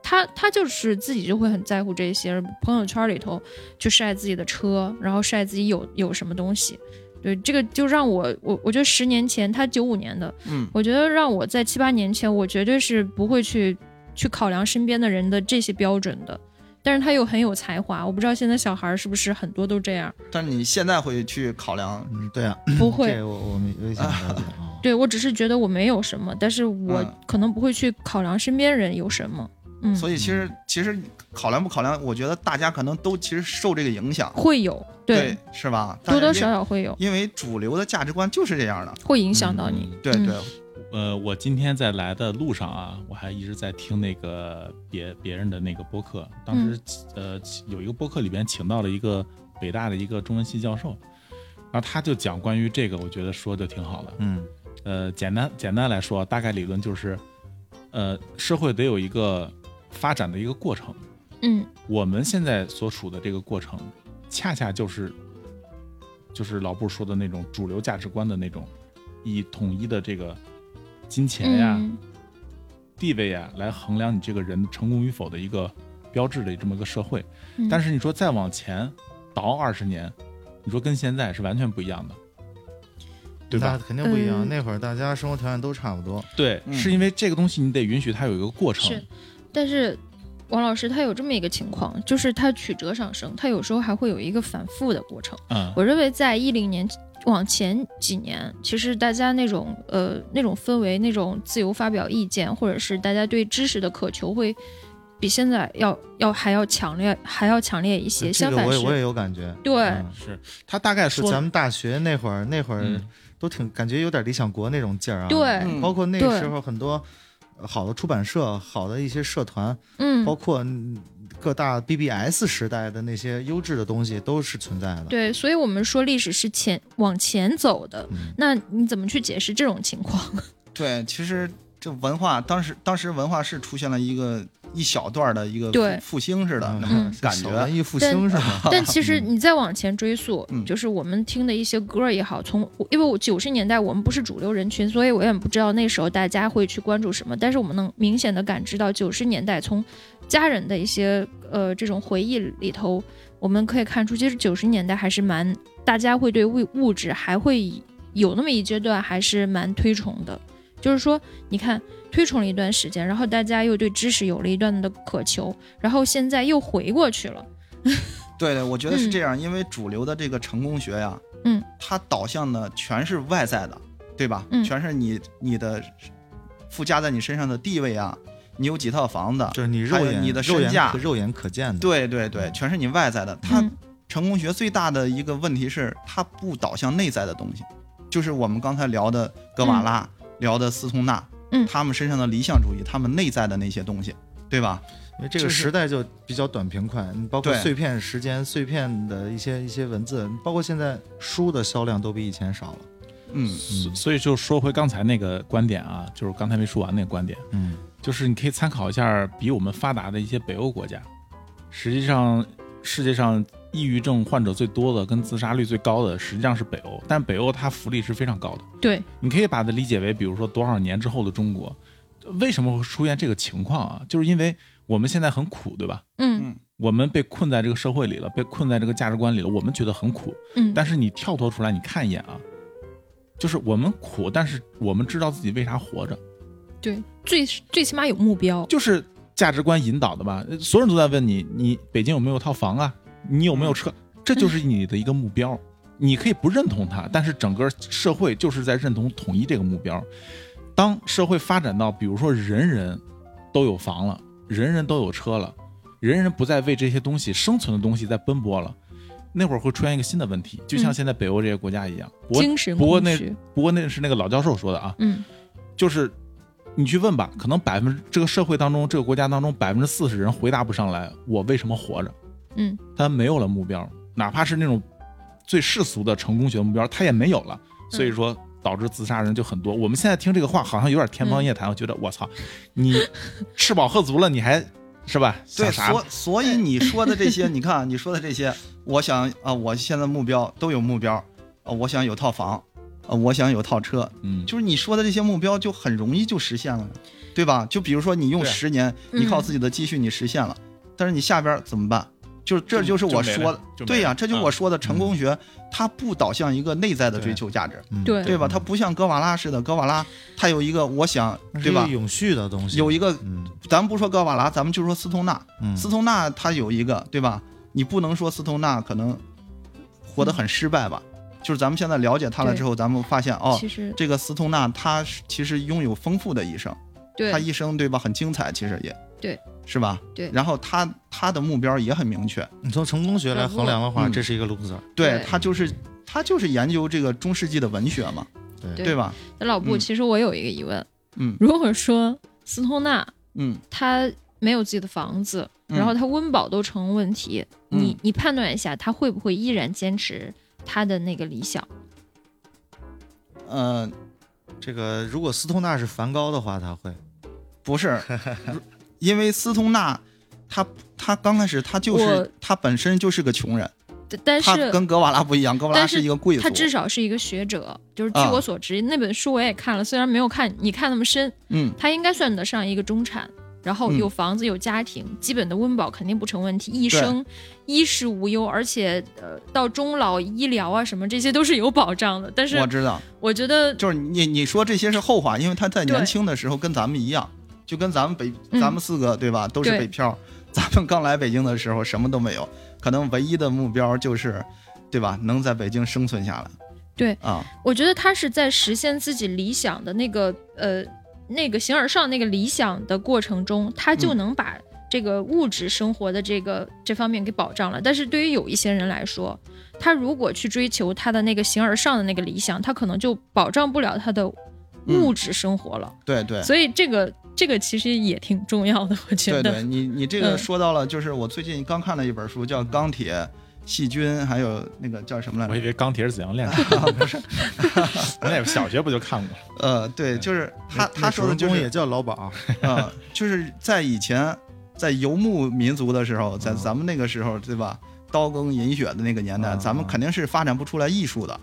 Speaker 7: 他他就是自己就会很在乎这些，朋友圈里头去晒自己的车，然后晒自己有有什么东西。对，这个就让我我我觉得十年前他九五年的，
Speaker 4: 嗯
Speaker 7: 我觉得让我在七八年前，我绝对是不会去去考量身边的人的这些标准的。但是他又很有才华。我不知道现在小孩儿是不是很多都 这样，
Speaker 4: 但是你现在会去考量，
Speaker 5: 嗯，对啊，
Speaker 7: 不会
Speaker 5: 这。个我我们也想了解啊。
Speaker 7: 对我只是觉得我没有什么，但是我
Speaker 4: 嗯
Speaker 7: 可能不会去考量身边人有什么，嗯，
Speaker 4: 所以其实其实考量不考量，我觉得大家可能都其实受这个影响，
Speaker 7: 会有，对，
Speaker 4: 是吧？
Speaker 7: 多多
Speaker 4: 但是因
Speaker 7: 少少会有，
Speaker 4: 因为主流的价值观就是这样的，
Speaker 7: 会影响
Speaker 4: 啊
Speaker 7: 到你。
Speaker 4: 对
Speaker 7: 嗯
Speaker 4: 对，
Speaker 6: 呃，我今天在来的路上啊，我还一直在听那个别别人的那个播客。当时、呃，有一个播客里边请到了一个北大的一个中文系教授，然后他就讲关于这个，我觉得说的挺好的。
Speaker 5: 嗯
Speaker 6: 呃，简单简单来说，大概理论就是，呃，社会得有一个发展的一个过程。
Speaker 7: 嗯
Speaker 6: 我们现在所处的这个过程，恰恰就是就是老布说的那种主流价值观的那种，以统一的这个金钱呀、
Speaker 7: 嗯
Speaker 6: 地位呀来衡量你这个人成功与否的一个标志的这么一个社会。
Speaker 7: 嗯
Speaker 6: 但是你说再往前倒二十年，你说跟现在是完全不一样的，对吧
Speaker 5: 那？肯定不一样。
Speaker 7: 嗯
Speaker 5: 那会儿大家生活条件都差不多，
Speaker 6: 对，
Speaker 4: 嗯
Speaker 6: 是因为这个东西你得允许它有一个过程
Speaker 7: 是。但是王老师他有这么一个情况，就是他曲折上升，他有时候还会有一个反复的过程。
Speaker 6: 嗯，
Speaker 7: 我认为在一零年往前几年，其实大家那种呃那种氛围、那种自由发表意见，或者是大家对知识的渴求，会比现在要要还要强烈，还要强烈一些。
Speaker 5: 呃这
Speaker 7: 相
Speaker 5: 个
Speaker 7: 反
Speaker 5: 我也我
Speaker 7: 是，
Speaker 5: 也有感觉。
Speaker 7: 对
Speaker 5: 嗯
Speaker 6: 是他大概
Speaker 5: 就
Speaker 6: 说
Speaker 5: 咱们大学那会儿，那会儿
Speaker 6: 嗯
Speaker 5: 都挺感觉有点理想国那种劲儿啊。
Speaker 7: 对
Speaker 4: 嗯
Speaker 5: 包括那
Speaker 7: 对
Speaker 5: 时候很多呃好的出版社、好的一些社团，
Speaker 7: 嗯
Speaker 5: 包，括嗯各大 BBS 时代的那些优质的东西都是存在的。
Speaker 7: 对，所以我们说历史是前往前走的。
Speaker 5: 嗯
Speaker 7: 那你怎么去解释这种情况？
Speaker 4: 对，其实这文化当时当时文化是出现了一个一小段儿的一个
Speaker 7: 对
Speaker 4: 复复兴似的
Speaker 5: 嗯
Speaker 4: 那么
Speaker 7: 嗯
Speaker 5: 是
Speaker 4: 感
Speaker 5: 小
Speaker 4: 觉，
Speaker 5: 文艺复兴是 吗？
Speaker 7: 但其实你再往前追溯，
Speaker 4: 嗯
Speaker 7: 就是我们听的一些歌儿也好，从我因为我九十年代我们不是主流人群，所以我也不知道那时候大家会去关注什么。但是我们能明显的感知到，九十年代从家人的一些呃这种回忆里头，我们可以看出，其实九十年代还是蛮大家会对物物质还会有那么一阶段还是蛮推崇的。就是说，你看推崇了一段时间，然后大家又对知识有了一段的渴求，然后现在又回过去了。
Speaker 4: 对对，我觉得是
Speaker 7: 嗯
Speaker 4: 这样，因为主流的这个成功学呀，
Speaker 7: 嗯，
Speaker 4: 它导向的全是外在的，对吧？
Speaker 7: 嗯
Speaker 4: 全是你你的附加在你身上的地位啊，你有几套房子，
Speaker 5: 就是你肉
Speaker 4: 还有
Speaker 5: 眼
Speaker 4: 你的
Speaker 5: 肉
Speaker 4: 身价
Speaker 5: 眼可肉眼可见的。
Speaker 4: 对对对，全是你外在的。它
Speaker 7: 嗯
Speaker 4: 成功学最大的一个问题是，它不导向内在的东西，就是我们刚才聊的格瓦拉、聊的斯通纳，
Speaker 7: 嗯
Speaker 4: 他们身上的理想主义，他们内在的那些东西，对吧？
Speaker 5: 因为这
Speaker 4: 就
Speaker 5: 个
Speaker 4: 是
Speaker 5: 时代就比较短平快，你包括
Speaker 4: 对
Speaker 5: 碎片时间、碎片的一些一些文字，包括现在书的销量都比以前少了。
Speaker 4: 嗯，
Speaker 6: 所所以就说回刚才那个观点啊，就是刚才没说完那个观点，
Speaker 5: 嗯，
Speaker 6: 就是你可以参考一下比我们发达的一些北欧国家，实际上世界上抑郁症患者最多的跟自杀率最高的实际上是北欧，但北欧它福利是非常高的，
Speaker 7: 对，
Speaker 6: 你可以把它理解为，比如说多少年之后的中国，为什么会出现这个情况啊？就是因为我们现在很苦，对吧？
Speaker 7: 嗯
Speaker 6: 我们被困在这个社会里了，被困在这个价值观里了，我们觉得很苦，
Speaker 7: 嗯，
Speaker 6: 但是你跳脱出来，你看一眼啊，就是我们苦，但是我们知道自己为啥活着，
Speaker 7: 对，最最起码有目标。
Speaker 6: 就是价值观引导的吧。呃所有人都在问你，你北京有没有套房啊？你有没有
Speaker 7: 嗯
Speaker 6: 车？这就是你的一个目标。你可以不认同它，但是整个社会就是在认同统一这个目标。当社会发展到，比如说人人都有房了，人人都有车了，人人不再为这些东西生存的东西在奔波了，那会儿会出现一个新的问题，就像
Speaker 7: 嗯
Speaker 6: 现在北欧这些国家一样。不过
Speaker 7: 精神
Speaker 6: 不过
Speaker 7: 空
Speaker 6: 那
Speaker 7: 虚，
Speaker 6: 不过那是那个老教授说的啊，
Speaker 7: 嗯，
Speaker 6: 就是你去问吧，可能百分之这个社会当中，这个国家当中百分之四十人回答不上来我为什么活着。
Speaker 7: 嗯，
Speaker 6: 他没有了目标，哪怕是那种最世俗的成功学目标，他也没有了。所以说导致自杀人就很多。我们现在听这个话好像有点天方夜谭，我觉得我操，你吃饱喝足了，你还是吧？
Speaker 4: 对，
Speaker 6: 想啥
Speaker 4: 所？所以你说的这些，你看啊你说的这些，我想啊，我现在目标都有目标啊，我想有套房啊，我想有套车，
Speaker 6: 嗯，
Speaker 4: 就是你说的这些目标就很容易就实现了，对吧？就比如说你用
Speaker 6: 对啊
Speaker 4: 十年，
Speaker 7: 嗯
Speaker 4: 你靠自己的积蓄你实现了，但是你下边怎么办？就是这就是我
Speaker 6: 没了
Speaker 4: 说的，
Speaker 6: 就没
Speaker 4: 对呀、
Speaker 6: 了
Speaker 4: 这就是我说的成功学，它不导向一个内在的追求价值，
Speaker 5: 嗯哎
Speaker 7: 对
Speaker 4: 对吧？它不像哥瓦拉似的，哥瓦拉它有一个我想，
Speaker 5: 那是
Speaker 4: 对
Speaker 5: 一个
Speaker 4: 吧？
Speaker 5: 永续的东西，
Speaker 4: 有一个，
Speaker 5: 嗯
Speaker 4: 咱们不说哥瓦拉，咱们就说斯通纳，
Speaker 5: 嗯，
Speaker 4: 斯通纳他有一个，对吧？你不能说斯通纳可能活得很失败吧？就是咱们现在了解他了之后，咱们发现哦，
Speaker 7: 其实
Speaker 4: 这个斯通纳他是其实拥有丰富的一生，
Speaker 7: 对
Speaker 4: 他一生对吧很精彩，其实也
Speaker 7: 对，
Speaker 4: 是吧？
Speaker 7: 对
Speaker 4: 然后他他的目标也很明确，
Speaker 5: 你从成功学来衡量的话，
Speaker 4: 嗯
Speaker 5: 这是一个 loser，
Speaker 4: 对
Speaker 7: 对
Speaker 4: 他就是他就是研究这个中世纪的文学嘛，
Speaker 7: 对
Speaker 4: 对吧？
Speaker 7: 那老布，
Speaker 4: 嗯
Speaker 7: 其实我有一个疑问，
Speaker 4: 嗯
Speaker 7: 如果说斯通纳
Speaker 4: 嗯，
Speaker 7: 他没有自己的房子，
Speaker 4: 嗯
Speaker 7: 然后他温饱都成问题，
Speaker 4: 嗯
Speaker 7: 你你判断一下，他会不会依然坚持他的那个理想？
Speaker 4: 呃，
Speaker 5: 这个如果斯通纳是梵高的话，他会
Speaker 4: 不是，因为斯通纳他他刚开始他就是
Speaker 7: 我
Speaker 4: 他本身就是个穷人。
Speaker 7: 但但
Speaker 4: 他
Speaker 7: 是
Speaker 4: 跟格瓦拉不一样，格瓦拉
Speaker 7: 但是
Speaker 4: 是一个贵族，
Speaker 7: 他至少是一个学者，就是据
Speaker 4: 啊
Speaker 7: 我所知，那本书我也看了，虽然没有看你看那么深，
Speaker 4: 嗯
Speaker 7: 他应该算得上一个中产，然后
Speaker 4: 嗯
Speaker 7: 有房子有家庭，基本的温饱肯定不成问题，一生衣食无忧，而且呃到终老医疗啊什么这些都是有保障的。但是
Speaker 4: 我知道，
Speaker 7: 我觉得
Speaker 4: 就是你你说这些是后话，因为他在年
Speaker 7: 对
Speaker 4: 轻的时候跟咱们一样，就跟咱们北
Speaker 7: 嗯
Speaker 4: 咱们四个、对吧，都是
Speaker 7: 对
Speaker 4: 北漂， 咱们刚来北京的时候什么都没有，可能唯一的目标就是，对吧，能在北京生存下来。
Speaker 7: 对
Speaker 4: 啊，
Speaker 7: 我觉得他是在实现自己理想的那个呃那个形而上那个理想的过程中，他就
Speaker 4: 嗯
Speaker 7: 能把这个物质生活的这个这方面给保障了。但是对于有一些人来说，他如果去追求他的那个形而上的那个理想，他可能就保障不了他的物质生活了。
Speaker 4: 对对。
Speaker 7: 所以这个这个其实也挺重要的，我觉
Speaker 4: 对
Speaker 7: 得。
Speaker 4: 对，你你这个
Speaker 7: 嗯
Speaker 4: 说到了，就是我最近刚看了一本书，叫《钢铁细菌》，还有那个叫什么来 着
Speaker 6: 我？以为钢铁是怎样炼 成的，不是，那有小学不就看过？
Speaker 4: 呃，对，就是他
Speaker 5: 那
Speaker 4: 他说的
Speaker 5: 那主
Speaker 4: 就
Speaker 5: 人公
Speaker 4: 是
Speaker 5: 也叫老鸨，
Speaker 4: 啊，就是在以前，在游牧民族的时候，在咱们那个时候，对吧？刀耕引雪的那个年代，
Speaker 5: 嗯
Speaker 4: 咱们肯定是发展不出来艺术的，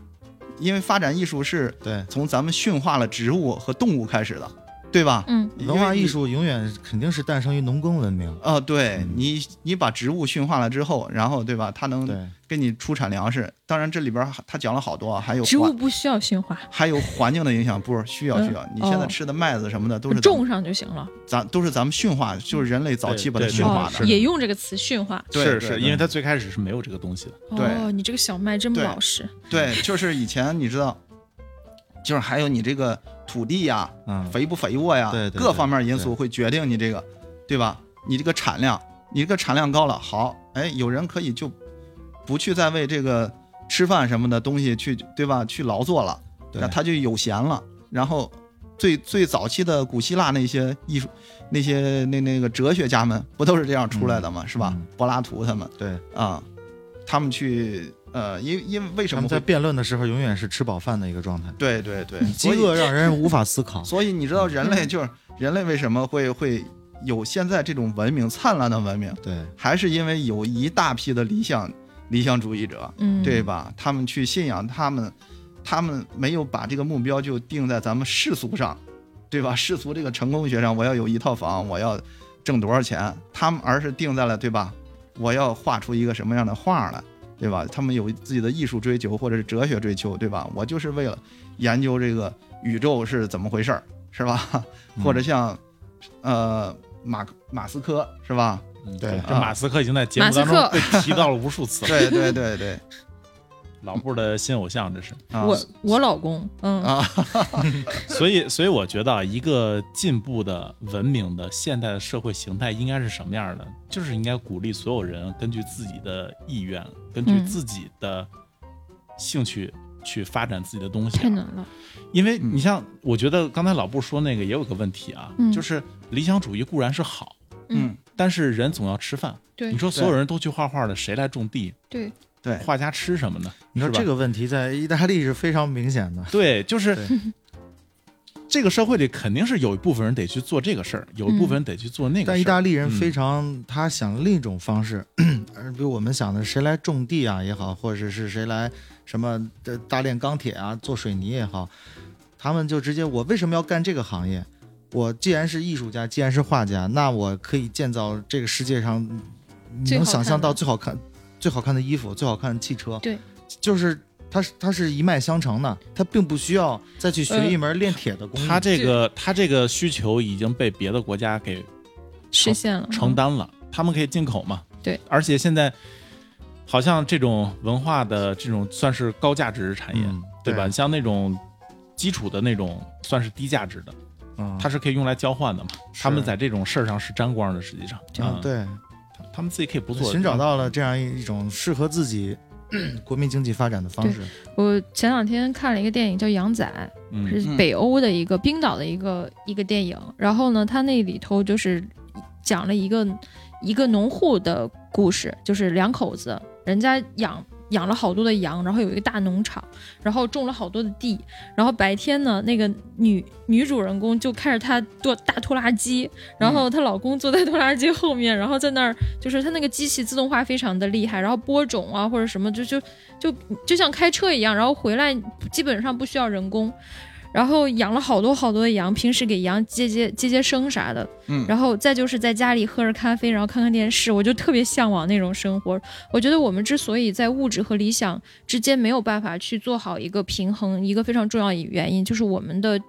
Speaker 4: 因为发展艺术是
Speaker 5: 对，
Speaker 4: 从咱们驯化了植物和动物开始的，对吧？
Speaker 7: 嗯，
Speaker 4: 因为
Speaker 5: 文化
Speaker 4: 你
Speaker 5: 艺。术永远肯定是诞生于农耕文明，
Speaker 4: 啊、对
Speaker 5: 嗯
Speaker 4: 你，你把植物驯化了之后，然后对吧，它能
Speaker 5: 对，
Speaker 4: 给你出产粮食。当然，这里边儿他讲了好多啊，还有
Speaker 7: 植物
Speaker 4: 环，
Speaker 7: 不需要驯化，
Speaker 4: 还有环境的影响，不是需要需要。你现在
Speaker 7: 哦
Speaker 4: 吃的麦子什么的都是咱们
Speaker 7: 种上就行了。
Speaker 4: 咱都是咱们驯化，就是人类早期把它
Speaker 6: 对对
Speaker 4: 驯化
Speaker 7: 哦
Speaker 4: 的。，
Speaker 6: 是的
Speaker 7: 也用这个词驯化。
Speaker 4: 对
Speaker 6: 是
Speaker 4: 对
Speaker 6: 是，
Speaker 4: 对
Speaker 6: 因为他最开始是没有这个东西的。
Speaker 4: 对
Speaker 7: 哦，你这个小麦真
Speaker 4: 对
Speaker 7: 老实。
Speaker 4: 对，就是以前你知道，就是还有你这个土地呀、
Speaker 5: 嗯，
Speaker 4: 肥不肥沃呀，
Speaker 5: 对对
Speaker 4: 各方面因素会决定你这个，对吧？你这个产量，你这个产量高了，好，哎，有人可以就不去再为这个吃饭什么的东西去，对吧？去劳作了，
Speaker 5: 对
Speaker 4: 那他就有闲了。然后最最早期的古希腊那些艺术，那些那那个哲学家们不都是这样出来的吗？是吧
Speaker 5: 嗯？
Speaker 4: 柏拉图他们
Speaker 5: 对，
Speaker 4: 啊、他们去呃，因因为为什
Speaker 5: 他
Speaker 4: 么
Speaker 5: 们在
Speaker 4: 会？
Speaker 5: 辩论的时候永远是吃饱饭的一个状态，
Speaker 4: 对对对，
Speaker 5: 饥
Speaker 4: 所以
Speaker 5: 饿让人无法思考，
Speaker 4: 所以你知道人类就是人类为什么会会有现在这种文明灿烂的文明，
Speaker 5: 对，
Speaker 4: 还是因为有一大批的理想理想主义者，
Speaker 7: 嗯，
Speaker 4: 对吧？他们去信仰他们，他们没有把这个目标就定在咱们世俗上，对吧？世俗这个成功学上，我要有一套房，我要挣多少钱，他们而是定在了对吧？我要画出一个什么样的画来，对吧？他们有自己的艺术追求或者是哲学追求，对吧？我就是为了研究这个宇宙是怎么回事儿，是吧？
Speaker 5: 嗯
Speaker 4: 或者像呃马马斯克是吧？
Speaker 5: 对
Speaker 6: 这
Speaker 4: 啊
Speaker 6: 马斯克已经在节
Speaker 7: 马
Speaker 6: 目
Speaker 7: 斯
Speaker 6: 当中
Speaker 7: 克
Speaker 6: 被提到了无数次了。
Speaker 4: 对对对对，
Speaker 6: 老布的新偶像，这是。
Speaker 4: 啊
Speaker 7: 我我老公，嗯，
Speaker 4: 啊
Speaker 6: 所以，所以我觉得啊，一个进步的、文明的、现代的社会形态应该是什么样的？就是应该鼓励所有人根据自己的意愿，根据
Speaker 7: 嗯
Speaker 6: 自己的兴趣去发展自己的东西、啊
Speaker 7: 太难了。
Speaker 6: 因为
Speaker 4: 嗯
Speaker 6: 你像，我觉得刚才老布说那个也有个问题啊，
Speaker 7: 嗯
Speaker 6: 就是理想主义固然是好，
Speaker 4: 嗯
Speaker 6: 但是人总要吃饭。
Speaker 7: 对
Speaker 6: 你说所有人都去画画了，谁来种地？
Speaker 7: 对，
Speaker 4: 对
Speaker 6: 画家吃什么呢？
Speaker 5: 你说
Speaker 6: 是吧
Speaker 5: 这个问题在意大利是非常明显的，
Speaker 6: 对，就是
Speaker 5: 对
Speaker 6: 这个社会里肯定是有一部分人得去做这个事儿，有一部分人得去做那个事儿。
Speaker 5: 嗯但意大利人非常，他想另一种方式，嗯 而比我们想的，谁来种地啊也好，或者是谁来什么呃大炼钢铁啊、做水泥也好，他们就直接我为什么要干这个行业？我既然是艺术家，既然是画家，那我可以建造这个世界上
Speaker 7: 最好
Speaker 5: 能
Speaker 7: 看
Speaker 5: 想象
Speaker 7: 的
Speaker 5: 到最好看、最好看的衣服、最好看的汽车，
Speaker 7: 对，
Speaker 5: 就是它是它是一脉相承的，它并不需要再去学
Speaker 7: 呃
Speaker 5: 一门炼铁的工艺。
Speaker 6: 他这个他这个需求已经被别的国家给
Speaker 7: 实现了
Speaker 6: 承
Speaker 7: 担。
Speaker 6: 担了，
Speaker 5: 嗯
Speaker 6: 他们可以进口嘛。
Speaker 7: 对，
Speaker 6: 而且现在好像这种文化的这种算是高价值产业，
Speaker 5: 嗯
Speaker 6: 对吧？
Speaker 5: 对
Speaker 6: 像那种基础的那种算是低价值的，
Speaker 5: 嗯，
Speaker 6: 它是可以用来交换的嘛。他们在这种事儿上是沾光的，实际上
Speaker 5: 啊，，对，
Speaker 6: 嗯他们自己可以不做，嗯
Speaker 5: 呃寻找到了这样一一种适合自己国民经济发展的方
Speaker 7: 对
Speaker 5: 式。
Speaker 7: 我前两天看了一个电影叫《羊仔》，
Speaker 6: 嗯，
Speaker 7: 是
Speaker 4: 嗯
Speaker 7: 北欧的一个冰岛的一个一个电影。然后呢，它那里头就是讲了一个一个农户的故事，就是两口子，人家养养了好多的羊，然后有一个大农场，然后种了好多的地。然后白天呢，那个女女主人公就开着她做大拖拉机，然后她老公坐在拖拉机后面，然后在那儿就是她那个机器自动化非常的厉害，然后播种啊或者什么就就就就像开车一样，然后回来基本上不需要人工。然后养了好多好多的羊，平时给羊接接接接生啥的，
Speaker 4: 嗯
Speaker 7: 然后再就是在家里喝着咖啡，然后看看电视，我就特别向往那种生活。我觉得我们之所以在物质和理想之间没有办法去做好一个平衡，一个非常重要的原因就是我们的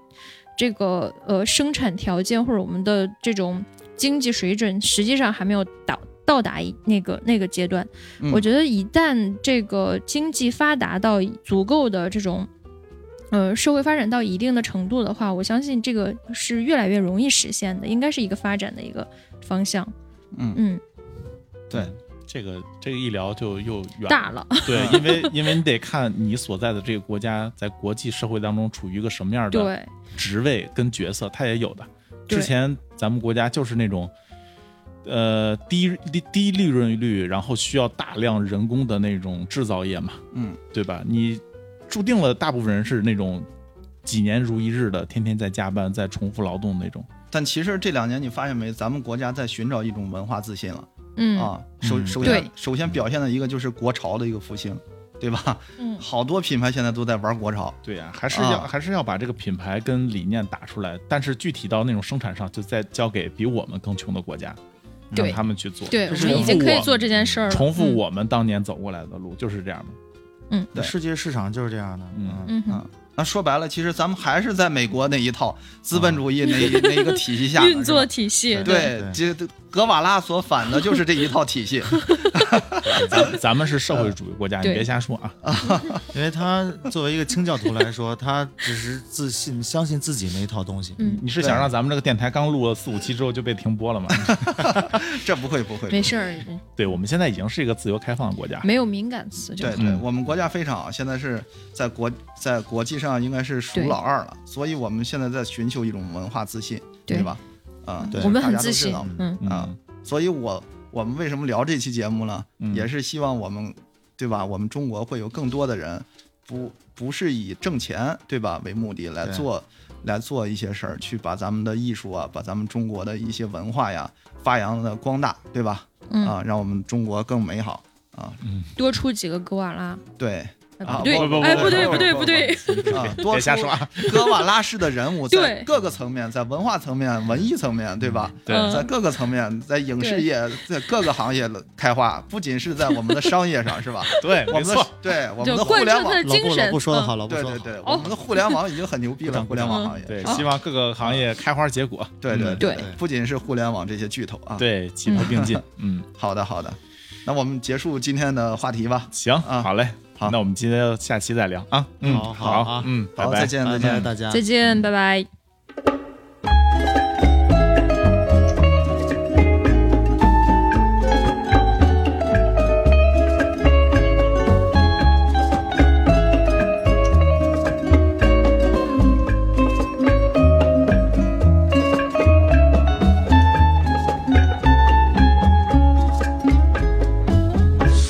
Speaker 7: 这个呃生产条件或者我们的这种经济水准，实际上还没有到到达一那个那个阶段。
Speaker 4: 嗯
Speaker 7: 我觉得一旦这个经济发达到足够的这种。呃，社会发展到一定的程度的话，我相信这个是越来越容易实现的，应该是一个发展的一个方向。
Speaker 4: 嗯
Speaker 7: 嗯，
Speaker 4: 对
Speaker 6: 这个这个一聊就又远了
Speaker 7: 大了，
Speaker 6: 对，因为因为你得看你所在的这个国家在国际社会当中处于一个什么样的
Speaker 7: 对
Speaker 6: 职位跟角色，它也有的。
Speaker 7: 对
Speaker 6: 之前咱们国家就是那种，呃，低低低利润率，然后需要大量人工的那种制造业嘛，
Speaker 4: 嗯，
Speaker 6: 对吧？你注定了大部分人是那种几年如一日的，天天在加班，在重复劳动那种。
Speaker 4: 但其实这两年你发现没，咱们国家在寻找一种文化自信了、
Speaker 7: 嗯
Speaker 4: 啊。首
Speaker 6: 嗯
Speaker 4: 首
Speaker 7: 对
Speaker 4: 先首先表现的一个就是国潮的一个复兴，对吧？
Speaker 7: 嗯
Speaker 4: 好多品牌现在都在玩国潮。
Speaker 6: 对呀、还是要、
Speaker 4: 啊
Speaker 6: 还是要把这个品牌跟理念打出来，但是具体到那种生产上，就再交给比我们更穷的国家，让
Speaker 7: 对
Speaker 6: 他们去做。
Speaker 7: 对，嗯
Speaker 6: 就
Speaker 7: 我
Speaker 6: 是
Speaker 7: 们已
Speaker 6: 重
Speaker 7: 经
Speaker 6: 复
Speaker 7: 可以
Speaker 6: 我
Speaker 7: 做这件事儿了。
Speaker 6: 重复我们当年走过来的路，就是这样嘛。
Speaker 4: 对
Speaker 5: 世界市场就是这样的，
Speaker 6: 嗯
Speaker 7: 嗯，嗯哼
Speaker 4: 啊那说白了，其实咱们还是在美国那一套资本主义那一、 那一个体系下呢
Speaker 7: 嗯运作
Speaker 4: 是吧
Speaker 7: 体系，
Speaker 5: 对
Speaker 4: 对，这这格瓦拉所反的就是这一套体系。
Speaker 6: 咱咱们是社会主义国家，你
Speaker 7: 对
Speaker 6: 别瞎说啊。
Speaker 5: 因为他作为一个清教徒来说，他只是自信、相信自己那一套东西。
Speaker 7: 嗯，
Speaker 6: 你是想让咱们这个电台刚录了四五期之后就被停播了吗？
Speaker 4: 这不会不会，
Speaker 7: 没事儿，
Speaker 6: 对，我们现在已经是一个自由开放的国家。
Speaker 7: 没有敏感词就
Speaker 4: 对
Speaker 7: 好。
Speaker 4: 对，
Speaker 6: 嗯
Speaker 4: 我们国家非常好，现在是在国在国际上应该是数
Speaker 7: 对
Speaker 4: 老二了，所以我们现在在寻求一种文化自信，
Speaker 7: 对
Speaker 4: 对吧？啊、
Speaker 5: 对
Speaker 7: 我们
Speaker 4: 大
Speaker 7: 很
Speaker 4: 家都
Speaker 7: 自
Speaker 4: 知
Speaker 7: 信
Speaker 4: 道嘛，
Speaker 7: 嗯，
Speaker 6: 嗯
Speaker 4: 啊，所以我我们为什么聊这期节目呢？
Speaker 6: 嗯
Speaker 4: 也是希望我们对吧？我们中国会有更多的人不不是以挣钱对吧为目的来
Speaker 5: 对
Speaker 4: 做来做一些事儿，去把咱们的艺术啊，把咱们中国的一些文化呀发扬的光大，对吧？
Speaker 7: 嗯
Speaker 4: 啊，让我们中国更美好啊！
Speaker 7: 多出几个格瓦拉，
Speaker 4: 对。
Speaker 7: 哎
Speaker 4: 啊
Speaker 7: 不对
Speaker 4: 不不，不
Speaker 7: 哎
Speaker 4: 不
Speaker 7: 对
Speaker 4: 不
Speaker 7: 不对
Speaker 4: 不
Speaker 7: 不对，
Speaker 4: 啊，多
Speaker 6: 别瞎
Speaker 4: 出
Speaker 6: 说 啊！
Speaker 4: 格瓦拉式的人物在
Speaker 7: 对
Speaker 4: 各个层面，在文化层面、文艺层面，对吧？
Speaker 6: 对
Speaker 7: 嗯
Speaker 4: 在各个层面，在影视
Speaker 7: 对
Speaker 4: 业，在各个行业开花，不仅是在我们的商业上，是吧？
Speaker 6: 对，
Speaker 4: 我
Speaker 6: 没
Speaker 4: 们的
Speaker 6: 错。
Speaker 4: 对我们
Speaker 7: 就
Speaker 4: 的互
Speaker 7: 贯彻
Speaker 4: 联
Speaker 7: 他
Speaker 4: 网
Speaker 7: 的，
Speaker 5: 老
Speaker 7: 精
Speaker 5: 布
Speaker 7: 神。
Speaker 5: 老布说的好，
Speaker 7: 嗯
Speaker 5: 老布
Speaker 4: 对
Speaker 5: 说的
Speaker 4: 对
Speaker 5: 好。
Speaker 4: 对，我们的互联网已经很牛逼了，互联网行业，
Speaker 6: 哦嗯对，
Speaker 4: 啊
Speaker 6: 希望各个行业开花结果，
Speaker 4: 对对
Speaker 7: 对
Speaker 4: 对，不仅是互联网这些巨头啊。，
Speaker 6: 对，齐头并进。 嗯，
Speaker 4: 好的好的，那我们结束今天的话题吧。
Speaker 6: 行，
Speaker 4: 啊
Speaker 6: 好嘞，
Speaker 4: 好
Speaker 6: 那我们今天下期再聊啊。嗯，
Speaker 5: 好好啊
Speaker 6: 嗯，拜
Speaker 4: 好，
Speaker 6: 拜
Speaker 4: 再。见再
Speaker 5: 拜
Speaker 4: 见
Speaker 5: 拜。大家。
Speaker 7: 再见，拜拜。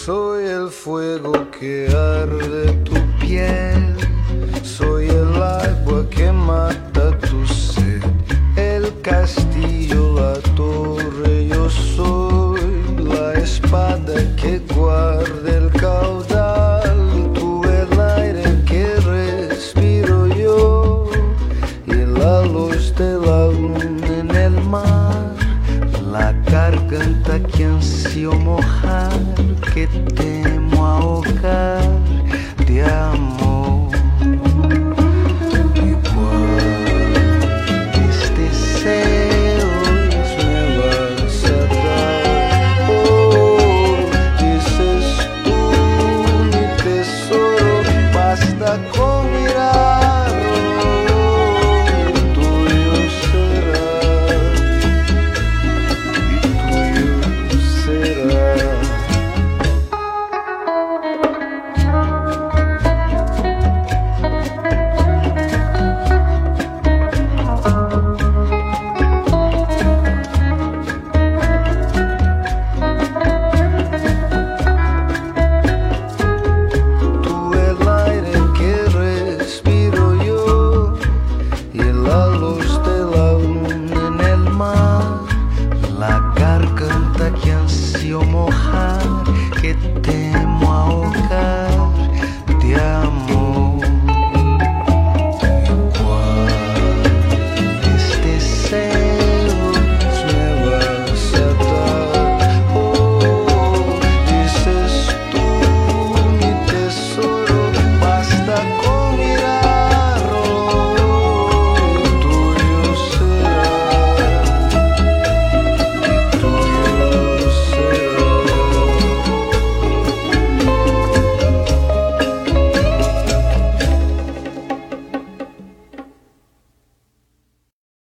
Speaker 3: Soy el fuego que arde tu piel.